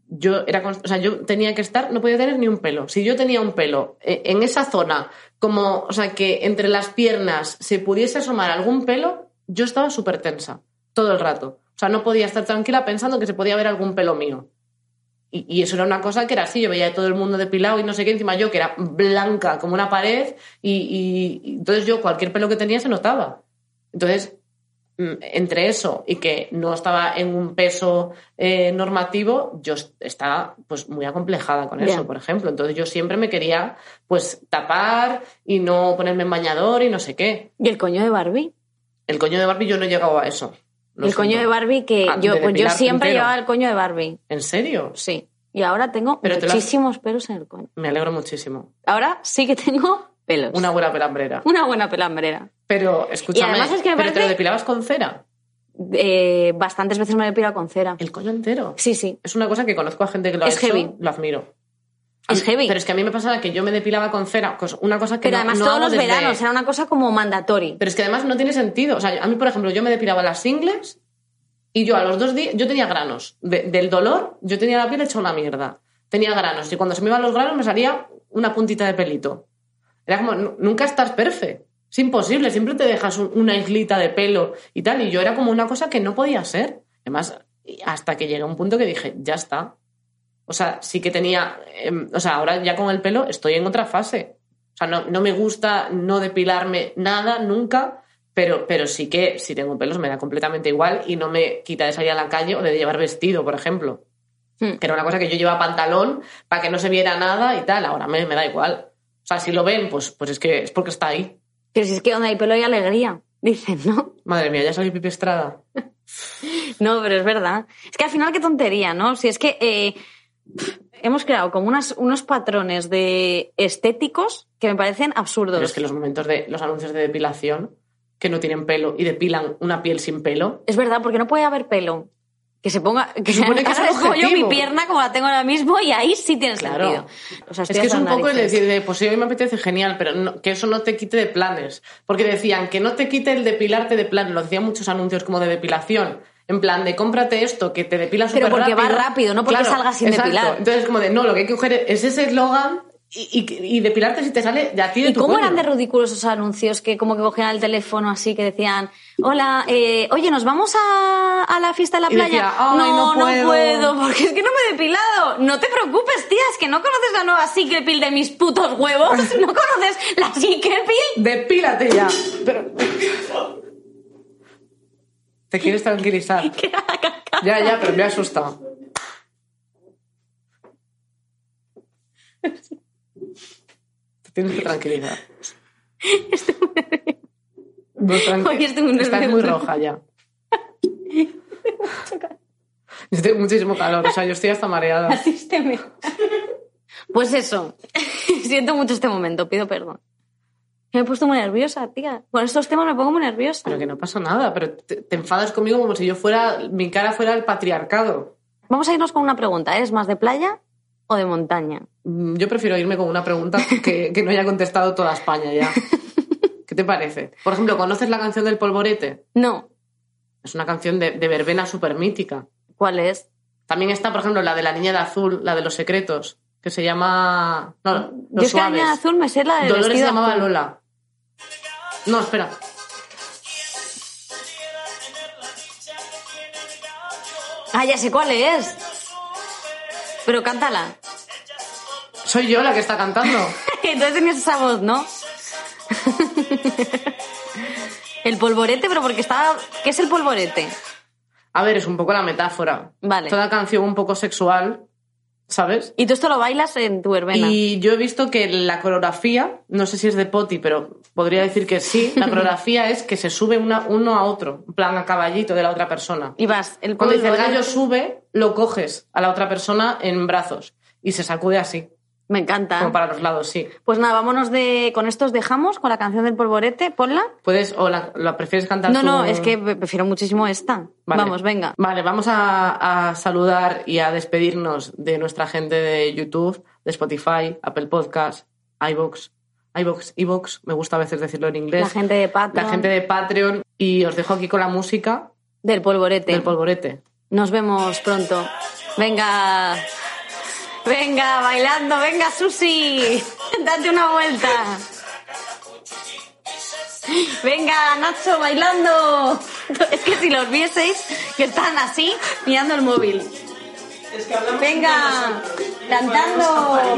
Speaker 1: yo era const- o sea, yo tenía que estar, no podía tener ni un pelo. Si yo tenía un pelo eh, en esa zona, como, o sea, que entre las piernas se pudiese asomar algún pelo, yo estaba súper tensa todo el rato. O sea, no podía estar tranquila pensando que se podía ver algún pelo mío. Y, y eso era una cosa que era así, yo veía a todo el mundo depilado y no sé qué, encima yo que era blanca como una pared y, y- y entonces yo cualquier pelo que tenía se notaba. Entonces, mm, entre eso y que no estaba en un peso eh, normativo, yo est- estaba pues muy acomplejada con eso,
Speaker 2: Ya.
Speaker 1: por ejemplo. Entonces yo siempre me quería pues tapar y no ponerme en bañador y no sé qué.
Speaker 2: ¿Y el coño de Barbie?
Speaker 1: El coño de Barbie yo no he llegado a eso. Lo
Speaker 2: el coño
Speaker 1: siento.
Speaker 2: de Barbie que
Speaker 1: Ah,
Speaker 2: yo,
Speaker 1: de
Speaker 2: pues yo
Speaker 1: depilarte
Speaker 2: siempre
Speaker 1: entero.
Speaker 2: llevaba el coño de Barbie,
Speaker 1: ¿En serio?
Speaker 2: sí. Y ahora tengo
Speaker 1: Pero te lo has-
Speaker 2: muchísimos pelos en el coño.
Speaker 1: Me alegro muchísimo.
Speaker 2: Ahora sí que tengo pelos.
Speaker 1: Una buena pelambrera.
Speaker 2: Una buena pelambrera.
Speaker 1: Pero escúchame,
Speaker 2: Y además es que
Speaker 1: ¿pero
Speaker 2: aparte-
Speaker 1: te lo depilabas con cera,
Speaker 2: Eh, bastantes veces me he depilado con cera.
Speaker 1: el coño entero.
Speaker 2: Sí, sí.
Speaker 1: Es una cosa que conozco a gente que lo
Speaker 2: Es
Speaker 1: ha hecho,
Speaker 2: heavy.
Speaker 1: lo admiro. A
Speaker 2: Es
Speaker 1: mí-
Speaker 2: heavy.
Speaker 1: Pero es que a mí me pasaba que yo me depilaba con cera, cos- una cosa que
Speaker 2: Pero
Speaker 1: no-
Speaker 2: además
Speaker 1: no
Speaker 2: todos
Speaker 1: hago
Speaker 2: los
Speaker 1: desde-
Speaker 2: veranos era una cosa como mandatoria.
Speaker 1: Pero es que además no tiene sentido. O sea, a mí, por ejemplo, yo me depilaba las ingles y yo a los dos días, yo tenía granos. De- del dolor, yo tenía la piel hecha una mierda. Tenía granos. Y cuando se me iban los granos me salía una puntita de pelito. Era como, "Nu- nunca estás perfecto. Es imposible, siempre te dejas un- una islita de pelo y tal. Y yo era como una cosa que no podía ser. Además, hasta que llegué a un punto que dije, ya está. O sea, sí que tenía. em, o sea, ahora ya con el pelo estoy en otra fase. O sea, no, no me gusta no depilarme nada nunca, pero, pero sí que si tengo pelos me da completamente igual y no me quita de salir a la calle o de llevar vestido, por ejemplo.
Speaker 2: Hmm.
Speaker 1: Que era una cosa que yo llevaba pantalón para que no se viera nada y tal. Ahora me, me da igual. O sea, si lo ven, pues, pues es que es porque está ahí.
Speaker 2: Pero si es que donde hay pelo hay alegría. Dicen, ¿no?
Speaker 1: Madre mía, ya salió Pipi Estrada.
Speaker 2: No, pero es verdad. Es que al final qué tontería, ¿no? Si es que eh, hemos creado como unas, unos patrones de estéticos que me parecen absurdos.
Speaker 1: Pero es que los momentos de los anuncios de depilación que no tienen pelo y depilan una piel sin pelo.
Speaker 2: Es verdad, porque no puede haber pelo. Que se ponga. Que se
Speaker 1: supone que es el
Speaker 2: como yo mi
Speaker 1: objetivo.
Speaker 2: pierna como la tengo ahora mismo y ahí sí tienes
Speaker 1: Claro.
Speaker 2: sentido. O sea, estoy
Speaker 1: Es que es
Speaker 2: hasta
Speaker 1: un
Speaker 2: las
Speaker 1: poco el
Speaker 2: narices.
Speaker 1: decir, de, pues sí, hoy me apetece genial, pero no- que eso no te quite de planes. Porque decían que no te quite el depilarte de plan. Lo decían muchos anuncios como de depilación. En plan, de cómprate esto, que te depilas
Speaker 2: Pero
Speaker 1: súper
Speaker 2: porque va rápido, no porque salga sin
Speaker 1: exacto.
Speaker 2: depilar.
Speaker 1: Entonces, como de, no, lo que hay que coger es ese eslogan y, y- y depilarte si te sale de a ti de
Speaker 2: ¿Y
Speaker 1: tu
Speaker 2: cómo
Speaker 1: cuello.
Speaker 2: eran de ridículos esos anuncios que como que cogían el teléfono así que decían, hola, eh, oye, nos vamos a, a la fiesta de la
Speaker 1: Y
Speaker 2: playa?
Speaker 1: decía, "Ay, no puedo".
Speaker 2: porque es que no me he depilado. No te preocupes, tía, es que no conoces la nueva Pil de mis putos huevos, no conoces la Pil.
Speaker 1: Depílate ya. Pero... Te quieres tranquilizar. Ya, ya, pero me ha asustado. Te tienes que tranquilizar. No, tranqui-
Speaker 2: Hoy estoy muy
Speaker 1: Estás muy
Speaker 2: nerviosa.
Speaker 1: roja ya. Yo tengo muchísimo calor, o sea, yo estoy hasta mareada.
Speaker 2: Asísteme. Pues eso, siento mucho este momento, pido perdón. Me he puesto muy nerviosa, tía. Con estos temas me pongo muy nerviosa.
Speaker 1: Pero que no pasa nada, pero te, te enfadas conmigo como si yo fuera, mi cara fuera el patriarcado.
Speaker 2: Vamos a irnos con una pregunta. ¿Eres más de playa o de montaña?
Speaker 1: Mm, Yo prefiero irme con una pregunta que, que no haya contestado toda España ya. ¿Qué te parece? Por ejemplo, ¿conoces la canción del polvorete?
Speaker 2: No.
Speaker 1: Es una canción de, de verbena súper mítica.
Speaker 2: ¿Cuál es?
Speaker 1: También está, por ejemplo, la de la niña de azul, la de los secretos, que se llama. No,
Speaker 2: Yo
Speaker 1: los
Speaker 2: es que la
Speaker 1: suaves.
Speaker 2: niña azul me sé la del
Speaker 1: Dolores se
Speaker 2: vestido
Speaker 1: llamaba
Speaker 2: azul.
Speaker 1: Lola. No, espera.
Speaker 2: Ah, ya sé cuál es. Pero cántala.
Speaker 1: Soy yo la que está cantando.
Speaker 2: Entonces tenías esa voz, ¿no? el polvorete, pero porque estaba... ¿Qué es el polvorete?
Speaker 1: A ver, es un poco la metáfora.
Speaker 2: Vale.
Speaker 1: Toda canción un poco sexual, ¿sabes?
Speaker 2: Y tú esto lo bailas en tu verbena.
Speaker 1: Y yo he visto que la coreografía, no sé si es de Poti, pero podría decir que sí, la coreografía es que se sube una, uno a otro, en plan a caballito de la otra persona.
Speaker 2: Y vas, el
Speaker 1: Cuando dice el
Speaker 2: polvorete-
Speaker 1: gallo sube, lo coges a la otra persona en brazos y se sacude así.
Speaker 2: Me encanta.
Speaker 1: Como para los lados, sí.
Speaker 2: Pues nada, vámonos de. Con esto os dejamos con la canción del polvorete. Ponla.
Speaker 1: ¿Puedes o la, la prefieres cantar
Speaker 2: No,
Speaker 1: tú?
Speaker 2: no, es que pre- prefiero muchísimo esta.
Speaker 1: Vale.
Speaker 2: Vamos, venga.
Speaker 1: Vale, vamos a, a saludar y a despedirnos de nuestra gente de YouTube, de Spotify, Apple Podcasts, iVoox, iVoox, iVoox, me gusta a veces decirlo en inglés.
Speaker 2: La gente de Patreon.
Speaker 1: La gente de Patreon. Y os dejo aquí con la música
Speaker 2: Del polvorete.
Speaker 1: del polvorete.
Speaker 2: Nos vemos pronto. Venga. Venga, bailando. Venga, Susi. Date una vuelta. Venga, Nacho, bailando. Es que si los vieseis, que están así, mirando el móvil. Venga, cantando.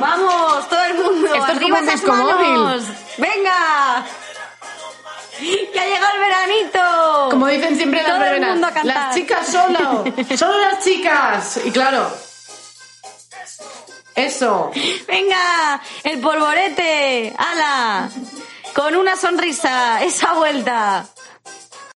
Speaker 2: Vamos, todo el mundo.
Speaker 1: Esto es
Speaker 2: arriba
Speaker 1: como un
Speaker 2: esas
Speaker 1: disco móvil.
Speaker 2: manos. Venga. Que ha llegado el veranito.
Speaker 1: Como dicen siempre las
Speaker 2: Todo el
Speaker 1: verbenas,
Speaker 2: mundo a cantar.
Speaker 1: las chicas solo, solo las chicas. Y claro, eso.
Speaker 2: Venga, el polvorete, ala, con una sonrisa, esa vuelta.